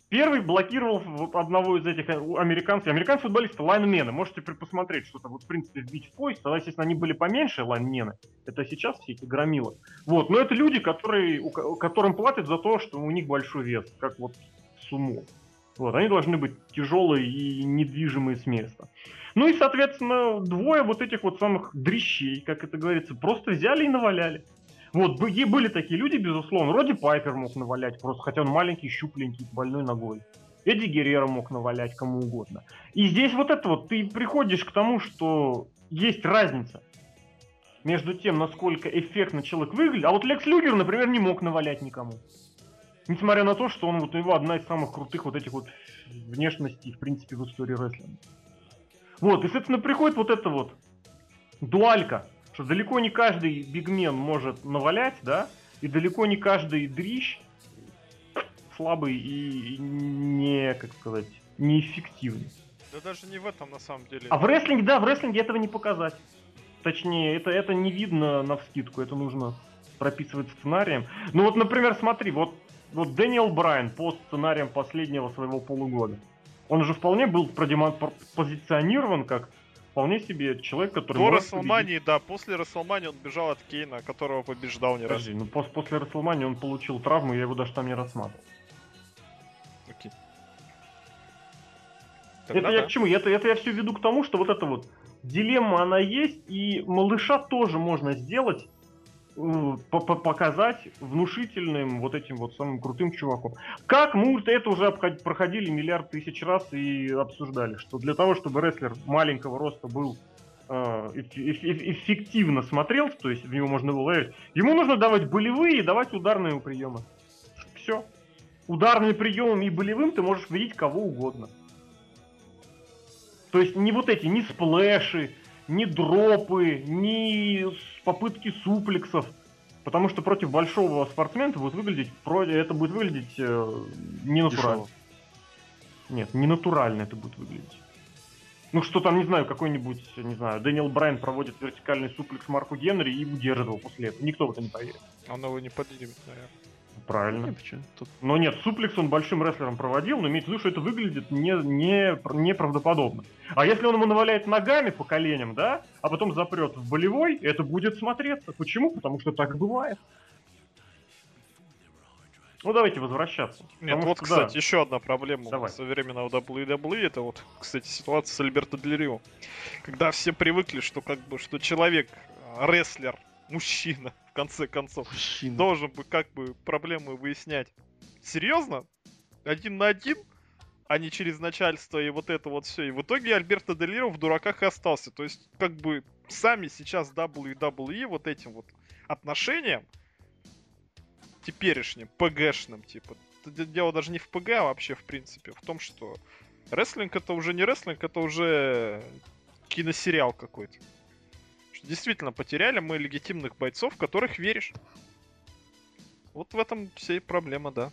S2: Первый блокировал вот одного из этих э, у- американцев. Американцы футболисты, лайнмены. Можете при- посмотреть, что-то вот, в принципе, вбить в поиск. Тогда, естественно, они были поменьше, лайнмены. Это сейчас все эти громила. Вот, но это люди, которые, у ко- у которым платят за то, что у них большой вес, как вот сумо. Вот, они должны быть тяжелые и недвижимые с места. Ну и, соответственно, двое вот этих вот самых дрищей, как это говорится, просто взяли и наваляли. Вот, бы- и были такие люди, безусловно. Роди Пайпер мог навалять просто, хотя он маленький, щупленький, больной ногой. Эдди Геррера мог навалять кому угодно. И здесь вот это вот, ты приходишь к тому, что есть разница между тем, насколько эффектно человек выглядит. А вот Лекс Люгер, например, не мог навалять никому. Несмотря на то, что он вот у него одна из самых крутых вот этих вот внешностей, в принципе, в истории рестлинга. Вот, и, соответственно, приходит вот это вот дуалька, что далеко не каждый бигмен может навалять, да, и далеко не каждый дрищ слабый и не, как сказать, неэффективный.
S3: Да даже не в этом на самом деле.
S2: А в рестлинге, да, в рестлинге этого не показать. Точнее, это, это не видно на вскидку, это нужно прописывать сценарием. Ну вот, например, смотри, вот, вот Дэниел Брайан по сценариям последнего своего полугода. Он же вполне был продемон- пр- позиционирован как вполне себе человек, который...
S3: До
S2: может победить.
S3: Расселмании, да, после Расселмании он бежал от Кейна, которого побеждал не раз.
S2: Подожди, ну пос- после Расселмани он получил травму, я его даже там не рассматривал.
S3: Окей.
S2: Это
S3: Тогда
S2: я
S3: да.
S2: к чему? Это, это я все веду к тому, что вот эта вот дилемма, она есть, и малыша тоже можно сделать, э, по- по- показать внушительным вот этим вот самым крутым чуваком. Как мы это уже обход- проходили миллиард тысяч раз и обсуждали, что для того, чтобы рестлер маленького роста был э, эф- эф- эф- эффективно смотрелся, то есть в него можно было ударить, ему нужно давать болевые и давать ударные приемы. Все. Ударными приемами и болевым ты можешь видеть кого угодно. То есть не вот эти, ни сплэши, ни дропы, ни с- попытки суплексов. Потому что против большого спортсмена это будет выглядеть, про- это будет выглядеть э, не натурально.
S1: Дешево.
S2: Нет, не натурально это будет выглядеть. Ну что там, не знаю, какой-нибудь, не знаю, Дэниел Брайан проводит вертикальный суплекс Марку Генри и удерживал после этого. Никто в это не поверит.
S3: Он его не поднимет, наверное.
S1: Не,
S2: Правильно.
S1: почему? Тут
S2: Но нет, суплекс он большим рестлером проводил, но имеется в виду, что это выглядит не, не, неправдоподобно. А если он ему наваляет ногами по коленям, да, а потом запрет в болевой, это будет смотреться. Почему? Потому что так бывает. Ну давайте возвращаться.
S3: Нет,
S2: Потому
S3: вот,
S2: что, да.
S3: кстати, еще одна проблема
S2: Давай.
S3: современного WWE, E, это вот, кстати, ситуация с Альберто Дель Рио. Когда все привыкли, что как бы, что человек, э, рестлер, мужчина, в конце концов,
S1: мужчина.
S3: должен бы как бы проблемы выяснять. Серьезно? Один на один? А не через начальство и вот это вот все. И в итоге Альберто Дель Рио в дураках и остался. То есть, как бы, сами сейчас WWE вот этим вот отношением теперешним, ПГшным, типа. Т- д- Дело даже не в ПГ, а вообще, в принципе, в том, что рестлинг это уже не рестлинг, это уже киносериал какой-то. Что Действительно, потеряли мы легитимных бойцов, в которых веришь. Вот в этом вся и проблема, да.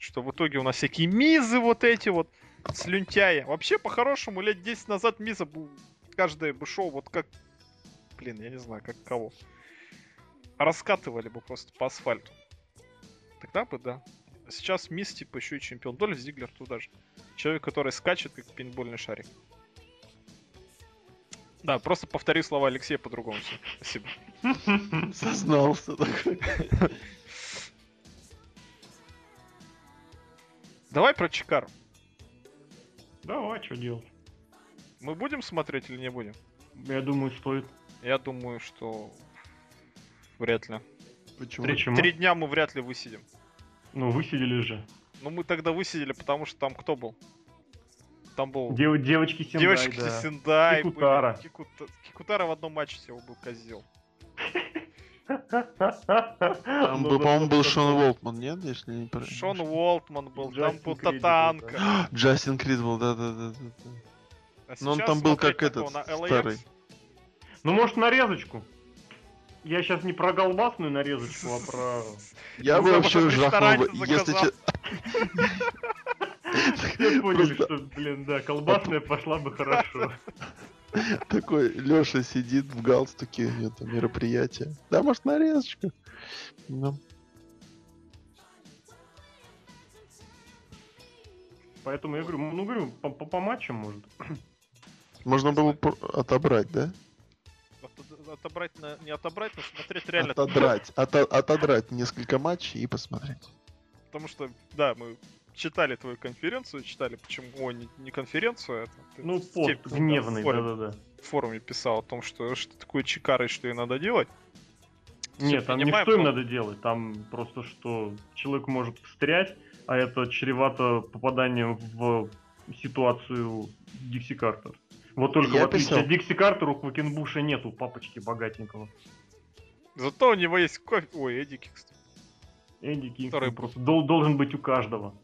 S3: Что в итоге у нас всякие мизы вот эти вот, слюнтяи. Вообще, по-хорошему, лет 10 назад миза был... Каждое бы шоу вот как... Блин, я не знаю, как кого. Раскатывали бы просто по асфальту. Тогда бы, да. А Сейчас мисс, типа, еще и чемпион. Дольф Зиглер туда же. Человек, который скачет, как пейнтбольный шарик. Да, просто повторю слова Алексея по-другому. всё. Спасибо.
S1: Сознался такой.
S3: Давай про Чикару.
S2: Давай, что делать?
S3: Мы будем смотреть или не будем?
S2: Я думаю, стоит.
S3: Я думаю, что вряд ли.
S1: Почему?
S2: Почему?
S3: Три дня мы вряд ли высидим.
S2: Ну, высидели же.
S3: Но мы тогда высидели, потому что там кто был? Там был
S2: Дев- девочки Синдай,
S3: девочки
S2: да.
S3: Сендай, были,
S2: Кикутара.
S3: Кикута- Кикутара в одном матче всего был козел.
S1: Там,
S2: Ну
S1: был,
S2: да,
S1: по-моему, был
S2: да,
S1: Шон Волтман, нет, если не про-
S3: Шон Уолтман был, там
S2: Джастин
S3: был
S2: Крид был,
S3: Татанка.
S2: да.
S1: Джастин Крид был, да-да-да.
S3: А
S1: Но он
S3: сейчас
S1: там был
S3: смотреть
S1: как
S3: такого
S1: этот,
S3: на LAX.
S1: старый.
S2: Ну, может, нарезочку? Я сейчас не про колбасную нарезочку, а про...
S1: Я
S3: Ну,
S1: бы
S3: я бы
S1: вообще
S3: в
S1: жахнул бы,
S3: ресторане
S1: если
S3: заказал.
S1: че-
S2: Все поняли,
S1: Просто-
S2: что, блин, да, колбасная пошла бы хорошо.
S1: Такой Леша сидит в галстуке, это мероприятие. Да, может, нарезочка. Ну,
S2: Поэтому я говорю, ну говорю, по, по- по матчам может.
S1: можно было по- отобрать, да?
S3: От- Отобрать на... Не отобрать, но смотреть реально.
S1: отодрать. Ото- отодрать несколько матчей и посмотреть.
S3: Потому что, да, мы читали твою конференцию, читали, почему... О, не, не конференцию, а это... ты
S2: Ну,
S3: степь,
S2: пост
S3: да,
S2: гневный,
S3: в форуме-
S2: да-да-да.
S3: В форуме писал о том, что, что такое чекары, что и надо делать.
S2: Нет, там не
S3: понимаем,
S2: что им
S3: но-
S2: надо делать, там просто что человек может встрять, а это чревато попаданием в ситуацию Дикси Картер. Вот только
S1: Я
S2: в отличие
S1: писал.
S2: от Дикси Картера у Квакенбуша нету папочки богатенького.
S3: Зато у него есть кофе... Ой, Эдики, кстати.
S2: Энди Кингстон
S3: Второй
S2: просто дол- должен быть у каждого.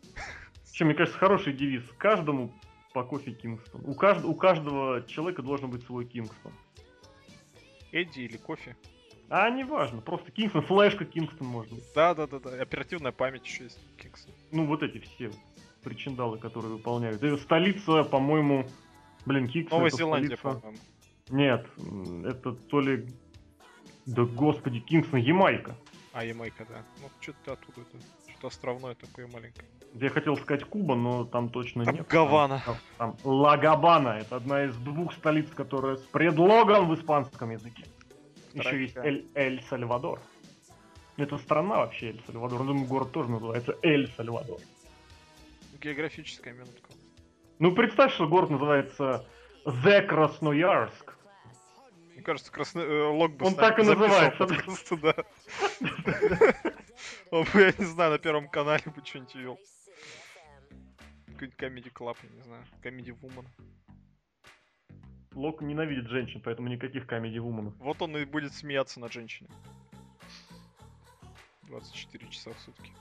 S2: Чем, мне кажется, хороший девиз. Каждому по кофе Кингстон. У, кажд- у каждого человека должен быть свой Кингстон.
S3: Эдди или кофе.
S2: А, неважно, просто Кингстон, флешка Кингстон может быть.
S3: Да-да-да, оперативная память еще есть. Кингс.
S2: Ну, вот эти все причиндалы, которые выполняют. Это столица, по-моему... Блин, Кингстон
S3: Новая
S2: это
S3: Зеландия,
S2: столица-
S3: по-моему.
S2: Нет, м, это то ли... Да господи, Кингстон, Ямайка.
S3: А, Ямайка, да. Ну, что-то оттуда, это, что-то островное такое маленькое.
S2: Я хотел сказать Куба, но там точно
S3: Там
S2: нет.
S3: Гавана.
S2: Там, там Лагабана. Это одна из двух столиц, которая с предлогом в испанском языке.
S3: Вторая
S2: Еще есть
S3: какая?
S2: Эль- Эль-Сальвадор. Это страна вообще Эль-Сальвадор. Ну, Думаю, город тоже называется Эль-Сальвадор.
S3: Географическая минутка.
S2: Ну, представь, что город называется The Красноярск.
S3: Мне кажется, красный э, лог бы
S2: Он
S3: с нами
S2: так и
S3: записал
S2: называется, да.
S3: подкаст, да. Он бы, я не знаю, на Первом канале бы что-нибудь вел. Какой-нибудь Comedy Club, я не знаю. Comedy Woman.
S2: Лок ненавидит женщин, поэтому никаких комедий вуманов.
S3: Вот он и будет смеяться над женщиной. 24 часа в сутки.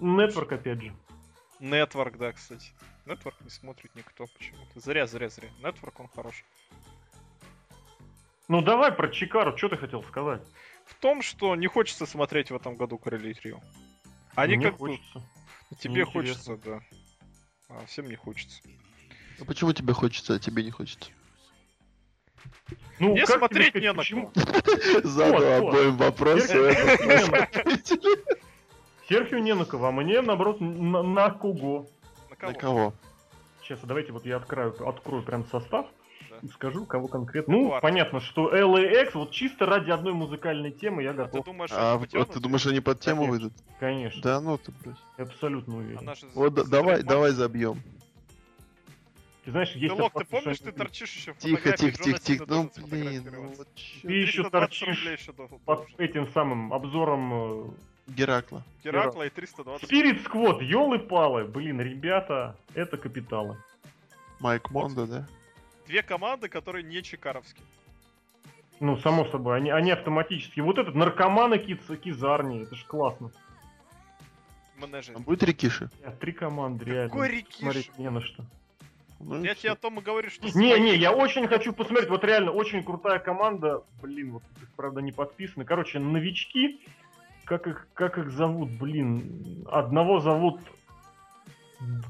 S2: Нетворк, опять же.
S3: Нетворк, да, кстати. Нетворк не смотрит никто почему-то. Зря, зря, зря. Нетворк, он хорош.
S2: Ну, давай про Чикару. Что ты хотел сказать?
S3: В том, что не хочется смотреть в этом году Королей Трио. Они
S2: Мне
S3: как бы-
S2: хочется.
S3: Тебе
S2: неинтересно.
S3: хочется, да. А всем не хочется.
S1: А почему тебе хочется, а тебе не хочется?
S2: Ну,
S3: Мне
S2: как тебе
S3: смотреть
S2: сказать,
S3: не на кого.
S2: почему?
S1: Задал
S2: вот.
S1: обоим вопросы. это
S2: Серхио
S1: ответили.
S2: не на кого, а мне, наоборот, на, на кого.
S3: На кого?
S1: На кого?
S2: Сейчас, давайте вот я открою, открою прям состав
S3: Да.
S2: и скажу, кого конкретно. Ну,
S3: Ладно.
S2: понятно, что LAX, вот чисто ради одной музыкальной темы я
S3: А ты
S2: готов.
S3: думаешь,
S1: А
S3: они
S1: вот
S3: потянут
S1: ты
S3: её?
S1: думаешь, они под тему
S2: Конечно.
S1: выйдут?
S2: Конечно,
S1: Да ну ты, блядь.
S2: я абсолютно уверен.
S3: Она же
S1: Вот да-
S3: за-
S1: давай,
S3: за-
S1: давай забьем.
S2: Ты знаешь,
S3: Ты,
S2: есть...
S3: Лок, ты
S2: опасность,
S3: помнишь,
S2: что
S3: ты
S2: они-
S3: торчишь еще в
S1: Тихо,
S3: фотографии
S1: тихо,
S3: Джона
S1: тихо, тихо.
S3: Сина
S1: Ну,
S3: должен
S1: блин, ну
S3: сфотографироваться.
S1: вот чё.
S2: Ты еще
S3: 320
S2: торчишь
S3: рублей еще дол-
S2: под
S3: должен.
S2: этим самым обзором... э,
S1: Геракла.
S3: Геракла и 320.
S2: Spirit Squad, елы-палы, блин, ребята, это капиталы.
S1: Майк Мондо, да?
S3: Две команды, которые не чекаровские.
S2: Ну, само собой, они, они автоматически. Вот этот наркоманы Киз- Кизарни, это ж классно.
S3: Менеджер.
S2: Ну,
S1: А будет Рикиши?
S2: Бля, Три команды, реально.
S3: Какой Рикиш?
S2: Смотреть не на что.
S1: Ну,
S3: Я тебе о том и говорю, что...
S2: Не,
S3: свои-
S2: не, я очень хочу посмотреть, вот реально очень крутая команда, блин, вот их, правда не подписаны. Короче, новички, как их, как их зовут, блин, одного зовут,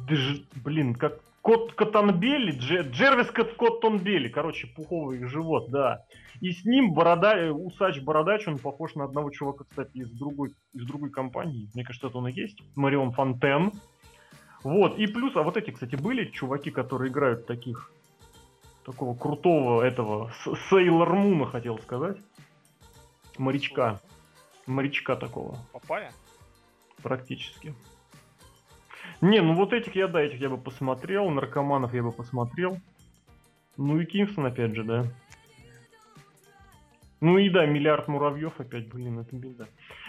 S2: Дж- блин, как Кот Котонбели, Дже- Джервис Кот Котонбели, короче, пуховый их живот, да. И с ним борода, э, усач Бородач, он похож на одного чувака, кстати, из другой, из другой компании, мне кажется, это он и есть, Марион Фонтен. Вот, и плюс, а вот эти, кстати, были чуваки, которые играют таких такого крутого этого С- Сейлор Муна, хотел сказать. Морячка. Морячка такого,
S3: Папая?
S2: практически. Не, ну вот этих я, да, этих я бы посмотрел, наркоманов я бы посмотрел. Ну и Кингсон, опять же, да. Ну и да, миллиард муравьев опять, блин, это беда.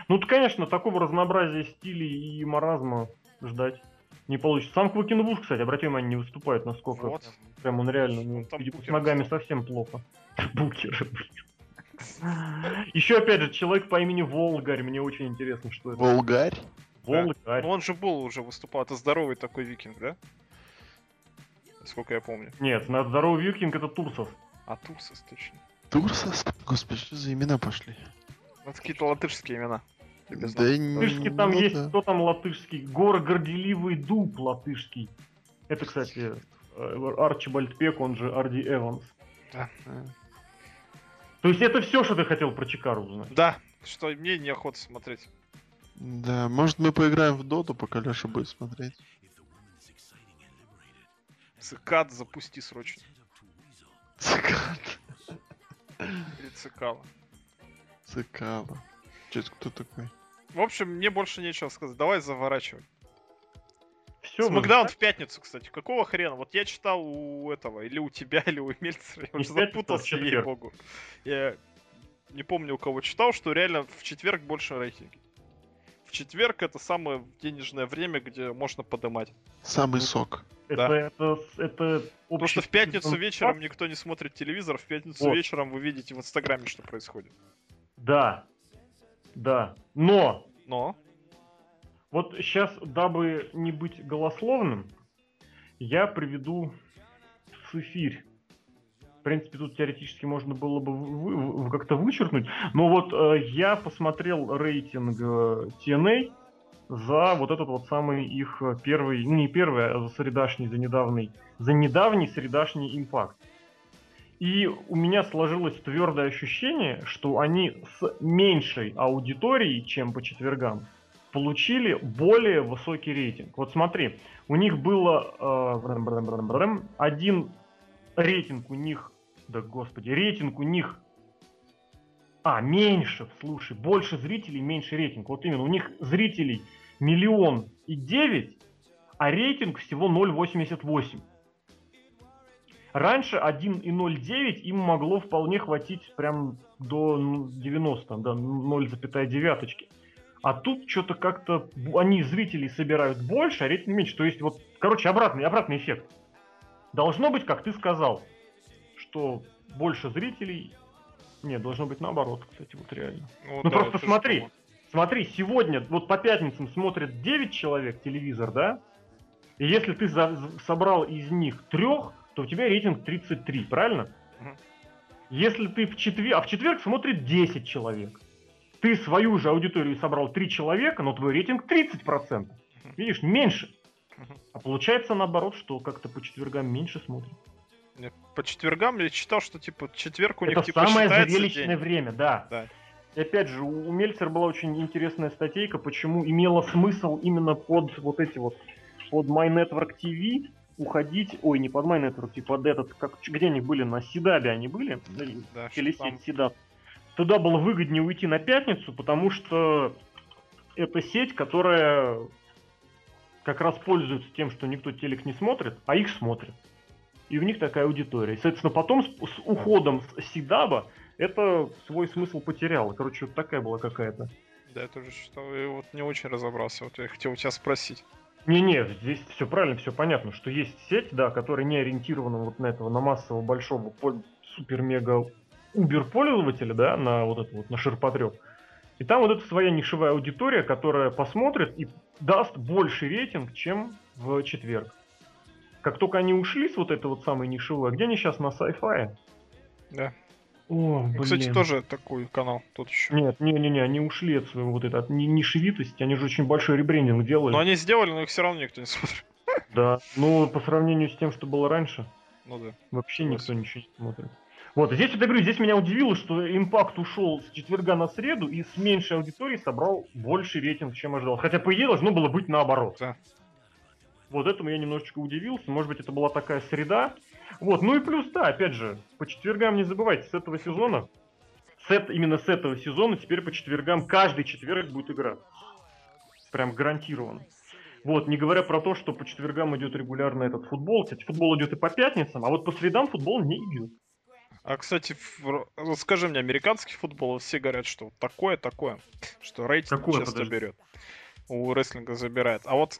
S2: Ну, т- конечно, такого разнообразия стилей и маразма ждать не получится. Сам Квакенбуш, кстати, обрати внимание, не выступает, насколько
S3: Вот.
S2: Прям он реально, ну,
S3: Он там
S2: видимо, с
S3: букер
S2: ногами
S3: стал.
S2: совсем плохо. Букер, блин. Еще, опять же, человек по имени Волгарь. Мне очень интересно, что это.
S1: Волгарь?
S3: Ну
S2: Волгарь.
S3: он же был уже выступал. Это здоровый такой викинг, да? Сколько я помню.
S2: Нет, на здоровый викинг это Турсов.
S3: А Турсос точно.
S1: Турсас? Господи, что за имена пошли?
S3: Ну, Это какие-то латышские имена. Тебе знаю.
S1: Да н-
S2: Латышский там
S1: ну
S2: есть,
S1: да.
S2: кто там латышский? Гор горделивый дуб латышский. Это, кстати, э, Арчи Бальтпек, он же Арди Эванс.
S3: Да.
S2: То есть это все, что ты хотел про Чикару узнать?
S3: Да, что мне неохота смотреть.
S1: Да, может мы поиграем в доту, пока Леша будет смотреть.
S3: Цикад запусти срочно.
S1: Цикад.
S3: Или цикала.
S1: Цикава. Че, это кто такой?
S3: В общем, мне больше нечего сказать. Давай заворачивай.
S2: Все,
S3: Смакдаун в пятницу, кстати. Какого хрена? Вот я читал у этого, или у тебя, или у Мельцера. Я
S2: Не
S3: уже
S2: в пятницу, а в
S3: запутался,
S2: четверг.
S3: ей-богу. Я не помню, у кого читал, что реально в четверг больше рейтинги. В четверг это самое денежное время, где можно подымать.
S1: Самый сок.
S2: это,
S3: да.
S2: это, это
S3: Потому
S2: общий
S3: что в пятницу
S2: сезон.
S3: вечером никто не смотрит телевизор, в пятницу
S2: Вот.
S3: вечером вы видите в Инстаграме, что происходит.
S2: Да, да. Но
S3: Но
S2: Вот сейчас, дабы не быть голословным, я приведу цифирь. В принципе, тут теоретически можно было бы вы- вы- как-то вычеркнуть. Но вот э, я посмотрел рейтинг э, TNA за вот этот вот самый их э, первый, ну не первый, а за средашний, за недавний, за недавний средашний импакт. И у меня сложилось твердое ощущение, что они с меньшей аудиторией, чем по четвергам, получили более высокий рейтинг. Вот смотри, у них было э, брам, брам, брам, брам, один рейтинг у них, да господи, рейтинг у них, а меньше, слушай, больше зрителей, меньше рейтинг. Вот именно у них зрителей миллион и девять, а рейтинг всего 0,88. Раньше 1,09 им могло вполне хватить прям до ну, 90, там, до 0,9. А тут что-то как-то б- они зрителей собирают больше, а рейтинг меньше. То есть вот, короче, обратный, обратный эффект. Должно быть, как ты сказал, что больше зрителей... Нет, должно быть наоборот, кстати, вот реально. Ну, просто
S3: я тоже
S2: смотри.
S3: думал.
S2: Смотри, сегодня, вот по пятницам смотрят 9 человек телевизор, да? И если ты за- з- собрал из них трех, то у тебя рейтинг 33, правильно?
S3: Мгм.
S2: Если ты в четверг, а в четверг смотрит 10 человек, ты свою же аудиторию собрал 3 человека, но твой рейтинг 30%.
S3: Мгм.
S2: Видишь, меньше.
S3: Мгм.
S2: А получается наоборот, что как-то по четвергам меньше смотрят.
S3: Не, По четвергам я читал, что типа четверг у них
S2: Это
S3: типа
S2: самое
S3: считается
S2: зрелищное
S3: день.
S2: время, да.
S3: Да.
S2: И опять же, у у Мельцера была очень интересная статейка, почему имело смысл именно под вот эти вот, под My Network TV уходить, ой, не под My Network, TV, под этот, как, где они были, на Сидабе они были,
S3: Да, что там
S2: телесеть Сидаб. Туда было выгоднее уйти на пятницу, потому что это сеть, которая как раз пользуется тем, что никто телек не смотрит, а их смотрит. И у них такая аудитория. И, соответственно, потом с, с уходом с Сидаба это свой смысл потеряло. Короче, вот такая была какая-то.
S3: Да, я тоже что я вот не очень разобрался, вот я хотел у тебя спросить.
S2: Не-не, здесь все правильно, все понятно, что есть сеть, да, которая не ориентирована вот на этого, на массового большого пол- супер-мега-убер-пользователя, да, на вот это вот, на ширпотреб. И там вот эта своя нишевая аудитория, которая посмотрит и даст больше рейтинг, чем в четверг. Как только они ушли с вот этой вот самой нишевой, а где они сейчас на sci-fi?
S3: Да.
S2: О,
S3: Ну,
S2: блин.
S3: Кстати, тоже такой канал тут еще.
S2: Нет, не-не-не, они ушли от своего вот этой от ни- нишевитости, они же очень большой ребрендинг делали.
S3: Но они сделали, но их все равно никто не смотрит.
S2: Да, ну по сравнению с тем, что было раньше,
S3: Ну да.
S2: вообще никто
S3: Согласен.
S2: ничего не смотрит. Вот, здесь вот я говорю, здесь меня удивило, что импакт ушел с четверга на среду и с меньшей аудиторией собрал больший рейтинг, чем ожидал. Хотя, по идее, должно было быть наоборот.
S3: Да.
S2: Вот этому я немножечко удивился. Может быть, это была такая среда. Вот, ну и плюс, да, опять же, по четвергам не забывайте, с этого сезона, с эт- именно с этого сезона теперь по четвергам каждый четверг будет игра. Прям гарантированно. Вот, не говоря про то, что по четвергам идет регулярно этот футбол. Кстати, футбол идет и по пятницам, а вот по средам футбол не идет.
S3: А кстати, в- вот скажи мне, американский футбол вот все говорят, что вот такое, такое, что рейтинг
S2: Какое,
S3: часто
S2: подожди?
S3: берет. У рестлинга забирает. А вот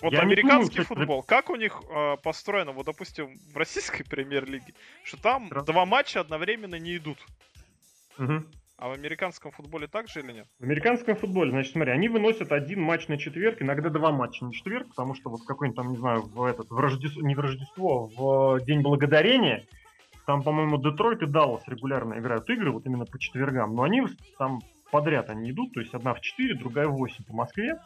S3: вот
S2: Я не
S3: американский
S2: думаю, кстати,
S3: футбол, как у них э, построено, вот допустим, в российской премьер-лиге, что там
S2: Раз.
S3: два матча одновременно не идут.
S2: Мгм.
S3: А в американском футболе так же или нет?
S2: В американском футболе, значит, смотри, они выносят один матч на четверг, иногда два матча на четверг, потому что вот какой-нибудь там, не знаю, в этот, в Рождество, не в Рождество, в э, День Благодарения, там, по-моему, Детройт и Даллас регулярно играют игры, вот именно по четвергам, но они с- там подряд они идут, то есть одна в 4, другая в 8 по Москве.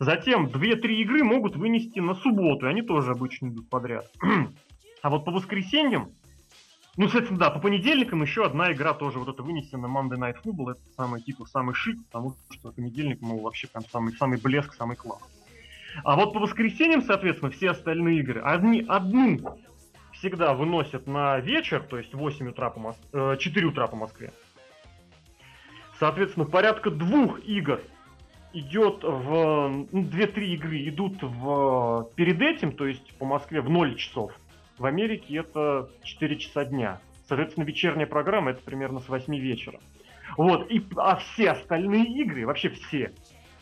S2: Затем 2-3 игры могут вынести на субботу, и они тоже обычно идут подряд. а вот по воскресеньям, ну, соответственно, да, по понедельникам еще одна игра тоже вот это вынесена на Monday Night Football, это самый титул, самый шик, потому что понедельник, мол, вообще прям самый, самый блеск, самый класс. А вот по воскресеньям, соответственно, все остальные игры, одни, одну всегда выносят на вечер, то есть 8 утра по Мос- э, 4 утра по Москве. Соответственно, порядка двух игр идет в... ну, 2-3 игры идут в... перед этим, то есть по Москве в 0 часов. В Америке это 4 часа дня. Соответственно, вечерняя программа это примерно с 8 вечера. Вот, и, а все остальные игры, вообще все,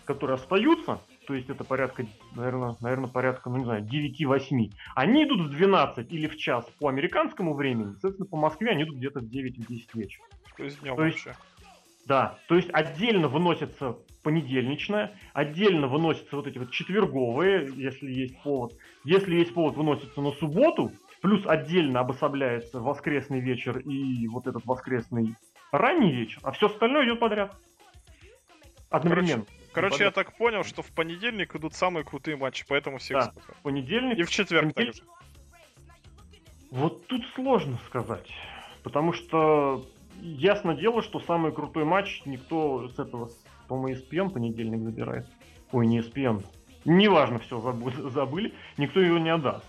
S2: которые остаются, то есть это порядка, наверное, наверное порядка, ну не знаю, 9-8, они идут в 12 или в час по американскому времени, соответственно, по Москве они идут где-то в 9-10 вечера.
S3: То есть днем
S2: То есть-
S3: вообще.
S2: Да, то есть отдельно выносится понедельничная, отдельно выносятся вот эти вот четверговые, если есть повод. Если есть повод, выносится на субботу, плюс отдельно обособляется воскресный вечер и вот этот воскресный ранний вечер, а все остальное идет подряд. Одновременно.
S3: Короче, я
S2: Подряд.
S3: так понял, что в понедельник идут самые крутые матчи, поэтому все
S2: Да.
S3: их смотрят.
S2: понедельник.
S3: И в четверг так же.
S2: Вот тут сложно сказать, потому что ясно дело, что самый крутой матч никто с этого, с- по-моему, ESPN понедельник забирает. Ой, не ESPN. Неважно, все, забыли, никто его не отдаст.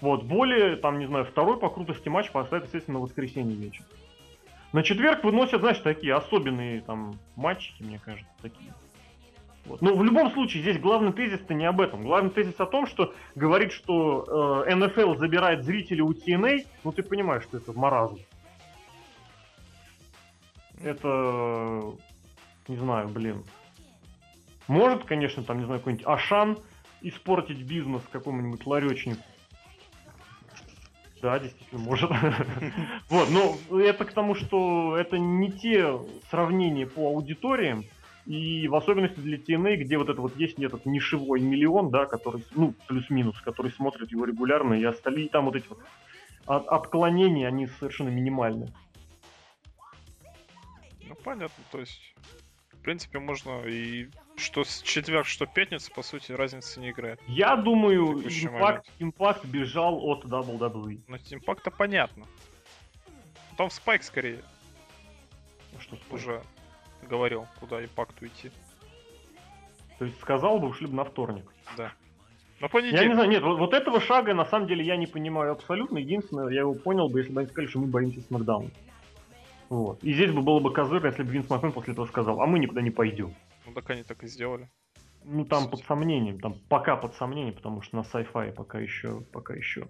S2: Вот, более, там, не знаю, второй по крутости матч поставят, естественно, на воскресенье вечером. На четверг выносят, знаешь, такие особенные там матчики, мне кажется, такие. Вот. Но в любом случае, здесь главный тезис-то не об этом. Главный тезис о том, что говорит, что э, NFL забирает зрителей у TNA, ну ты понимаешь, что это маразм. Это, э, не знаю, блин. Может, конечно, там, не знаю, какой-нибудь Ашан испортить бизнес какому-нибудь ларечнику. Да, действительно, может. Вот, но это к тому, что это не те сравнения по аудиториям, и в особенности для TNA, где вот это вот есть этот нишевой миллион, да, который, ну, плюс-минус, который смотрит его регулярно, и остальные там вот эти вот от- отклонения, они совершенно минимальны.
S3: Ну понятно, то есть. В принципе, можно и что с четверг, что пятница, по сути, разницы не играет.
S2: Я думаю,
S3: Текущий
S2: импакт, импакт бежал от E, WWE.
S3: Но с импакта понятно. Там спайк скорее
S2: Что спорить.
S3: уже говорил, куда импакту идти.
S2: То есть сказал бы, ушли бы на вторник.
S3: На
S2: Я не
S3: понедельник.
S2: знаю, нет, вот, вот этого шага на самом деле я не понимаю абсолютно. Единственное, я его понял бы, если бы они сказали, что мы боимся Смакдауна. Вот. И здесь бы было бы козырно, если бы Винс Макмен после этого сказал, а мы никуда не пойдем.
S3: Ну так они так и сделали.
S2: Ну там
S3: Суть.
S2: под сомнением, там пока под сомнением, потому что на sci-fi пока еще, пока еще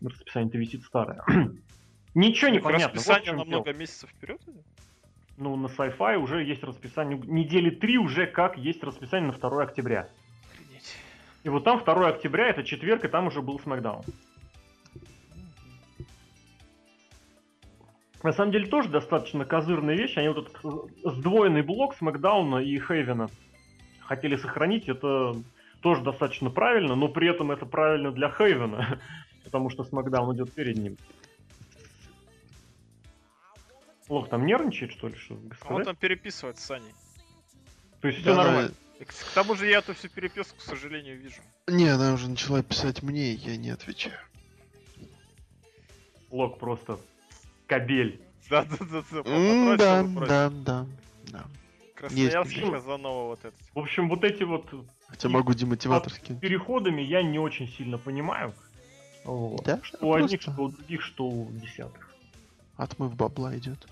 S2: расписание-то висит старое. Ничего не
S3: Их
S2: понятно. вот в
S3: Расписание
S2: чем
S3: на
S2: дело.
S3: много месяцев вперед? идет?
S2: Ну на sci-fi уже есть расписание недели три уже как есть расписание на 2 октября.
S3: Охренеть.
S2: И вот там 2 октября это четверг, и там уже был смакдаун. На самом деле тоже достаточно козырная вещь. Они вот этот сдвоенный блок Смакдауна и Хейвена хотели сохранить. Это тоже достаточно правильно, но при этом это правильно для Хейвена, потому что Смакдаун идет перед ним. Лох там нервничает, что ли, что
S3: А он
S2: сказать?
S3: там переписывает с Аней.
S2: То есть все нормально.
S3: И, к к тому же я эту всю переписку, к сожалению, вижу.
S1: Не, она уже начала писать мне, и я не отвечаю.
S2: Лок просто кабель.
S3: Да, да, да, да.
S1: М, Да,
S3: подрочил и прочее.
S1: да, да, да.
S3: Красноярский
S2: Есть.
S3: Казанова вот этот.
S2: В общем, вот эти вот
S1: Хотя могу демотиватор скинуть.
S2: переходами я не очень сильно понимаю. Вот.
S1: Да?
S2: Что у одних,
S1: Просто
S2: что у других, что у десятых.
S1: Отмыв бабла идет.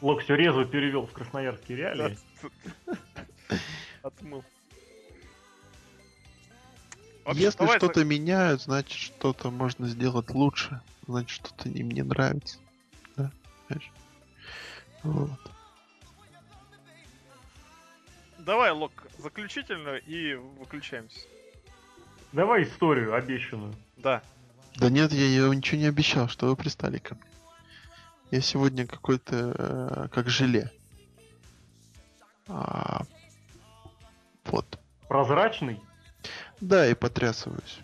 S2: Лок все резво перевел в красноярские
S3: Да,
S2: реалии.
S3: Отмыл.
S1: Если
S3: давай
S1: что-то меняют, значит что-то можно сделать лучше. Значит что-то им не нравится. Да, понимаешь? Вот.
S3: зак- Давай, Лок, заключительную и выключаемся.
S2: Давай историю обещанную.
S3: Да.
S1: Да нет, я, я ничего не обещал, что вы пристали ко мне. Я сегодня какой-то э, как желе. А, вот.
S2: Прозрачный.
S1: Да, и потрясываюсь.